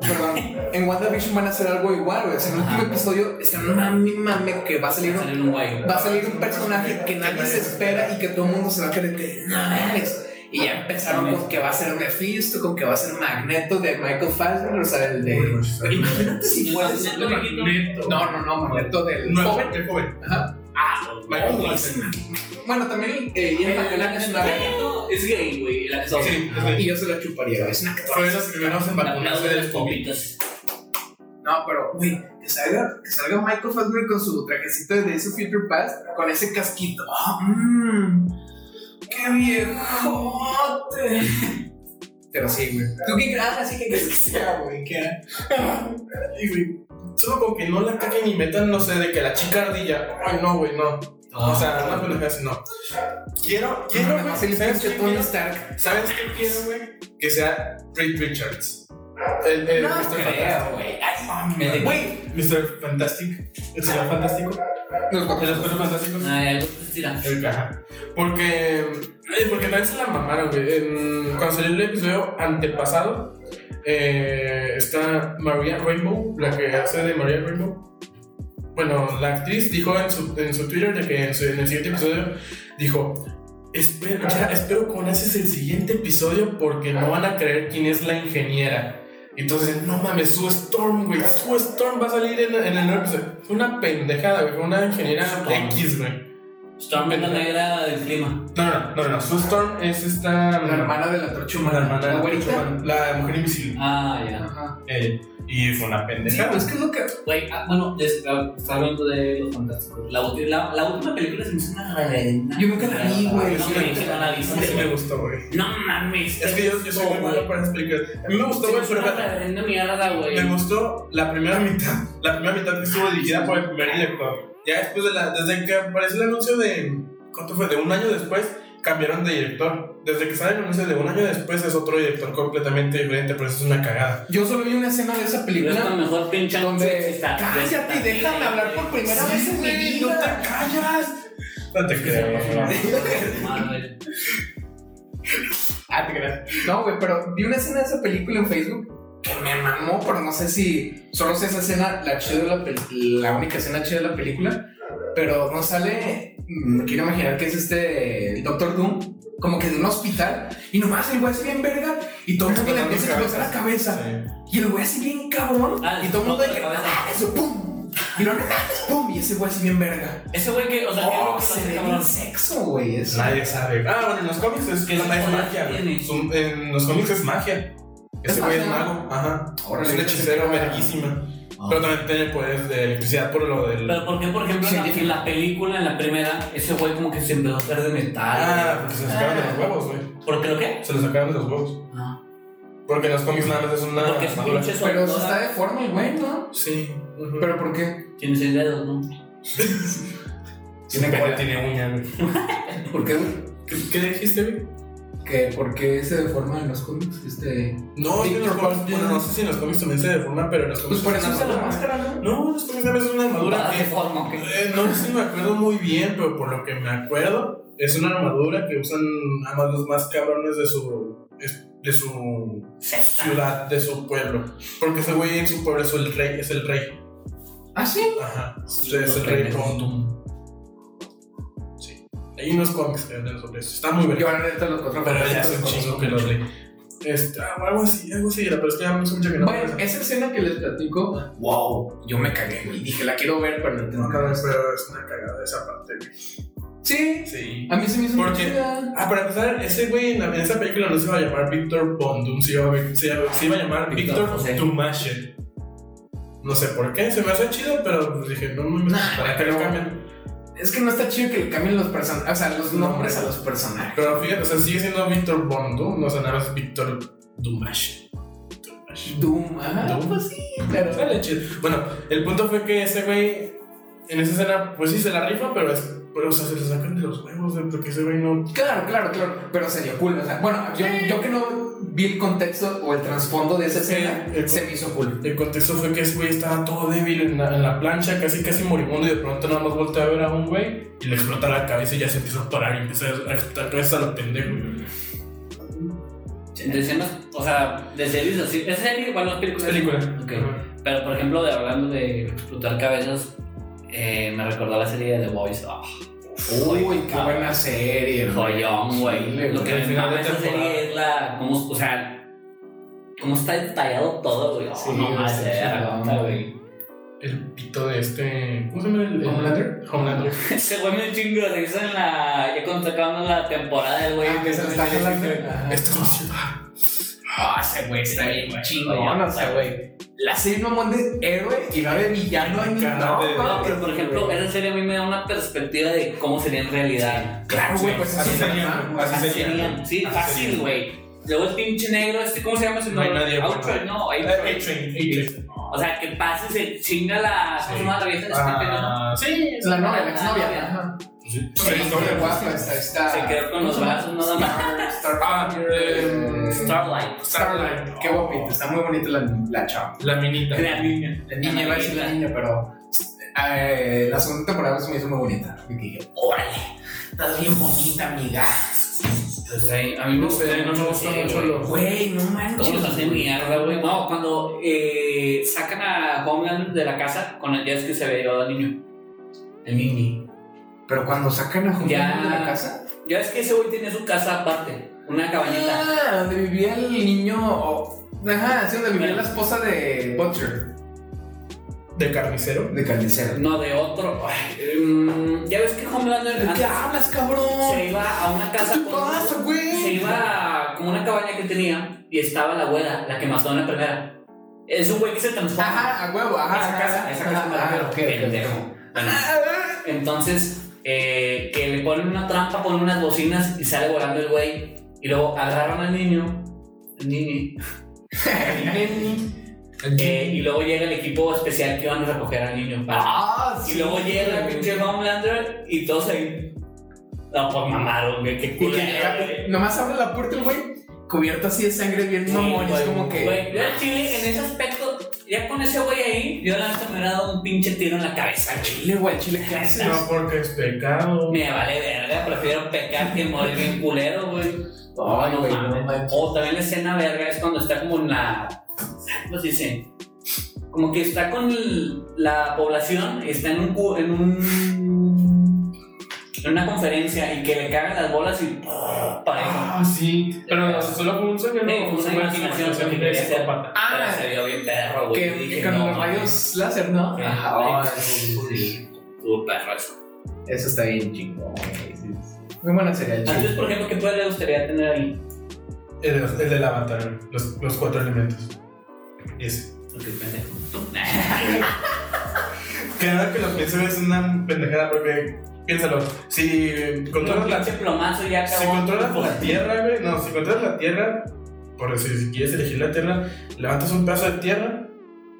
S2: perdón, en WandaVision van a hacer algo igual, güey. O sea, en el último episodio está mami mame que va a salir un
S3: Salió un guay.
S2: va a salir un personaje que nadie se espera y que todo el mundo se va a creer que no mames. Y ya empezaron con que va a ser Mephisto, con que va a ser Magneto de Michael Fassbender, o sea, el de. Imagínate si fuera ese-
S3: Magneto, Magneto.
S2: No, no, no, Magneto del
S1: No,
S2: joven.
S1: joven, joven.
S2: Ajá.
S1: Michael Jackson.
S2: Bueno, también eh, y en Magneto es una verga,
S3: Magneto es gay, güey. El actor.
S1: Sí, es de-
S2: y yo se lo chuparía, güey, es una
S1: fue de los primeros en vacunarse
S3: de las
S1: del COVID.
S3: copitas.
S2: No, pero, güey, que salga, que salga Michael Fassbender con su trajecito de su Future Past, con ese casquito. ¡Ah, mmm! ¡Qué viejote! Pero sí, güey. ¿Tú qué crees? Ah, Así que crees que (laughs) sea, güey. ¿Qué era?
S1: Y, güey, Solo con que no la caguen y metan, no sé, de que la chica ardilla. Ay, no, güey, no. O sea, no me lo así, no. Ah, Quiero, quiero,
S2: No,
S1: güey.
S2: más el
S1: ¿Sabes
S2: pinche
S1: qué
S2: Tony
S1: quiero?
S2: Stark.
S1: ¿Sabes qué quiero, güey? Que sea Reed Richards. El, el
S2: No
S1: Mr.
S3: Creo, güey. Ay, me de-
S2: Güey,
S1: Fantastic. Mr. Fantastic. El señor fantástico.
S2: los
S1: De los
S2: cuatro.
S1: cuatro fantásticos.
S3: Ay, algo te estira.
S1: El caja. Porque. eh, Porque también se la mamaron, güey. En- Cuando salió el episodio antepasado, eh, está Maria Rainbow, la que hace de Maria Rainbow. Bueno, la actriz dijo en su, en su Twitter de que en, su- en el siguiente episodio dijo. Espero, ya, espero con haces el siguiente episodio porque no van a creer quién es la ingeniera. Entonces, no mames, su Storm, güey. Su Storm va a salir en, en el nuevo episodio. Fue una pendejada, güey. fue Una ingeniera
S3: Storm.
S1: X, güey.
S3: Storm es la negra del clima.
S1: No, no, no, no. Sue Storm es esta.
S2: La hermana de la Torcha
S1: La
S2: Humana.
S1: hermana de la
S2: abuelita.
S1: Torchwoman, La mujer invisible.
S3: Ah, ya.
S2: Ajá.
S1: Eh, y fue una
S2: Sí,
S1: pendeja.
S2: pero es que es lo que.
S3: Güey, ah, bueno, es- ah, está hablando de los fantásticos. La, ulti- la, la última película se me hizo una reverenda.
S2: Yo nunca la vi, pues, güey.
S3: No, me dije, no la vi.
S1: A mí sí me gustó, güey.
S3: No mames.
S1: Es que yo, yo soy muy malo para esas películas. A mí me gustó,
S3: Se me
S1: güey,
S3: hizo
S1: pero
S3: una reverenda mierda, güey.
S1: me gustó la primera mitad. La primera mitad que estuvo dirigida por el primer director. Ya después de la. Desde que apareció el anuncio de. ¿Cuánto fue? De un año después, cambiaron de director. Desde que sale el anuncio de un año después, es otro director completamente diferente, pero eso es una cagada.
S2: Yo solo vi una escena de esa
S3: Pero es la
S2: película.
S3: mejor pinche
S2: Donde-
S3: está.
S2: Cállate,
S3: está-
S2: déjame hablar por primera vez en mi
S1: güey, no
S2: vida.
S1: te callas. No te creo.
S3: Marvel.
S2: Ah, te creas. No, güey, pero vi una escena de esa película en Facebook que me mamó, pero no sé si solo es esa escena, la chida de la pel- la única escena chida de la película, pero no sale, mm, quiero imaginar que es este el Doctor Doom, como que de un hospital, y nomás el güey así bien verga, y todo el mundo le empieza a explotar la cabeza,
S1: Sí.
S2: y el güey así bien cabrón,
S3: Ah,
S2: y todo el mundo de
S3: la
S2: que,
S3: cabeza.
S2: "Ah, eso, pum, y lo regalas, pum, y ese güey así bien verga.
S3: Ese güey que, o sea, que
S2: Oh,
S3: lo
S2: se
S3: hace,
S2: ve
S3: cabrón.
S2: bien sexo, güey, eso.
S1: Nadie sabe. Ah, bueno, en los cómics es,
S3: ¿Qué
S1: es, es
S3: poder
S1: magia.
S3: tiene?
S1: Es un- en los cómics es magia. Ese güey es
S2: magia?
S1: mago. Ajá.
S2: Órale.
S1: es un hechicero verguísima. Pero también tiene poderes de electricidad por lo del.
S3: Pero porque, por ejemplo, en la, en la película, en la primera, ese güey como que se empezó a hacer de metal.
S1: Ah, porque se sacaron de los huevos,
S7: Se lo sacaron de los huevos.
S1: Ah,
S3: No.
S7: Porque en los cómics nada más es una.
S3: Porque es un
S7: armadura.
S3: pinche
S2: Pero
S3: sordoda.
S2: está deforme, güey, ¿no?
S1: Sí. ujú.
S2: ¿Pero por qué?
S3: Tiene seis dedos, ¿no?
S7: Tiene pene, tiene uña, güey.
S2: ¿Por qué, güey?
S1: ¿Qué, qué dijiste, güey?
S2: ¿Que ¿Por qué se deforma en los cómics? Este...
S1: No, yo en los
S2: Víctor
S1: cómics-
S2: Paul-
S1: bueno, no sé si en los cómics también se deforma, pero en los
S2: Pues
S1: cómics.
S2: por
S1: es
S2: eso
S1: una
S2: usa la
S1: armadura.
S2: máscara, ¿no?
S1: No, en los cómics también es una armadura
S3: Para
S1: que.
S3: de forma, ¿o qué?
S1: Eh, no sé si me acuerdo muy bien, pero por lo que me acuerdo, es una armadura que usan nada más los más cabrones de su, es- de su ciudad, de su pueblo. Porque ese güey en su pueblo es el rey. Es el rey.
S2: ¿Ah, sí?
S1: Ajá. Es el
S3: los
S1: rey
S3: pendejos.
S1: Rondum. Sí. Hay unos cómics que hablan sobre eso. Está muy bien.
S2: Yo ahora neta los cuatro
S1: Pero ya
S2: fantásticos
S1: hace un
S2: con-
S1: chingo que los leí. Este, ah, algo así, algo así era, pero es que ya me hace mucho que no.
S2: Bueno, eh. esa escena que les platico, wow, yo me cagué, güey. Dije, la quiero ver, pero no
S1: No,
S2: tengo
S1: no,
S2: nada.
S1: pero es una cagada esa parte. güey.
S2: Sí,
S1: Sí.
S2: a mí se me hizo
S1: ¿Por
S2: muy
S1: qué?
S2: chida.
S1: Ah, para empezar, ese güey en, la- en esa película no se iba a llamar Víctor Bondum, se iba, a- se iba- se iba a llamar
S3: Víctor José.
S1: Víctor Tumashet. No sé por qué, se me hace chido, pero pues dije, no mames,
S2: Nah,
S1: ¿para qué
S2: pero-
S1: lo cambian?
S2: Es que no está chido que le cambien los personajes, o sea, los nombres a los personajes.
S1: Pero fíjate, o sea, sigue siendo Víctor Bondum, no sé, nada más Víctor Dumashet. Dumashet.
S2: Doom, ajá,
S1: Doom.
S2: pues sí, claro.
S1: Sale chido. Bueno, el punto fue que ese güey en esa escena, pues sí se la rifa, pero, es, pero o sea, se le sacan de los huevos, güey, porque ese güey no.
S2: Claro, claro, claro. Pero se dio cool. O sea, bueno, yo, yo que no vi el contexto o el trasfondo de esa
S1: Sí,
S2: escena,
S1: el-
S2: se me hizo cool.
S1: El contexto fue que ese güey estaba todo débil en la, en la plancha, casi casi moribundo, y de pronto nada más voltea a ver a un güey y le explota la cabeza y ya se empieza a parar y empieza a explotar cabeza a lo pendejo.
S3: De escenas, o sea, de series así. ¿Es serie igual las películas?
S1: Película.
S3: Ok. Pero por ejemplo, de hablando de explotar cabezas, eh, me recordó la serie de The Boys. Ah,
S2: Uy,
S3: Uy,
S2: qué
S3: cabrón.
S2: buena serie. güey.
S3: joyón, güey. Lo que
S1: Al
S3: me
S1: final
S3: mama
S1: de
S3: esa
S1: temporada.
S3: serie es la. Cómo, o sea, cómo está detallado todo, güey. Oh,
S2: Sí,
S3: no más,
S2: está
S3: se
S2: chingón,
S3: aguanta, güey.
S1: El pito de este. ¿Cómo se llama el? el-
S2: ¿Homelander?
S1: Homelander.
S3: Ese güey me dio un chingo de risa en la. Ya cuando está acabando la temporada, el güey.
S2: Ah, que se le está (laughs) jalando.
S1: Esto
S2: Ajá.
S1: Este es una ciudad.
S2: Ah, ese güey está bien chingón.
S3: Joyón,
S2: O sea, güey. La serie no manda de héroe y va de villano en
S1: Cara de-
S3: No, pero por ejemplo, esa serie a mí me da una perspectiva de cómo sería en realidad.
S2: Claro, güey, pues
S7: Así
S2: es un
S7: sería,
S2: drama,
S7: así
S2: güey.
S3: Así
S7: sería.
S3: serían. Sí,
S7: Así
S3: fácil,
S7: serían.
S3: güey. Luego el pinche negro, este, ¿cómo se llama ese
S1: No hay
S3: nombre?
S1: nadie, güey.
S3: Outro, no,
S1: Eh,
S3: ahí
S1: A-Train, A-Train.
S3: O sea, que pase, se chinga la. ¿Cómo se llama la vieja de este pedo?
S1: Ah, Sí,
S2: Es la novia, la exnovia. ajá.
S7: Sí,
S2: Sí,
S7: historia,
S2: qué guapa está. está-
S3: Se quedó con los brazos nada más.
S2: Star-
S1: Ah, eh,
S3: Starlight.
S2: Starlight. Qué guapita, está muy bonita la, la chava.
S1: La minita.
S3: La niña.
S2: La niña iba a decir la niña, pero eh, la segunda temporada se me hizo muy bonita. Y dije, órale, estás bien bonita, amiga.
S3: Pues ahí, a mí me gusta.
S1: Sí, no me gusta mucho lo-
S2: Güey, no
S3: ¿Cómo los
S2: manches.
S3: hacen mierda, güey? No, cuando eh, sacan a Homeland de la casa con el jazz que se había llevado al niño. El niño.
S2: Pero cuando sacan a
S3: Ya.
S2: Julián de la casa,
S3: Ya ves que ese güey tenía su casa aparte, una cabañita.
S2: ah, donde vivía el niño. o- Ajá, sí, donde vivía
S3: Bueno.
S2: la esposa de Butcher,
S1: De carnicero.
S2: de carnicero.
S3: No, de otro. Ay, em, ya ves que Homelander
S2: ¿De qué
S3: antes
S2: hablas, cabrón?
S3: se iba a una
S2: ¿Qué
S3: casa
S2: te
S3: con,
S2: pasa,
S3: se
S2: güey?
S3: iba a como una cabaña que tenía y estaba la abuela, la que mató en la primera. Es un güey que se transforma.
S2: Ajá, a huevo, ajá.
S3: esa casa,
S2: ajá,
S3: esa casa me
S2: ajá,
S3: refiero,
S2: ok, ok, ok.
S3: pendejo.
S2: Ah,
S3: Entonces, eh, que le ponen una trampa, ponen unas bocinas y sale volando el güey. Y luego agarran al niño, el niño, eh, y luego llega el equipo especial que van a recoger al niño. para-
S2: Ah,
S3: y
S2: sí.
S3: luego llega el pinche Homelander y todos ahí. No, pues mamaron, güey, qué
S2: Y
S3: culo.
S2: que ya, nomás abre la puerta el güey, cubierto así de sangre bien mamón, y es como que. "Ah".
S3: Güey, yo al chile en ese aspecto, ya con ese güey ahí, yo la neta me hubiera dado un pinche tiro en la cabeza,
S2: Al
S3: güey.
S2: chile, güey, al chile, ¿qué haces?
S1: No, porque es pecado.
S3: Me vale verga, prefiero pecar que morir bien culero, güey.
S2: Ay, güey, no
S3: mames.
S2: manches.
S3: O también la escena verga es cuando está como en la. ¿Cómo se dice? Como que está con el- la población, está en un. cu- En un en una conferencia y que le cagan las bolas y para
S1: Ah, sí. Pero no, solo fue un sueño,
S3: Eh,
S1: ¿no?
S3: fue una imaginación,
S1: de
S3: porque quería ser-
S1: psicópata.
S2: Ah,
S3: se vio bien perro, güey.
S2: que
S3: Y dije,
S2: con
S3: no,
S2: los
S3: mames,
S2: rayos láser, ¿no?
S3: Sí.
S2: Ajá, ay,
S3: Sí.
S2: sí.
S3: estuvo perro eso.
S2: Eso está bien chingón, güey. sí, sí. Muy buena serie, al
S3: Entonces,
S2: chile.
S3: por ejemplo, ¿qué poder le gustaría tener ahí?
S1: El, el del avatar, los, los cuatro elementos. Ese.
S3: Porque pendejo.
S1: Que ahora que lo pienso es una pendejada porque piénsalo. Si controlas
S3: Un
S1: la,
S3: pinche plomazo ya
S1: si
S3: acabó.
S1: controlas la tierra, güey. No, si controlas la tierra, por decir, si quieres elegir la tierra, levantas un pedazo de tierra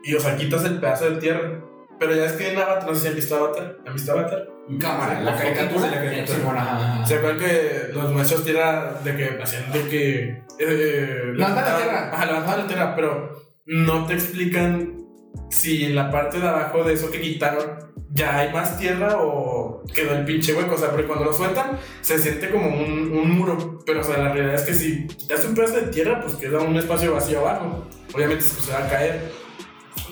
S1: y, o sea, quitas el pedazo de tierra. Pero ya es que en Avatar, no sé si han visto Avatar. ¿Han visto Avatar?
S2: Cámara,
S1: Sí,
S2: la
S1: la
S2: caricatura.
S1: foto, sí, la caricatura.
S2: Sí, bueno, ajá.
S1: ¿Se acuerdan que los maestros tierra de que hacían de que. Eh,
S2: Levantar la tierra.
S1: Ajá, levantar la tierra, pero no te explican si en la parte de abajo de eso que quitaron ya hay más tierra o quedó el pinche hueco. O sea, porque cuando lo sueltan se siente como un, un muro. Pero, o sea, la realidad es que si quitas un pedazo de tierra, pues queda un espacio vacío abajo. Obviamente pues, se va a caer.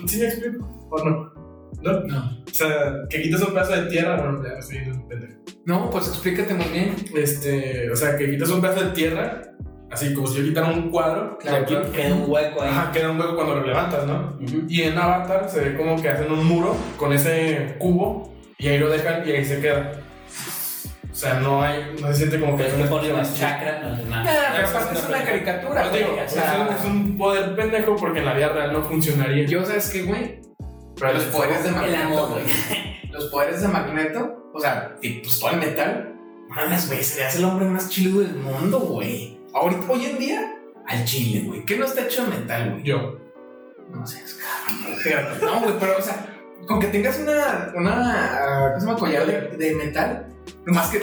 S1: ¿Sí me explico? ¿O no? ¿No?
S2: No.
S1: O sea, que quitas un pedazo de tierra. Bueno, ya me estoy yendo, pendejo.
S2: No, pues explícate muy bien.
S1: Este, o sea, que quitas un pedazo de tierra, así como si yo quitara un cuadro,
S2: Claro,
S1: le quito-
S3: Quedó un hueco ahí.
S1: ajá, queda un hueco cuando lo levantas, ¿no?
S3: Ujú.
S1: Y en Avatar se ve como que hacen un muro con ese cubo y ahí lo dejan y ahí se queda. O sea, no hay, no se siente como que
S3: Pero
S1: hay
S3: es que
S1: una
S3: pone más chakra. no, no, no.
S2: Ah, pero aparte es una caricatura,
S1: Pero te
S2: güey.
S1: digo,
S2: O
S1: es
S2: sea,
S1: un- es un poder pendejo porque en la vida real no funcionaría.
S2: yo, ¿sabes qué, güey?
S1: Pero
S2: los poderes de
S3: El
S2: Magneto,
S3: amor,
S2: güey.
S3: güey.
S2: (laughs) Los poderes de Magneto, o sea, y, pues todo el metal. Mames, güey, serías el hombre más chido del mundo, güey. Ahorita, hoy en día, al chile, güey. ¿Qué no está hecho de metal, güey?
S1: yo.
S2: No sé, es cabrón. güey. No, güey, pero, o sea, con que tengas una, una, ah, ¿cómo se llama? Collar de, de metal. Más que. Ay,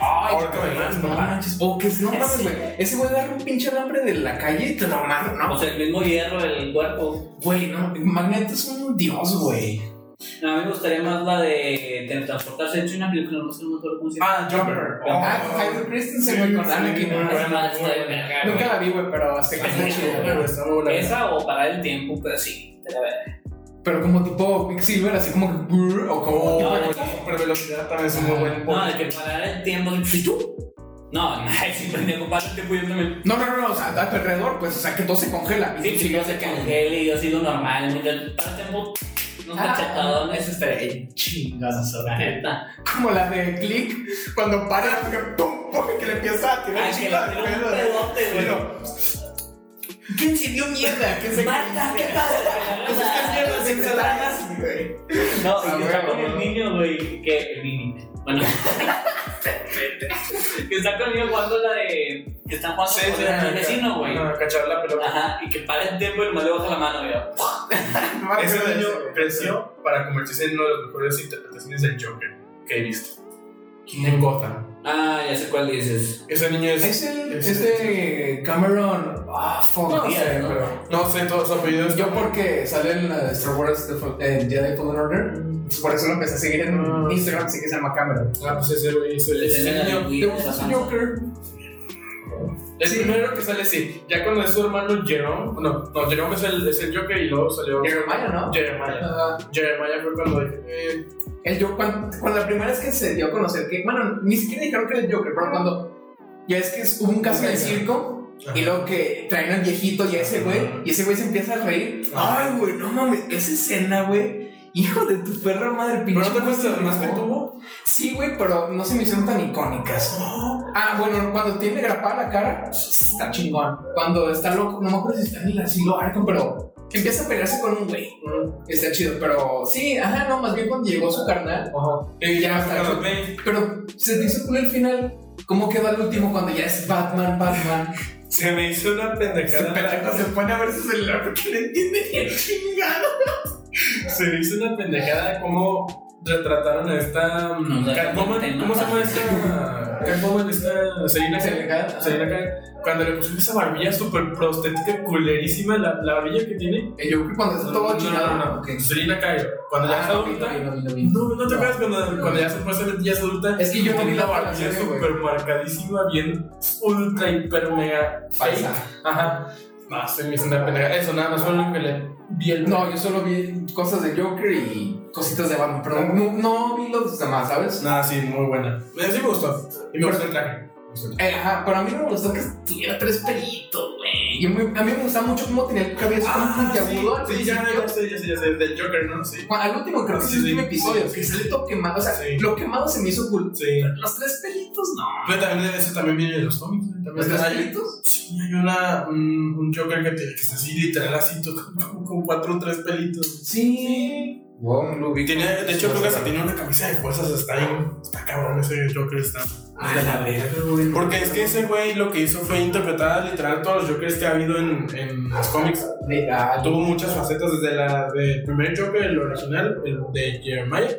S1: Ahorita
S2: güey,
S1: me
S2: no manches. O que no mames, güey. Ese güey agarra un pinche alambre de la calle y te lo amarra, ¿no?
S3: O sea, el mismo hierro del cuerpo.
S2: Güey, no, Magneto es un dios, güey.
S3: No, a mí me gustaría más la de teletransportarse. De hecho, hay una película, no sé, no me acuerdo cómo se llama.
S1: Ah, Jumper.
S2: Ah, Hayden Christensen,
S1: Sí,
S2: güey, con
S1: sí,
S2: Anakin.
S1: muy
S2: ¿no?
S1: bueno,
S3: Esa madre está
S1: muy
S3: bien
S1: bueno.
S3: verga,
S2: Nunca la vi, güey, pero se
S3: Ay,
S2: casó
S3: güey,
S2: chido,
S3: güey.
S2: güey.
S1: Pero está muy
S3: güey.
S1: bueno.
S3: Esa o parar el tiempo, pero sí. te la verga.
S2: Pero como tipo Quicksilver, así como que. brr, O como.
S3: No,
S1: Pero super velocidad también es un muy buen
S3: No, de
S1: poder.
S3: que parar el tiempo. ¿Y tú? No, (laughs) no, si pendejo, parar el tiempo yo también.
S2: No, no, no, o sea, a tu alrededor, pues, o sea, que todo se congela.
S3: Sí, que yo se congele y yo sigo normal. Mientras para el tiempo, unos
S2: Ah,
S3: cachetadones.
S2: Eso estaría chingadas,
S3: La neta.
S2: Como la de Click, cuando para, que pum, pum, que le empieza a tirar
S3: Ay, que le
S2: chingada de
S3: tiro un
S2: pedo.
S3: pedote,
S2: Y
S3: güey.
S2: yo, ¿Quién se dio mierda? ¿Quién se
S3: Marta, ¿qué
S2: Pues es que es
S3: pasa?
S2: mierda, sin saladas, güey.
S3: No,
S2: Ah,
S3: y que
S2: güey,
S3: está con
S2: güey.
S3: el niño, güey. Que el niño.
S2: (laughs)
S3: Bueno. que está con el niño jugando la de. Que están jugando
S1: Sí, sí,
S3: con el
S1: acá.
S3: vecino, güey.
S1: Ah, Cachar la pelota.
S3: Ajá, y que para el tiempo y nomás le baja la mano, güey.
S1: Ese niño creció para convertirse en una de las mejores interpretaciones del Joker que he visto. En Gotham.
S3: Ah, ya sé cuál dices.
S1: Ese niño es.
S2: Es el, es de Cameron. Ah, fuck.
S3: No
S2: yeah,
S3: sé, ¿no?
S2: pero-
S1: No sé todos los apellidos.
S2: Yo porque sale en la de Star Wars The Fall- en Jedi Fallen Order, pues por eso lo empecé a seguir en
S1: Ah.
S2: Instagram, así que se llama Cameron.
S1: Ah, pues ese güey es el.
S3: La escena
S1: ese
S3: del
S1: niño-
S3: Wii de
S2: ¿Te
S3: la
S2: gusta su
S3: panza.
S2: Joker?
S1: El
S2: Sí.
S1: primero que sale, sí. Ya cuando es su hermano Jerome. No, no, Jerome es el, es el Joker y luego salió.
S2: Jeremiah, ¿no?
S1: Jeremiah.
S2: Ah,
S1: Jeremiah fue cuando dije. eh,
S2: el Joker, cuando, cuando la primera vez que se dio a conocer que, bueno, ni siquiera dijeron que era el Joker, pero cuando ya es que es- hubo un caso en el circo y luego que traen al viejito y a ese güey, y ese güey se empieza a reír.
S1: Ajá.
S2: Ay, güey, no mames, esa escena, güey, hijo de tu perra madre,
S1: ¿Pero
S2: pinche.
S1: no te acuerdas de las más que
S2: No.
S1: tuvo?
S2: Sí, güey, pero no se me hicieron tan icónicas. Ah, bueno, cuando tiene grapada la cara, está chingón. Cuando está loco, no me acuerdo si está en el asilo Arkham, pero empieza a pelearse con un güey. Está chido, pero sí, ajá, no, más bien cuando llegó su carnal.
S1: Ajá. Y
S2: Ya
S1: ya
S2: está
S1: está.
S2: hecho. Pero se te hizo cool el final. ¿Cómo quedó al último cuando ya es Batman, Batman?
S1: Se me hizo una
S2: (laughs) Este
S1: pendejada.
S2: pendejo se pone a ver su celular porque no entiende ni el chingado.
S1: Se me hizo una pendejada cómo retrataron a esta. mm,
S3: No, o sea,
S1: Catwoman.
S3: tema.
S1: ¿Cómo se llama esta? Catwoman, esta. Selina
S2: Se le
S1: Kyle.
S2: cae-
S1: Selina Kyle. Cuando le pusieron esa barbilla súper prostética, culerísima, la, la barbilla que tiene.
S2: Eh, Yo creo que cuando está todo
S1: no,
S2: chingado.
S1: no, no, no.
S2: Ok.
S1: Selina Kyle. Cuando ya
S2: Ah,
S1: es
S2: no, vi,
S1: adulta.
S2: no, vi, no, vi, no, vi.
S1: No, no te
S2: No.
S1: acuerdas cuando, cuando ya supuestamente ya es adulta.
S2: Es que yo no vi
S1: tiene
S2: la
S1: la barbilla
S2: relación, güey.
S1: súper marcadísima, bien ultra, hiper, mega
S2: Falsa.
S1: fake. Ajá. No, se me hizo una pendejada. Eso nada más fue lo que le vi el.
S2: No, yo solo vi cosas de Joker y cositas de Batman, pero no, no vi los demás, ¿sabes?
S1: Nada, sí, muy buena. Sí me gustó. Y me gustó el traje.
S2: Eh, ajá, pero a mí no me gustó que tuviera tres pelitos, güey. Y a mí- a mí me gustaba mucho cómo tenía el cabello
S1: Ah,
S2: así como puntiagudo. al
S1: sí, sí, ya,
S2: principio.
S1: ya sé, ya sé, ya sé, del Joker, ¿no? Sí.
S2: Bueno, Al último creo que es
S1: Sí,
S2: el
S1: sí.
S2: último episodio, que sale todo quemado. O sea,
S1: Sí.
S2: lo quemado se me hizo cool.
S1: Sí.
S2: Los tres pelitos, no.
S1: Pero también eso también viene de los cómics. ¿eh? También
S2: Los tres
S1: está- hay,
S2: pelitos.
S1: sí, hay una, un, un Joker que, tiene, que está así literal, así todo, con, con cuatro o tres pelitos.
S2: Sí. Wow, lo ubico.
S1: Tiene, de hecho, creo que hasta tiene una camisa de fuerzas. Está ahí. Está cabrón ese Joker. Está.
S2: A la verga, güey.
S1: Porque es que ese güey lo que hizo fue interpretar literal todos los Jokers que ha habido en, en los cómics.
S2: De- ah,
S1: Tuvo muchas facetas, desde la del primer Joker, el original, el de Jeremiah.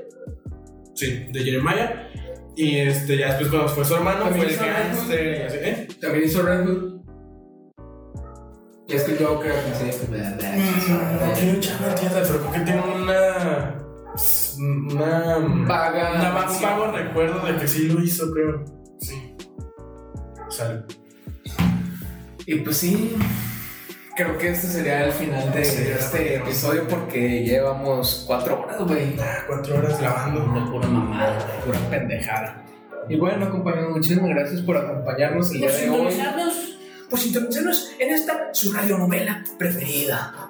S1: Sí, de Jeremiah. Y este, ya después cuando fue su hermano,
S2: También
S1: fue el
S2: hizo Red Hood.
S1: gangster. y así, ¿eh?
S2: También hizo Red Hood. Y es que yo creo que sí. Mm,
S1: No tiene chava, entiendo, pero creo que tiene una. Una.
S2: Vaga.
S1: Una más vago recuerdo de que sí lo hizo, creo. Sí. Sale.
S2: Y pues sí, creo que este sería el final de
S1: Sí,
S2: este episodio porque llevamos cuatro horas, güey.
S1: Ah, Cuatro horas grabando.
S3: Una pura mamada.
S2: Pura pendejada. Y bueno, compañeros, muchísimas gracias por acompañarnos el día de hoy.
S8: Por sintonizarnos en esta su radionovela preferida.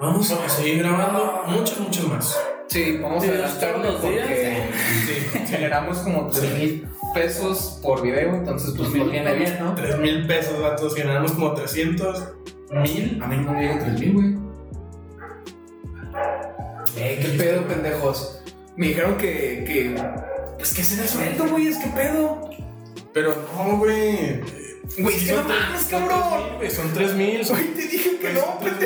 S1: Vamos a seguir grabando muchas, muchas más.
S2: Sí, vamos a
S3: Sí,
S2: adelantarnos
S3: todos los
S2: porque generamos como tres mil pesos por video, entonces pues nos viene bien, ¿no?
S1: Tres mil pesos, vatos. Generamos como 300 mil.
S2: A mí no me llegan tres mil, güey. Eh, qué pedo, pendejos. Me dijeron que. que pues que se el sueldo, güey, es que pedo.
S1: Pero no, güey.
S2: Güey, es que no mames, cabrón.
S1: Son tres mil, güey. Son tres mil.
S2: (laughs) Güey, te dije que
S1: Pues,
S2: no, pendejo.